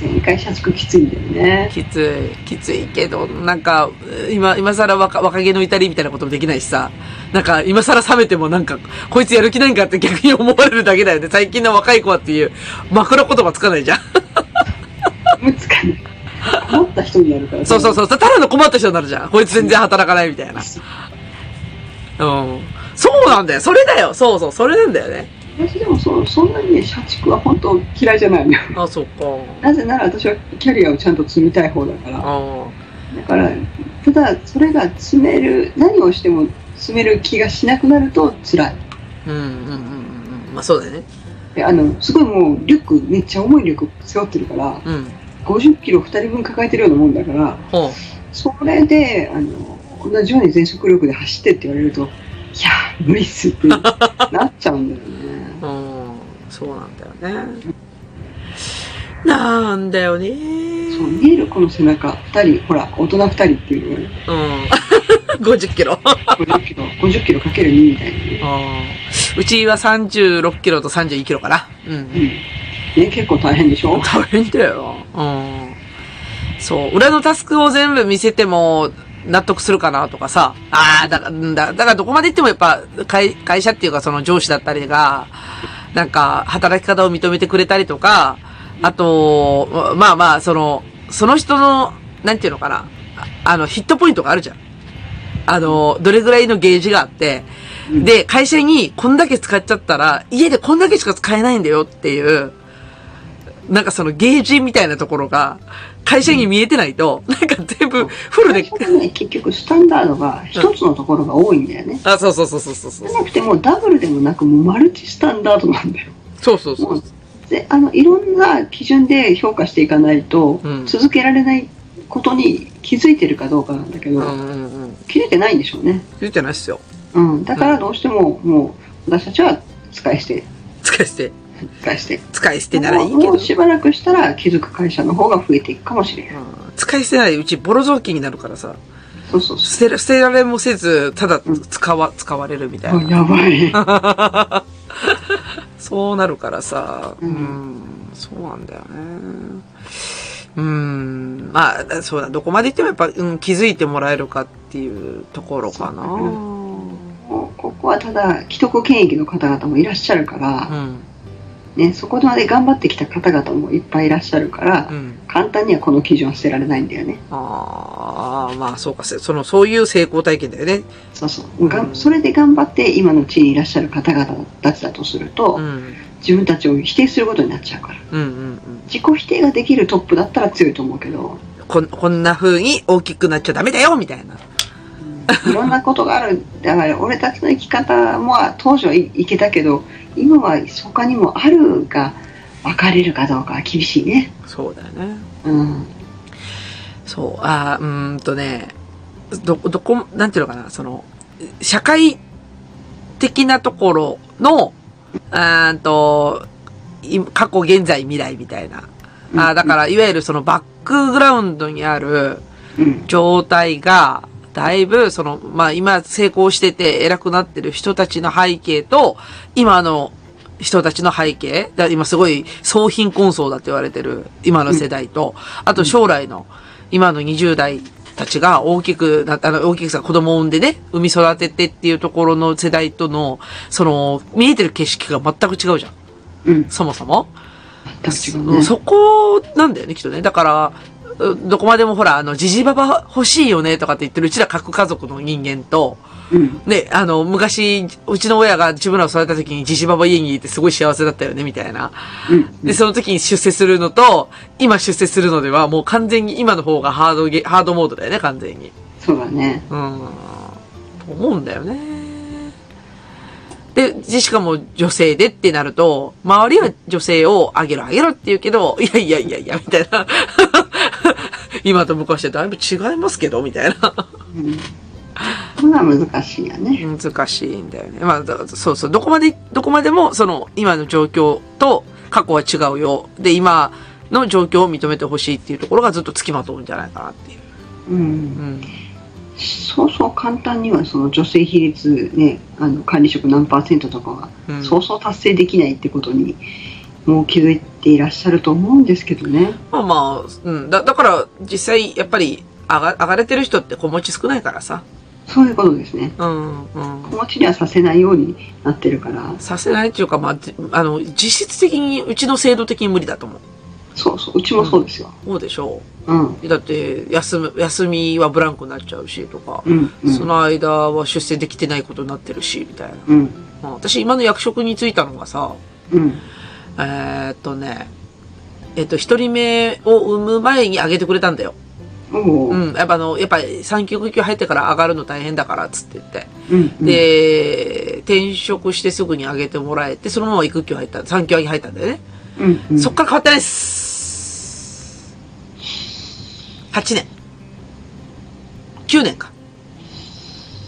Speaker 3: 前回社畜きついんだよね
Speaker 2: きつい、きついけど、なんか、今、今更若、若気の至りみたいなこともできないしさ、なんか、今更冷めてもなんか、こいつやる気ないんかって逆に思われるだけだよね。最近の若い子はっていう、枕言葉つかないじゃん。
Speaker 3: 困った人にやるから。
Speaker 2: そうそう
Speaker 3: う。
Speaker 2: そう。ただの困った人になるじゃん。こいつ全然働かないみたいな。うん。そうなんだよ。それだよ。そうそう。それなんだよね。
Speaker 3: 私でもそそんなにね、社畜は本当嫌いじゃないのよ。
Speaker 2: あ、そっか。
Speaker 3: なぜなら私はキャリアをちゃんと積みたい方だから。
Speaker 2: あ
Speaker 3: だから、ただそれが積める、何をしても積める気がしなくなると辛い。
Speaker 2: あ。うんうんうんうんうん。まあそうだよね。
Speaker 3: であの、すごいもうリュック、めっちゃ重いリュック背負ってるから、
Speaker 2: うん。
Speaker 3: 50キロ2人分抱えてるようなもんだから、
Speaker 2: ほう。
Speaker 3: それで、あの、同じように全速力で走ってって言われると、いやー、無理っすって なっちゃうんだよね。
Speaker 2: うん。そうなんだよね。なんだよね。
Speaker 3: そう、見えるこの背中、2人、ほら、大人2人っていうのよね、
Speaker 2: うん。50キロ。
Speaker 3: 50キロ、50キロかける2みたいなね。
Speaker 2: うちは36キロと32キロかな。うん
Speaker 3: う。ん。ね、結構大変でしょ
Speaker 2: 大変だよ。うん。そう。裏のタスクを全部見せても、納得するかなとかさ。ああ、だから、うんだだからどこまで行ってもやっぱ、会、会社っていうかその上司だったりが、なんか、働き方を認めてくれたりとか、あと、ままあまあ、その、その人の、なんていうのかな。ああの、ヒットポイントがあるじゃん。あの、どれぐらいのゲージがあって、
Speaker 3: うん
Speaker 2: で、会社にこんだけ使っちゃったら、家でこんだけしか使えないんだよっていう、なんかそのゲージみたいなところが、会社に見えてないと、なんか全部フル
Speaker 3: 最
Speaker 2: で
Speaker 3: 初、はね、結局スタンダードが一つのところが多いんだよね。
Speaker 2: あ、そうそうそうそうそうそ
Speaker 3: じ
Speaker 2: う
Speaker 3: ゃ。なくてもうダブルでもなく、もうマルチスタンダードなんだよ。
Speaker 2: そうそうそ
Speaker 3: も
Speaker 2: う
Speaker 3: う。であのいろんな基準で評価していかないと、
Speaker 2: うん
Speaker 3: 続けられないことに気づいてるかどうかなんだけど、
Speaker 2: うんうんうん。
Speaker 3: 気づいてないんでしょうね、
Speaker 2: 言ってないっすよ。
Speaker 3: うん、だからどうしても、もう私たちは使い捨て
Speaker 2: 使い捨て。
Speaker 3: 使い捨て
Speaker 2: 使い捨てならいいけ
Speaker 3: も
Speaker 2: ど
Speaker 3: う。しばらくしたら気づく会社の方が増えていくかもしれない
Speaker 2: うん使い捨てならうちボロ雑巾になるからさ。
Speaker 3: そうそうそ
Speaker 2: 捨てら、捨てられもせず、ただ使わ、使われるみたいうな
Speaker 3: あ。やば い
Speaker 2: そうなるからさ、う、
Speaker 3: うんん
Speaker 2: そうなんだよね。うん、まあ、そうだ、どこまで行ってもやっぱ、うん、気づいてもらえるかっていうところかな。
Speaker 3: そう
Speaker 2: う
Speaker 3: もうここはただ既得権益の方々もいらっしゃるから、
Speaker 2: ん、
Speaker 3: ね、そこまで頑張ってきた方々もいっぱいいらっしゃるから、
Speaker 2: うん。
Speaker 3: 簡単にはこの基準は捨てられないんだよね
Speaker 2: ああ、まあそうか、せその、そういう成功体験だよね。
Speaker 3: そうそう、が
Speaker 2: うん
Speaker 3: それで頑張って今の地位にいらっしゃる方々たちだとすると、
Speaker 2: うん、
Speaker 3: 自分たちを否定することになっちゃうから
Speaker 2: うん、うん、うん。
Speaker 3: 自己否定ができるトップだったら強いと思うけど、
Speaker 2: こん、こんな風に大きくなっちゃダメだよみたいな。
Speaker 3: いろんなことがあるだから俺たちの生き方も当時はい、いけたけど今は他にもあるが分かれるかどうかは厳しいね
Speaker 2: そうだよね。
Speaker 3: うん
Speaker 2: そう、あーうーんとね、ど、どこ、なんていうのかな、その、社会的なところの、あーんと、い過去、現在、未来みたいな。あーだから、いわゆるそのバックグラウンドにある
Speaker 3: うん
Speaker 2: 状態が、だいぶ、その、まあ、今成功してて偉くなってる人たちの背景と、今の人たちの背景、だ今すごい、総貧困層だって言われてる、今の世代と、あと将来の、今の20代たちが大きくな、あの、大きくさ、子供を産んでね、産み育ててっていうところの世代との、その、見えてる景色が全く違うじゃん。
Speaker 3: うん
Speaker 2: そもそも。
Speaker 3: 全く違う
Speaker 2: う
Speaker 3: ね
Speaker 2: んそこなんだよね、きっとね。だから、うどこまでもほら、あの、ジジババ欲しいよねとかって言ってるうちら核家族の人間と、
Speaker 3: うん
Speaker 2: ね、あの、昔、うちの親が自分らを育てた時にジジババ家にいてすごい幸せだったよね、みたいな。
Speaker 3: うん
Speaker 2: で、その時に出世するのと、今出世するのでは、もう完全に今の方がハードゲ、ハードモードだよね、完全に。
Speaker 3: そうだね
Speaker 2: うん。と思うんだよね。で、でしかも女性でってなると、周りは女性をあげろあげろって言うけど、いやいやいやいや、みたいな。 今と昔はだいぶ違いますけど、みたいな。
Speaker 3: うんそれは難しいよね
Speaker 2: 難しいんだよね。まあ、だそうそう。どこまで、どこまでも、その、今の状況と過去は違うよ。で、今の状況を認めてほしいっていうところがずっと付きまとうんじゃないかなっていう。
Speaker 3: うん
Speaker 2: うん。
Speaker 3: そうそう簡単にはその女性比率、ね、あの管理職何パーセントとかは、
Speaker 2: うん
Speaker 3: そうそう達成できないってことにもう気づいていらっしゃると思うんですけどね。
Speaker 2: まあまあ、うん。だ、だから、実際、やっぱり、上が、上がれてる人って子持ち少ないからさ。
Speaker 3: そういうことですね。
Speaker 2: うん、うん
Speaker 3: 子。持ちにはさせないようになってるから。
Speaker 2: させないっていうか、まあ、じあの、実質的に、うちの制度的に無理だと思う。
Speaker 3: そうそう、うちもそうですよ。
Speaker 2: そうでしょ
Speaker 3: うん。
Speaker 2: う。だって、休む、休みはブランクになっちゃうし、とか、
Speaker 3: うん。う
Speaker 2: そ
Speaker 3: ん。
Speaker 2: の間は出世できてないことになってるし、みたいな。
Speaker 3: うん。
Speaker 2: まあ私、今の役職に就いたのがさ、
Speaker 3: うん。
Speaker 2: えーっとね、えっと、一人目を産む前にあげてくれたんだよ。
Speaker 3: お
Speaker 2: う
Speaker 3: ー
Speaker 2: ん。やっぱあの、やっぱ産休育休入ってから上がるの大変だから、つって言って。
Speaker 3: うん。うん、
Speaker 2: で、転職してすぐに上げてもらえて、そのまま育休入った、産休に入ったんだよね。
Speaker 3: うん。うん。
Speaker 2: そっから変わってないっす。8年。9年か。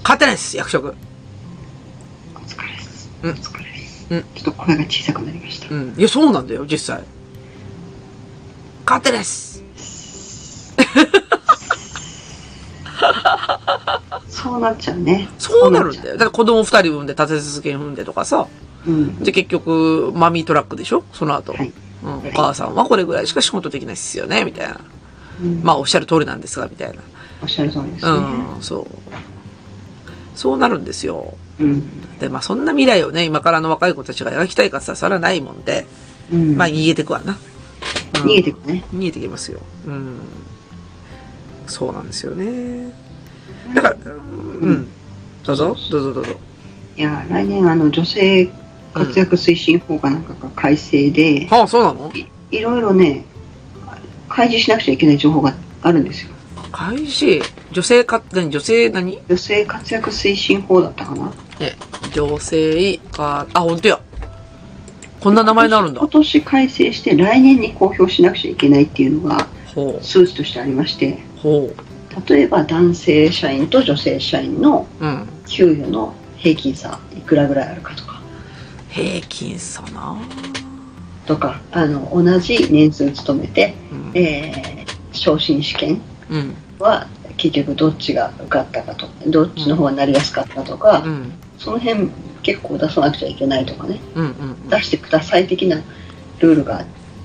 Speaker 2: 変わってないっす、役職。
Speaker 3: お疲れです。
Speaker 2: うん
Speaker 3: お疲れです。
Speaker 2: うん
Speaker 3: ちょっと声が小さくなりました。
Speaker 2: うん。いや、そうなんだよ、実際。変わってないっす。
Speaker 3: そうなっちゃうね。
Speaker 2: そうなるんだ
Speaker 3: そうなっちゃ
Speaker 2: よ。だから子供二人産んで、立て続けに産んでとかさ。
Speaker 3: うん。
Speaker 2: で、結局、マミートラックでしょその後。
Speaker 3: はい。
Speaker 2: うん、お母さんはこれぐらいしか仕事できないっすよね、みたいな。
Speaker 3: うん、
Speaker 2: まあ、おっしゃる通りなんですが、みたいな。
Speaker 3: おっしゃる通りですね。
Speaker 2: うん、そう。そうなるんですよ。
Speaker 3: うん。
Speaker 2: で、まあ、そんな未来をね、今からの若い子たちが描きたいかって言ったら、それはないもんで、
Speaker 3: うん。
Speaker 2: まあ、逃げてくわな。うん
Speaker 3: 逃げてくね。
Speaker 2: 逃げてきますよ。うん。そうなんですよね。だから、うん。どうぞ、どうぞどうぞ。
Speaker 3: いや、来年、あの、女性活躍推進法かなんかが改正で、
Speaker 2: はあ、そうなの
Speaker 3: いろいろね、開示しなくちゃいけない情報があるんですよ。
Speaker 2: 開始、女性か、何、女性何
Speaker 3: 女性活躍推進法だったかな
Speaker 2: え、女性か、あ、本当や。こんな名前になるんだ
Speaker 3: 今。年改正して来年に公表しなくちゃいけないっていうのが
Speaker 2: ほ
Speaker 3: 数値としてありまして
Speaker 2: う、ほ
Speaker 3: 例えば男性社員と女性社員の
Speaker 2: う。うん。
Speaker 3: 給与の平均差いくらぐらいあるかとか
Speaker 2: 平均差な。
Speaker 3: とかあの同じ年数勤めて、
Speaker 2: うん。
Speaker 3: えー昇進試験
Speaker 2: うん。
Speaker 3: は結局どっちが受かったかとどっちの方がなりやすかったとか、
Speaker 2: うん。
Speaker 3: その辺結構出さなくちゃいけないとかね
Speaker 2: うん。うん。
Speaker 3: 出してください的なルールが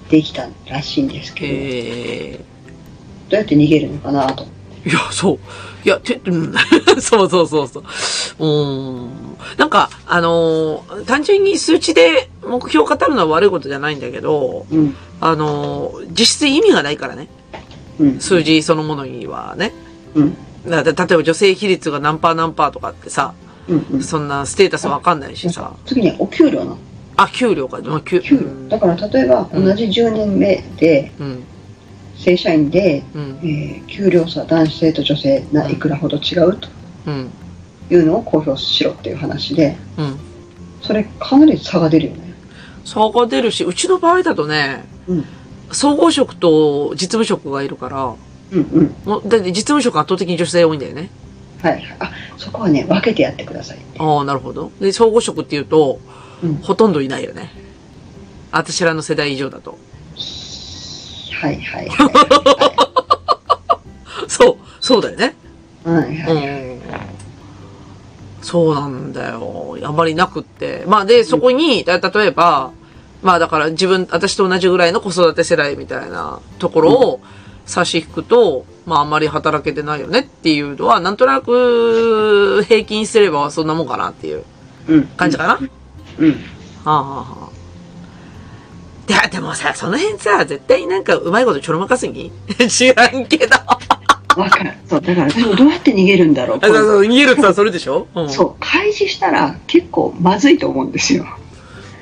Speaker 3: できたらしいんですけど、
Speaker 2: ええ
Speaker 3: どうやって逃げるのかなと。
Speaker 2: いや、そう。いや、て、うん、 そうそうそうそう。うーん。なんか、あのー単純に数値で目標を語るのは悪いことじゃないんだけど、
Speaker 3: うん
Speaker 2: あのー実質意味がないからね。
Speaker 3: うん
Speaker 2: 数字そのものにはね。
Speaker 3: うん
Speaker 2: だだ例えば女性比率が何パー何パーとかってさ、
Speaker 3: うんうん、
Speaker 2: そんなステータスわかんないしさ。
Speaker 3: 次にお給料の
Speaker 2: あ、給料か。まあ、給
Speaker 3: 給料、だから例えば
Speaker 2: うん
Speaker 3: 同じ10年目で
Speaker 2: うん。
Speaker 3: 正社員で、
Speaker 2: うん
Speaker 3: え。ー給料差男性と女性
Speaker 2: う
Speaker 3: なんいくらほど違うと
Speaker 2: うん。
Speaker 3: いうのを公表しろっていう話で
Speaker 2: うん。
Speaker 3: それかなり差が出るよね。
Speaker 2: 差が出るし、うちの場合だとね、
Speaker 3: うん
Speaker 2: 総合職と実務職がいるから、
Speaker 3: うんうん
Speaker 2: もう、だって実務職は圧倒的に女性多いんだよね。
Speaker 3: はい、あそこはね分けてやってくださいって
Speaker 2: ああ、なるほど。で、総合職っていうと、
Speaker 3: うん
Speaker 2: ほとんどいないよね。私らの世代以上だと。
Speaker 3: はい はいは
Speaker 2: そう、そうだよね。
Speaker 3: いはいはい、
Speaker 2: うん。そうなんだよ。あんまりなくって。まあ、で、そこに、だ例えば、まあだから自分、私と同じぐらいの子育て世代みたいなところを差し引くと、まああんまり働けてないよねっていうのは、なんとなく平均すればそんなもんかなっていう
Speaker 3: うん、
Speaker 2: 感じかな。
Speaker 3: うん
Speaker 2: はあ、はあはあ、ででもさ、その辺さ、絶対なんかうまいことちょろまかすに 知らんけど。あ
Speaker 3: 分かるそうだからでもどうやって逃げるんだろう
Speaker 2: そうそう、逃げるってさ、それでしょ、うん、
Speaker 3: そう開示したら結構まずいと思うんですよ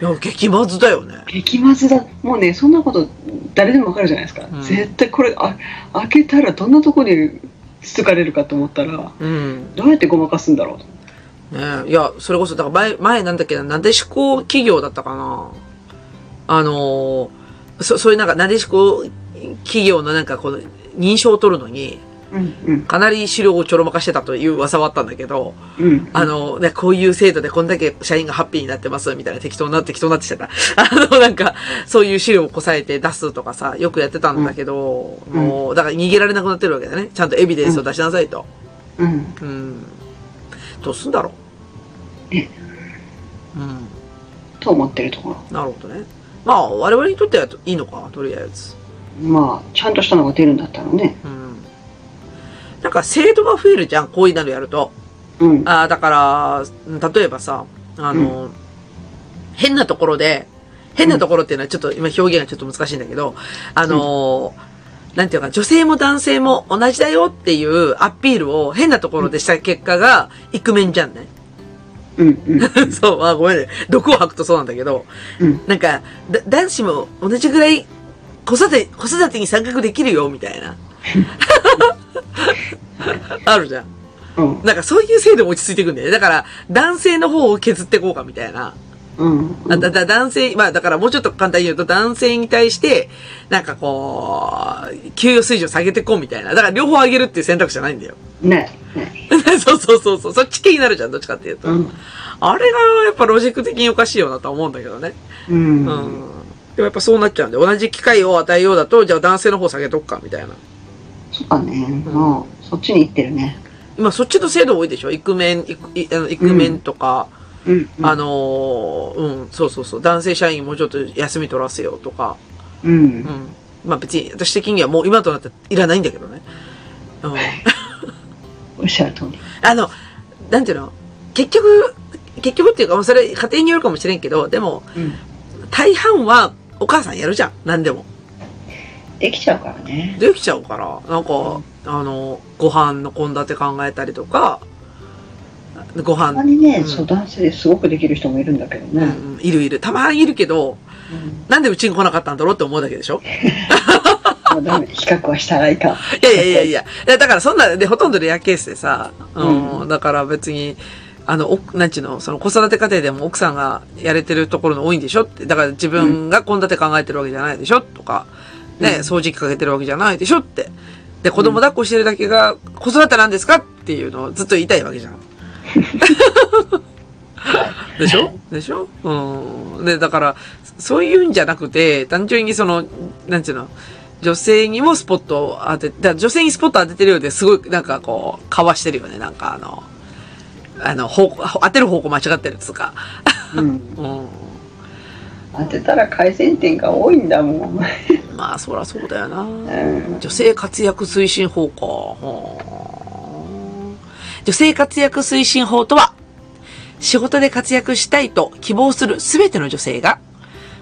Speaker 2: う。いや、激まずだよね。
Speaker 3: 激まずだもうねそんなこと誰でもわかるじゃないですか、
Speaker 2: うん
Speaker 3: 絶対これあ開けたらどんなとこにつつかれるかと思ったら
Speaker 2: うん。
Speaker 3: どうやってごまかすんだろうと
Speaker 2: ねえいや、それこそ、だから前、前なんだっけな、なでしこ企業だったかな。あのーそ、そういうなんか、なでしこ企業のなんかこう、認証を取るのに、
Speaker 3: うんうん
Speaker 2: かなり資料をちょろまかしてたという噂はあったんだけど、
Speaker 3: うん
Speaker 2: あの、ね、こういう制度でこんだけ社員がハッピーになってます、みたいな適当になって適当になってきちゃった。 あの、なんか、そういう資料をこさえて出すとかさ、よくやってたんだけど、
Speaker 3: うん
Speaker 2: もう、だから逃げられなくなってるわけだね。ちゃんとエビデンスを出しなさいと。
Speaker 3: うん
Speaker 2: うん。どうすんだろう
Speaker 3: ね。
Speaker 2: うん。
Speaker 3: と思ってるところ
Speaker 2: なるほどね。まあ、我々にとってはいいのか、とりあえず。
Speaker 3: まあちゃんとしたのが出るんだったらね
Speaker 2: うん。なんか、制度が増えるじゃん、こういうのやると。
Speaker 3: うん
Speaker 2: ああ、だから、例えばさ、あの、変なところで、変なところっていうのはちょっと、今表現がちょっと難しいんだけど、あのーなんていうか、女性も男性も同じだよっていうアピールを変なところでした結果が、イクメンじゃんね。
Speaker 3: うんう ん
Speaker 2: そう、あ、ごめんね。毒を吐くとそうなんだけど、
Speaker 3: うん
Speaker 2: なんか、だ男子も同じぐらい子育て、子育てに参画できるよ、みたいな。 あるじゃん。
Speaker 3: うん
Speaker 2: なんかそういう制度も落ち着いていくんだよね。だから、男性の方を削っていこうか、みたいな。
Speaker 3: うん
Speaker 2: あだだ男性、まあだからもうちょっと簡単に言うと、男性に対して、なんかこう、給与水準下げていこうみたいな。だから両方上げるっていう選択肢じゃないんだよ。
Speaker 3: ないない
Speaker 2: そうそうそうそう。そっち系になるじゃん、どっちかっていうと。
Speaker 3: うん
Speaker 2: あれがやっぱロジック的におかしいよなとは思うんだけどね。
Speaker 3: うん
Speaker 2: うん。でもやっぱそうなっちゃうんで、同じ機会を与えようだと、じゃあ男性の方下げとくか、みたいな。
Speaker 3: そうだねもうそっちに行ってるね
Speaker 2: 今そっちの制度多いでしょイクメン、イクイあのイクメンとか、
Speaker 3: うんうん
Speaker 2: あのーうん、そうそうそう。男性社員もうちょっと休み取らせようとか。
Speaker 3: うん
Speaker 2: うん。まあ別に私的にはもう今となっていらないんだけどね。うん。
Speaker 3: おっしゃる通り
Speaker 2: あの、なんていうの結局、結局っていうか、まあそれ家庭によるかもしれんけど、でも
Speaker 3: うん
Speaker 2: 大半はお母さんやるじゃん。何でも。
Speaker 3: できちゃうからね
Speaker 2: できちゃうから、なんか、あの、ご飯の献立考えたりとか、ご
Speaker 3: た
Speaker 2: 飯、
Speaker 3: まにね、
Speaker 2: うん
Speaker 3: そう男性ですごくできる人もいるんだけど
Speaker 2: うん
Speaker 3: ね、
Speaker 2: うん、いるいる。たまにいるけど、
Speaker 3: うん
Speaker 2: なんでうちに来なかったんだろうって思うだけでしょ
Speaker 3: まあダメ比較はしたら いかん
Speaker 2: いやいやいやいや。いやだからそんな、で、ほとんどレアケースでさ、うん、
Speaker 3: うん
Speaker 2: だから別に、あの、おなんちゅうの、その子育て家庭でも奥さんがやれてるところの多いんでしょって、だから自分が献立考えてるわけじゃないでしょとか、ね、
Speaker 3: うん
Speaker 2: 掃除機かけてるわけじゃないでしょって。で、子供抱っこしてるだけが、子育てなんですかっていうのをずっと言いたいわけじゃ ん。でしょでしょうん。で、だから、そういうんじゃなくて、単純にその、なんちゅうの、女性にもスポットを当て、だから女性にスポット当ててるようですごい、なんかこう、かわしてるよね。なんかあの、あの、方向、当てる方向間違ってるっつうか。
Speaker 3: うん、
Speaker 2: うん。
Speaker 3: 当てたら改善点が多いんだもん、
Speaker 2: まあ、そらそうだよな。
Speaker 3: うん、
Speaker 2: 女性活躍推進法か。はあ女性活躍推進法とは、仕事で活躍したいと希望するすべての女性が、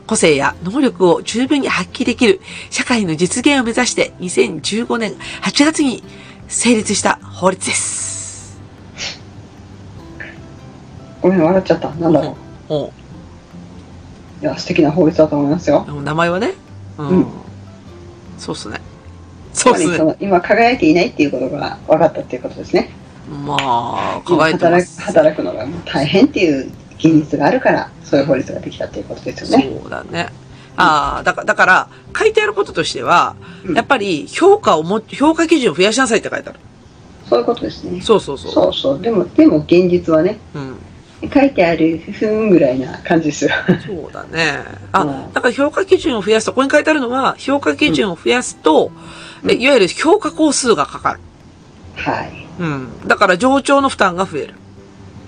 Speaker 2: 個性や能力を十分に発揮できる社会の実現を目指して2015年8月に成立した法律です。
Speaker 3: ごめん笑っちゃったなんだろう
Speaker 2: お
Speaker 3: いや素敵な法律だと思いますよ
Speaker 2: 名前はね、うん
Speaker 3: うん
Speaker 2: そうっすね。そうっ
Speaker 3: つますりそ
Speaker 2: ね。
Speaker 3: の今輝いていないっていうことが分かったっていうことですね
Speaker 2: まあ、輝いてま
Speaker 3: 働
Speaker 2: す
Speaker 3: く。働くのがもう大変っていう現実があるからそういう法律ができたっていうことですよね
Speaker 2: そうだね。ああ、だから、だから、書いてあることとしては、
Speaker 3: うん
Speaker 2: やっぱり評価をも、評価基準を増やしなさいって書いてある。
Speaker 3: そういうことですね
Speaker 2: そうそうそう。
Speaker 3: そうそうでもでも現実はね
Speaker 2: うん。
Speaker 3: 書いてあるふふんぐらいな感じ ですよ
Speaker 2: そうだね。あ、
Speaker 3: うん
Speaker 2: だから評価基準を増やすと、ここに書いてあるのは、評価基準を増やすと、えいわゆる評価工数がかかる。
Speaker 3: はい
Speaker 2: うん。だから上長の負担が増える。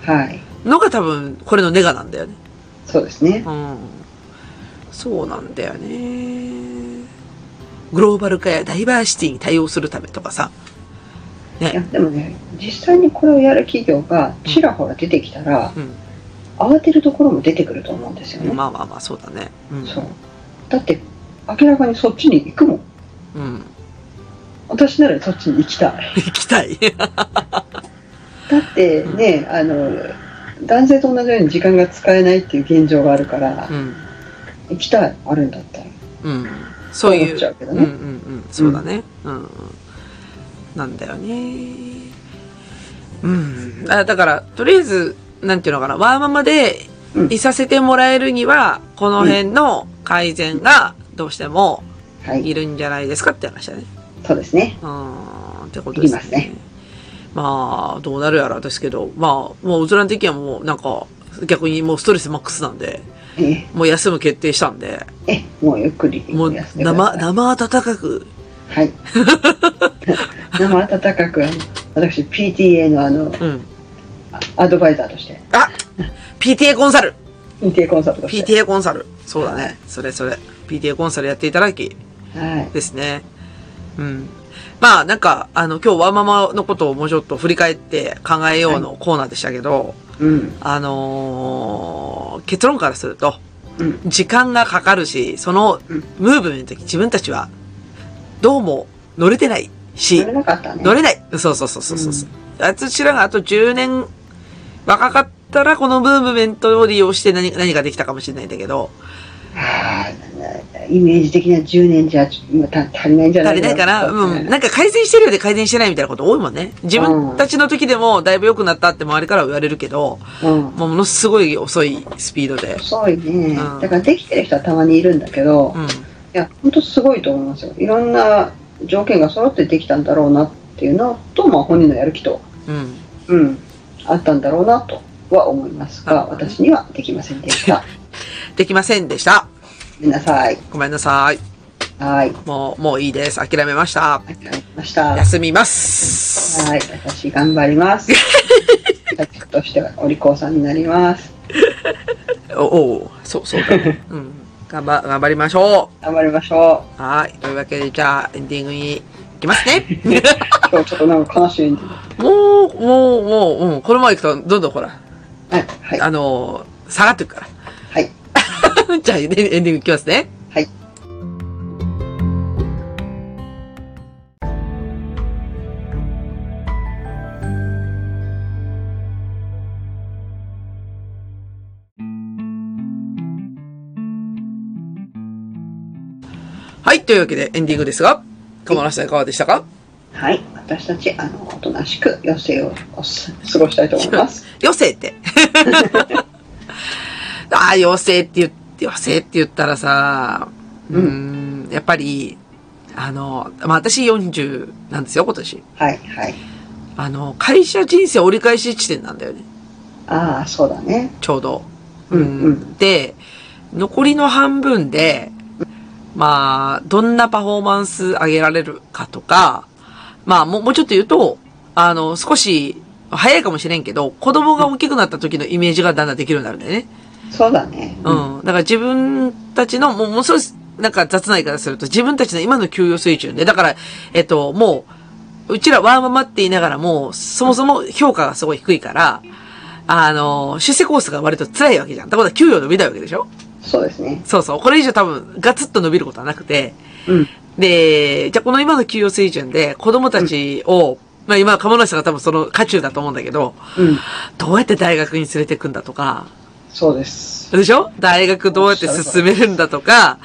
Speaker 3: はい
Speaker 2: のが多分、これのネガなんだよね。
Speaker 3: そうですね
Speaker 2: うん。そうなんだよね。グローバル化やダイバーシティに対応するためとかさ。
Speaker 3: いやでもね実際にこれをやる企業がちらほら出てきたら
Speaker 2: うん。
Speaker 3: 慌てるところも出てくると思うんですよね、
Speaker 2: まあまあまあ、そうだね。うん。
Speaker 3: そうだって明らかにそっちに行くもん
Speaker 2: うん。
Speaker 3: 私ならそっちに行きたい
Speaker 2: 行きたい。
Speaker 3: だってね、あの男性と同じように時間が使えないっていう現状があるから、
Speaker 2: うん。
Speaker 3: 行きたいあるんだったら
Speaker 2: うん。そうい
Speaker 3: 思
Speaker 2: う。
Speaker 3: っちゃうけど
Speaker 2: ん
Speaker 3: ね
Speaker 2: うんうん。そうだね。うん。うん、なんだよね。うん。あだから、とりあえず、なんていうのかな、ワーママで
Speaker 3: うん
Speaker 2: いさせてもらえるには、この辺の改善がどうしても
Speaker 3: はい
Speaker 2: いるんじゃないですかって話だね。
Speaker 3: そうですね
Speaker 2: うん。ってことです
Speaker 3: いりますね
Speaker 2: まあ、どうなるやらですけど、まあ、もう、うずらん的にはもう、なんか、逆にもうストレスマックスなんで、
Speaker 3: え
Speaker 2: もう休む決定したんで、
Speaker 3: えもうゆっくり
Speaker 2: もう
Speaker 3: やらせてくださ
Speaker 2: 生、
Speaker 3: い
Speaker 2: 生温かく、
Speaker 3: はい 生温かく私 PTA のあの
Speaker 2: うん。
Speaker 3: アドバイザーとして
Speaker 2: あ !PTA コンサル
Speaker 3: PTA コンサートとして
Speaker 2: !PTA コンサルそうだね。それそれ。PTA コンサルやっていただき
Speaker 3: はい
Speaker 2: ですね。うん。まあ、なんか、あの、今日ワーママのことをもうちょっと振り返って考えようのコーナーでしたけど、
Speaker 3: うん
Speaker 2: あのー結論からすると、
Speaker 3: うん
Speaker 2: 時間がかかるし、その
Speaker 3: うん
Speaker 2: ムーブメントに自分たちは、どうも乗れてないし、
Speaker 3: 乗れなかったね。
Speaker 2: 乗れない。そうそうそうそうそう。あいつらがあと10年若かったら、このムーブメントを利用して何何ができたかもしれないんだけど、
Speaker 3: あーイメージ的な10年じゃちょた足りないんじゃな
Speaker 2: 足
Speaker 3: い
Speaker 2: りないから、うん、なんか改善してるようで改善してないみたいなこと多いもんね。自分たちの時でもだいぶ良くなったって周りからは言われるけど、
Speaker 3: うん。
Speaker 2: もうものすごい遅いスピードで。
Speaker 3: 遅いね
Speaker 2: うん。
Speaker 3: だからできてる人はたまにいるんだけど、
Speaker 2: う
Speaker 3: い
Speaker 2: ん。
Speaker 3: や、本当すごいと思いますよ。いろんな条件が揃ってできたんだろうなっていうのと、まあ本人のやる気と、
Speaker 2: うん。
Speaker 3: うん、あったんだろうなとは思いますが、
Speaker 2: うん
Speaker 3: 私にはできませんでした。
Speaker 2: できませんでした。
Speaker 3: ごめんなさい。
Speaker 2: ごめんなさい。
Speaker 3: はい。
Speaker 2: もう、もういいです。諦めました。
Speaker 3: ありがとうございました。は
Speaker 2: 休みます。
Speaker 3: い。私頑張ります。私としてはお利口さんになります。
Speaker 2: おおうそう、そうだ、ね。うん。頑張、頑張りましょ
Speaker 3: 頑張りましょ
Speaker 2: う。はい。というわけで、じゃあ、エンディングに行きますね。
Speaker 3: う。今日ちょっとなんか悲しいんで。
Speaker 2: もう、もう、もう、うん。このまま行くと、どんどんほら、
Speaker 3: はい。はい。
Speaker 2: あのー下がっていくから。
Speaker 3: はい。
Speaker 2: じゃあ、エンディングいきますね。
Speaker 3: はい。
Speaker 2: はい。というわけで、エンディングですが、友達さんいかがでしたか
Speaker 3: はい。私たち、あの、おとなしく余生をおす過ごしたいと思い ます。
Speaker 2: 余生って。ああ、余生って言って、余生って言ったらさ、う、
Speaker 3: うん
Speaker 2: やっぱり、あの、まあ、私40なんですよ、今年。
Speaker 3: はい。はい。
Speaker 2: あの、会社人生折り返し地点なんだよね、
Speaker 3: ああ、そうだね。
Speaker 2: ちょうど。
Speaker 3: うんうん
Speaker 2: で、残りの半分で、まあ、どんなパフォーマンス上げられるかとか、まあ、もう、もうちょっと言うと、あの、少し、早いかもしれんけど、子供が大きくなった時のイメージがだんだんできるようになるんだよね。
Speaker 3: そうだね。
Speaker 2: うん。だから自分たちの、もう、もうそうです、なんか雑な言い方すると、自分たちの今の給与水準で、だから、えっと、もう、うちらワーママって言いながらも、そもそも評価がすごい低いから、あの、出世コースが割と辛いわけじゃん。ってことは給与伸びないわけでしょ
Speaker 3: そうですね。
Speaker 2: そうそう。これ以上多分、ガツッと伸びることはなくて、
Speaker 3: うん。
Speaker 2: で、じゃあこの今の給与水準で、子供たちを、まあ今、鴨梨さんが多分その渦中だと思うんだけど、
Speaker 3: うん。
Speaker 2: どうやって大学に連れてくんだとか、
Speaker 3: そうです。
Speaker 2: でしょ大学どうやって進めるんだとか、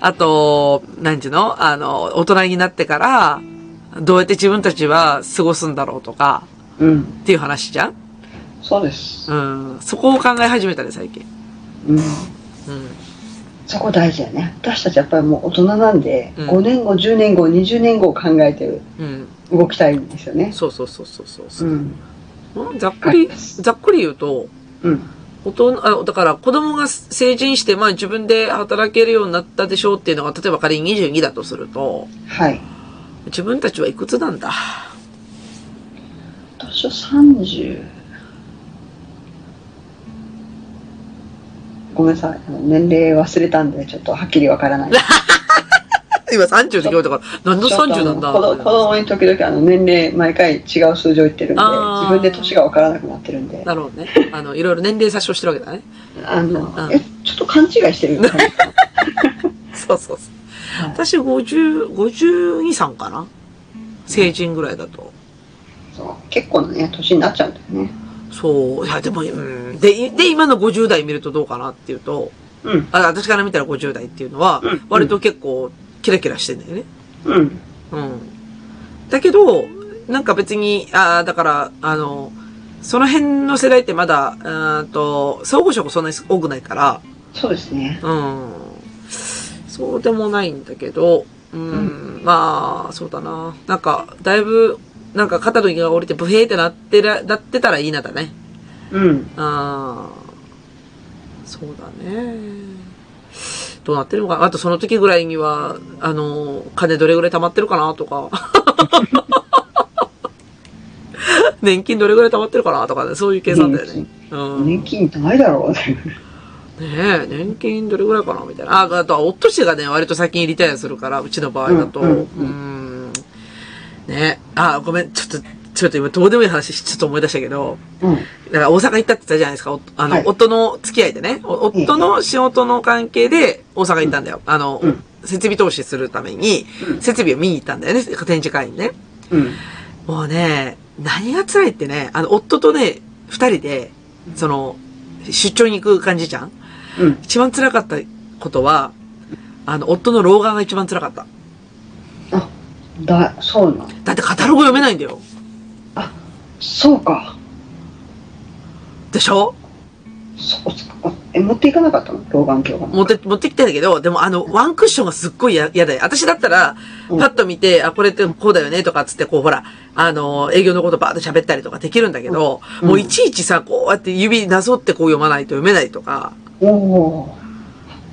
Speaker 2: あと、何ていうのあの、大人になってから、どうやって自分たちは過ごすんだろうとか、
Speaker 3: うん。
Speaker 2: っていう話じゃん
Speaker 3: そうです。
Speaker 2: うん。そこを考え始めたね、最近。
Speaker 3: うん。
Speaker 2: うん。
Speaker 3: そこ大事だよね。私たちやっぱりもう大人なんで、
Speaker 2: うん
Speaker 3: 5年後、10年後、20年後を考えて
Speaker 2: うん。
Speaker 3: 動きたいんですよね。
Speaker 2: そうそうそうそうそう
Speaker 3: う。
Speaker 2: そうんうんざっくり
Speaker 3: は、い
Speaker 2: ざっくり言うと、
Speaker 3: うん。
Speaker 2: 大人、あ、だから子供が成人して、まあ自分で働けるようになったでしょうっていうのが、例えば仮に22だとすると、
Speaker 3: はい。
Speaker 2: 自分たちはいくつなん だ
Speaker 3: 私は30。ごめんなさい。あの年齢忘れたんで、ちょっとはっきりわからない。
Speaker 2: 今30って聞こえたから、何の
Speaker 3: ちょっとあ
Speaker 2: 30な
Speaker 3: の
Speaker 2: んだ
Speaker 3: 子供子供に時々あの年齢毎回違う数字を言ってるんで
Speaker 2: あー
Speaker 3: 自分で年が分からなくなってるんで
Speaker 2: なるほどね。あの、いろいろ年齢差しをしてるわけだね。
Speaker 3: あの、
Speaker 2: うん
Speaker 3: えちょっと勘違いしてる感じかな
Speaker 2: そうそうそう。
Speaker 3: はい
Speaker 2: 私50、52、3かな成人ぐらいだと。
Speaker 3: そう結構なね年になっちゃうんだよね
Speaker 2: そう。いや、でも、うん。で、いで、今の50代見るとどうかなっていうと、
Speaker 3: うん
Speaker 2: あ、私から見たら50代っていうのは
Speaker 3: うん、
Speaker 2: 割と結構、キラキラしてんだよね。
Speaker 3: うん
Speaker 2: うん。だけど、なんか別に、あーだから、あの、その辺の世代ってまだ、うーんと、相互職そんなに多くないから、
Speaker 3: そうですね
Speaker 2: うん。そうでもないんだけど、うん、まあ、そうだな。なんか、だいぶ、なんか肩の荷が降りてブヘーってなってら、なってたらいいなだね。
Speaker 3: うん
Speaker 2: あーそうだね。どうなってるのかなあとその時ぐらいには、あの、金どれぐらい貯まってるかなと か。年金どれぐらい貯まってるかなとかね、そういう計算だよね。うん。
Speaker 3: 年金ってないだろう
Speaker 2: ねえ、年金どれぐらいかなみたいな。あ、あとは、夫氏がね、割と先にリタイアするから、うちの場合だと。う
Speaker 3: うんうん
Speaker 2: ん。ねえあ、ごめん、ちょっと、ちょっと今どうでもいい話しちょっと思い出したけど、
Speaker 3: うん。
Speaker 2: なんか大阪行ったって言ったじゃないですか。おあの、
Speaker 3: はい
Speaker 2: 夫の付き合いでね。お夫の仕事の関係で大阪行ったんだよ。あの、
Speaker 3: うん
Speaker 2: 設備投資するために、
Speaker 3: うん
Speaker 2: 設備を見に行ったんだよね。展示会にね。
Speaker 3: うん。
Speaker 2: もうね、何が辛いってね、あの、夫とね、二人で、その、出張に行く感じじゃん
Speaker 3: うん。
Speaker 2: 一番辛かったことは、あの、夫の老眼が一番辛かった。
Speaker 3: あ、だ、そうなの。
Speaker 2: だってカタログ読めないんだよ。
Speaker 3: そうか。
Speaker 2: でしょ
Speaker 3: そうか。え、持っていかなかったの老眼鏡は。
Speaker 2: 持って、持ってきたんだけど、でもあの、ワンクッションがすっごいや嫌だよ。私だったら、パ
Speaker 3: うん
Speaker 2: ッと見て、あ、これってこうだよね、とかっつって、こう、ほら、あの、営業のことばーっと喋ったりとかできるんだけど、
Speaker 3: うん
Speaker 2: もういちいちさ、こうやって指なぞってこう読まないと読めないとか、
Speaker 3: おお。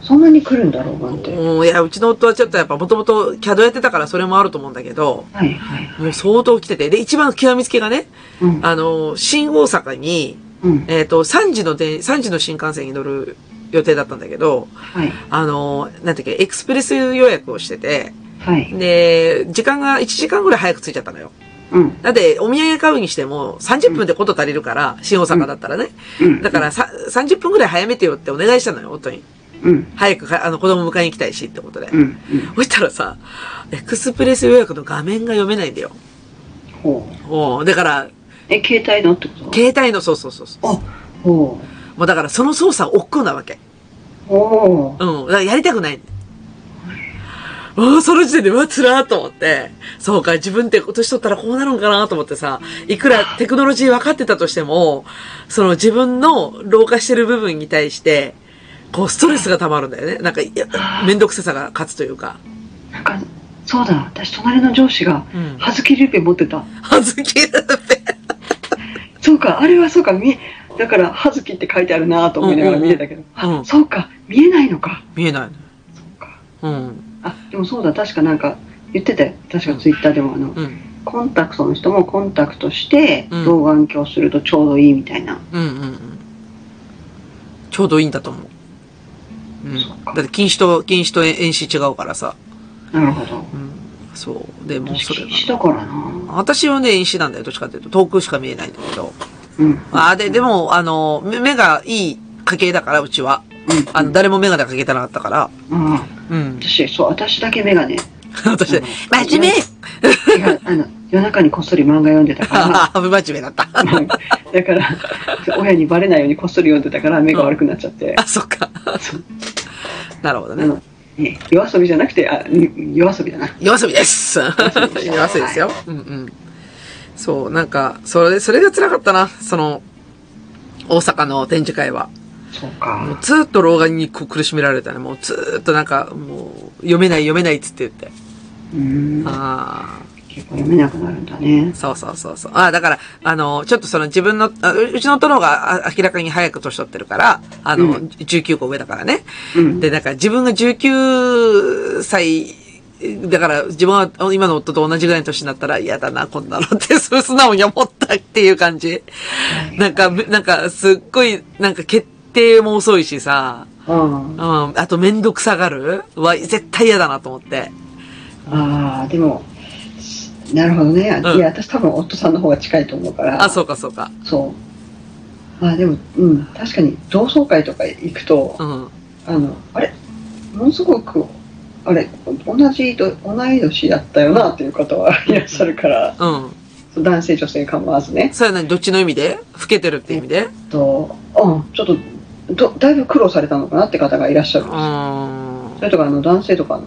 Speaker 3: そんなに来るんだ、老眼って。
Speaker 2: うん、いや、うちの夫はちょっとやっぱもともとキャドやってたからそれもあると思うんだけど、
Speaker 3: はいはい。
Speaker 2: もう相当来てて、で、一番極みつけがね、
Speaker 3: うん。
Speaker 2: あの、新大阪に、
Speaker 3: うん。
Speaker 2: えっ、と、3時の電、3時の新幹線に乗る予定だったんだけど、
Speaker 3: はい。
Speaker 2: あの、なんていうっけ、エクスプレス予約をしてて、
Speaker 3: はい。
Speaker 2: で、時間が1時間ぐらい早く着いちゃったのよ。
Speaker 3: うん。
Speaker 2: だって、お土産買うにしても30分でこと足りるから、新大阪だったらね。
Speaker 3: うん。
Speaker 2: だからさ、30分ぐらい早めてよってお願いしたのよ、夫に。
Speaker 3: うん。
Speaker 2: 早くか、あの、子供迎えに来たいしってことで
Speaker 3: う。ん。うん。
Speaker 2: そしたらさ、エクスプレス予約の画面が読めないんだよ。
Speaker 3: ほ
Speaker 2: おうだから、
Speaker 3: う。え、携帯のってこと
Speaker 2: 携帯の、そうそうそうそう。
Speaker 3: あ、ほ
Speaker 2: もうだから、その操作億劫なわけ。
Speaker 3: う。ほ
Speaker 2: うん。だからやりたくない。おーその時点で、うわ、つらーと思って。そうか、自分って年取ったらこうなるんかなと思ってさ、いくらテクノロジー分かってたとしても、その自分の老化してる部分に対して、こう、ストレスが溜まるんだよね。なんか、いやめんどくささが勝つというか。
Speaker 3: う。なんか、そうだ。私、隣の上司が、
Speaker 2: うん。
Speaker 3: はずきルーペ持ってた。
Speaker 2: はずきるって。
Speaker 3: そうか、あれはそうか、み、だから、はずきって書いてあるなと思いながら見てたけど、
Speaker 2: うんうんうん
Speaker 3: あ、そうか、見えないのか。
Speaker 2: 見えない。
Speaker 3: そうか。
Speaker 2: うん。
Speaker 3: あ、でもそうだ、確かなんか、言ってたよ。確かツイッターでも、あの、
Speaker 2: うん。
Speaker 3: コンタクトの人もコンタクトして、
Speaker 2: うん
Speaker 3: 老眼鏡するとちょうどいいみたいな。
Speaker 2: うんうんうん。ちょうどいいんだと思う。うん
Speaker 3: そう。か
Speaker 2: だって、禁止と、禁止と遠視違うからさ。
Speaker 3: なるほど。
Speaker 2: うん。そう。でも、
Speaker 3: 私、
Speaker 2: それ
Speaker 3: 禁
Speaker 2: が。
Speaker 3: 止だからな。
Speaker 2: 私はね、遠視なんだよ。どっちかっていうと、遠くしか見えないんだけど。
Speaker 3: うん。
Speaker 2: ああ、で、でも、あの、目目がいい家系だから、うちは。
Speaker 3: うん。
Speaker 2: あの、誰も眼鏡かけてなかったから。
Speaker 3: あ
Speaker 2: うん。
Speaker 3: 私、そう、私だけメガネ。
Speaker 2: 私ね
Speaker 3: うん、
Speaker 2: 真 面目
Speaker 3: いや、あの、夜中にこっそり漫画読んでたか
Speaker 2: ああ、無真面目だった。
Speaker 3: ら、うんだから、親にバレないようにこっそり読んでたから、目が悪くなっちゃって。
Speaker 2: あ、そっか。
Speaker 3: そう
Speaker 2: なるほど
Speaker 3: あ
Speaker 2: ね。
Speaker 3: の、ね夜遊びじゃなくて、あ、に夜遊びだな。
Speaker 2: 夜遊びです。夜
Speaker 3: 遊びです
Speaker 2: 遊びですよ。うんうん。そう、なんか、それ、それが辛かったな。その、大阪の展示会は。
Speaker 3: そう
Speaker 2: もう
Speaker 3: か。
Speaker 2: ずーっと老眼にこう苦しめられたね。もうずーっとなんか、もう、読めない読めないっつって言って。
Speaker 3: うーん。
Speaker 2: ああ。
Speaker 3: 結構読めなくなるんだね。
Speaker 2: そうそうそうそう。ああ、だから、あの、ちょっとその自分の、あううちの夫の方があ明らかに早く年取ってるから、あの、
Speaker 3: うん
Speaker 2: 19個上だからね。
Speaker 3: うん。
Speaker 2: で、なんか自分が19歳、だから自分は今の夫と同じぐらいの年になったら嫌だな、こんなのって、 そう素直に思ったっていう感じ。なんか、めなんか、すっごい、なんか決定も遅いしさ、
Speaker 3: う
Speaker 2: う
Speaker 3: ん
Speaker 2: ん、あとめんどくさがるは絶対嫌だなと思って。
Speaker 3: ああ、でも、なるほどね。
Speaker 2: うん
Speaker 3: いや、私多分夫さんの方が近いと思うから。
Speaker 2: あ、そうかそうか。
Speaker 3: そう。まあでも、うん、確かに同窓会とか行くと
Speaker 2: う、ん。
Speaker 3: あの、あれものすごく、あれ同じと、同い年だったよなっていう方はいらっしゃるから、
Speaker 2: うん。
Speaker 3: 男性女性構わずね。
Speaker 2: それは何どっちの意味で老けてるって意味で
Speaker 3: と、うん、ちょっとど、だいぶ苦労されたのかなって方がいらっしゃ る
Speaker 2: う。
Speaker 3: そ
Speaker 2: ーん。
Speaker 3: れとか、あの、男性とかの、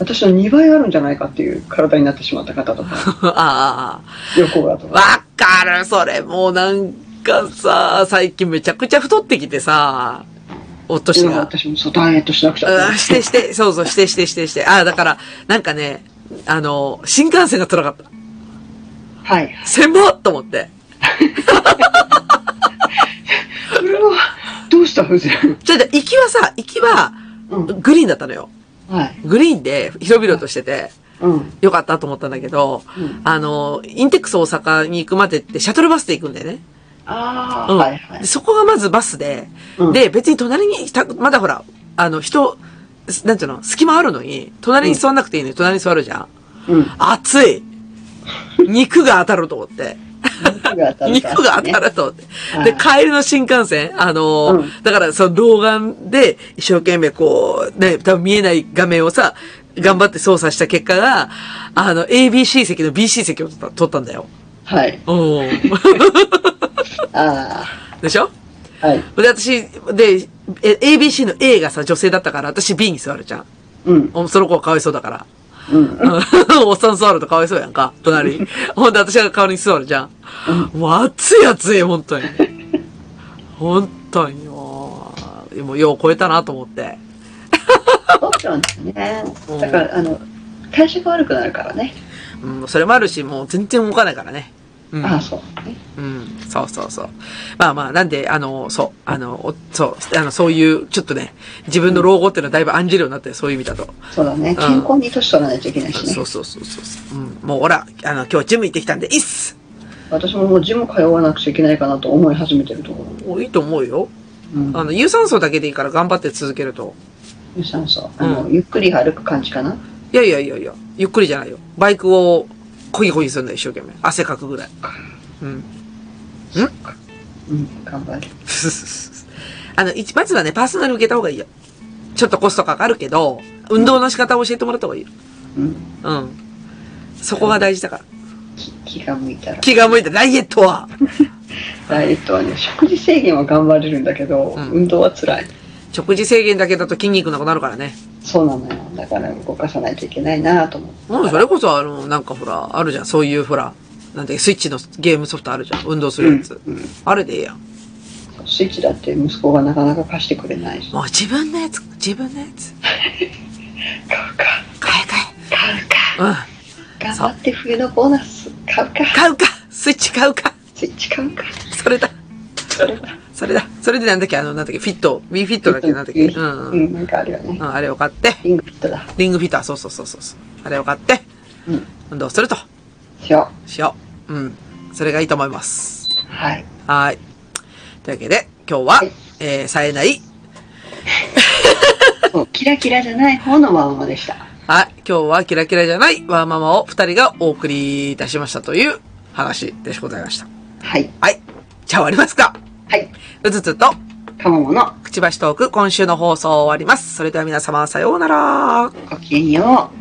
Speaker 3: 私の2倍あるんじゃないかっていう体になってしまった方 とか、
Speaker 2: ああ。
Speaker 3: 旅行だとか。
Speaker 2: わかるそれ、もうなんかさ、最近めちゃくちゃ太ってきてさ、お年
Speaker 3: でも
Speaker 2: が。
Speaker 3: 私もそう、ダイエットしなくちゃ
Speaker 2: うんしてして、そうそう、してしてしてして。ああ、だから、なんかね、あの、新幹線が辛かった。
Speaker 3: はい。
Speaker 2: せもと思って。
Speaker 3: それは、どうした風情。
Speaker 2: ちょっと、行きはさ、行きは、
Speaker 3: うん。
Speaker 2: グリーンだったのよ。
Speaker 3: はい。
Speaker 2: グリーンで、広々としてて、
Speaker 3: うん。
Speaker 2: よかったと思ったんだけど、
Speaker 3: うん
Speaker 2: あの、インテックス大阪に行くまでって、シャトルバスで行くんだよね。
Speaker 3: ああ、
Speaker 2: うん
Speaker 3: はいはい
Speaker 2: で。そこがまずバスで、
Speaker 3: うん
Speaker 2: で、別に隣にた、まだほら、あの、人、すなんていうの、隙間あるのに、隣に座んなくていいのに、隣に座るじゃん。
Speaker 3: うん。
Speaker 2: 熱い肉が当たると思って。
Speaker 3: 肉が当たる
Speaker 2: 肉が当た
Speaker 3: る。
Speaker 2: ると思って。
Speaker 3: はい
Speaker 2: で、帰りの新幹線、あのー
Speaker 3: うん
Speaker 2: だからその動画で一生懸命こう、ね、多分見えない画面をさ、頑張って操作した結果が、あの、ABC 席の BC 席を取った取ったんだよ。
Speaker 3: はい。
Speaker 2: うん。
Speaker 3: あ
Speaker 2: でしょ
Speaker 3: あ。はい。
Speaker 2: で、私、で、え ABC の A がさ、女性だったから、私 B に座るじゃん。
Speaker 3: うん。
Speaker 2: おその子はかわいそうだから。
Speaker 3: うん。
Speaker 2: うんおっさん座るとかわいそうやんか、隣に。ほんで、私が代わりに座るじゃん。もう熱い熱い、本当に。本当にもう、もうよう超えたなと思って。
Speaker 3: そうなんですね
Speaker 2: うん。
Speaker 3: だから、あの、体調が悪くなるからね。
Speaker 2: うん、それもあるし、もう全然動かないからね。うん。
Speaker 3: ああ、そう。ね
Speaker 2: うん。そうそうそう。まあまあ、なんで、あの、そう、あの、おそう、あの、そういう、ちょっとね、自分の老後っていうのはだいぶ案じるようになって、そういう意味だと。
Speaker 3: そうだね。健康に年取らないといけないしね
Speaker 2: そう。そうそうそう。うん。もう、ほら、あの、今日ジム行ってきたんで、いいっす
Speaker 3: 私ももうジム通わなくちゃいけないかなと思い始めてるところ。
Speaker 2: おいいと思うよ。
Speaker 3: うん。
Speaker 2: あの、有酸素だけでいいから頑張って続けると。
Speaker 3: 有酸素。あの、ゆっくり歩く感じかな。
Speaker 2: いやいやいやいや、ゆっくりじゃないよ。バイクを、こぎこぎするんだよ、一生懸命。汗かくぐらい。 うん。
Speaker 3: うん。頑張る。
Speaker 2: あの、一、まずはね、パーソナル受けた方がいいよ。ちょっとコストかかるけど、運動の仕方を教えてもらった方がいいよ。
Speaker 3: うん。
Speaker 2: うん。そこが大事だから。
Speaker 3: き気が向いたら。
Speaker 2: 気が向いたダイエットは
Speaker 3: ダイエットはね、食事制限は頑張れるんだけど、
Speaker 2: うん
Speaker 3: 運動は辛い。
Speaker 2: 食事制限だけだと筋肉なくなるからね。
Speaker 3: そうなのよ。だから動かさないといけないなと思って。
Speaker 2: うん、それこそ、あの、なんかほら、あるじゃん。そういうほら、なんてスイッチのゲームソフトあるじゃん。運動するやつ。
Speaker 3: うん
Speaker 2: あれでええやん。
Speaker 3: スイッチだって息子がなかなか貸してくれないし。
Speaker 2: もう自分のやつ、自分のやつ。
Speaker 3: 買うか。
Speaker 2: 買え
Speaker 3: 買うか。
Speaker 2: 買え。うん。
Speaker 3: 頑張って冬のボーナス買うか。
Speaker 2: 買うかスイッチ買うか
Speaker 3: スイッチ買うか。
Speaker 2: それだ
Speaker 3: それだ。
Speaker 2: それだそれでなんだっけあの、なんだっけフィット。ウィーフィットだっけなんだっけう
Speaker 3: うんん、
Speaker 2: うん。
Speaker 3: なんかあるよね
Speaker 2: う。ん、あれを買って。
Speaker 3: リングフィットだ。
Speaker 2: リングフィッター、そうそうそうそうそう。あれを買って、
Speaker 3: うん。
Speaker 2: 運動すると。
Speaker 3: しよ
Speaker 2: しよう。うん。それがいいと思います。
Speaker 3: う。はい。
Speaker 2: はーい。というわけで、今日は
Speaker 3: はい、
Speaker 2: えー、冴えない。
Speaker 3: そうキラキラじゃない方のワンママでした。
Speaker 2: はい。今日はキラキラじゃないワーママを二人がお送りいたしましたという話でございました。
Speaker 3: はい。
Speaker 2: はい。じゃあ終わりますか
Speaker 3: はい。
Speaker 2: うつつと、
Speaker 3: かももの、
Speaker 2: くちばしトーク、今週の放送終わります。それでは皆様、さようなら。
Speaker 3: ごきげんよう。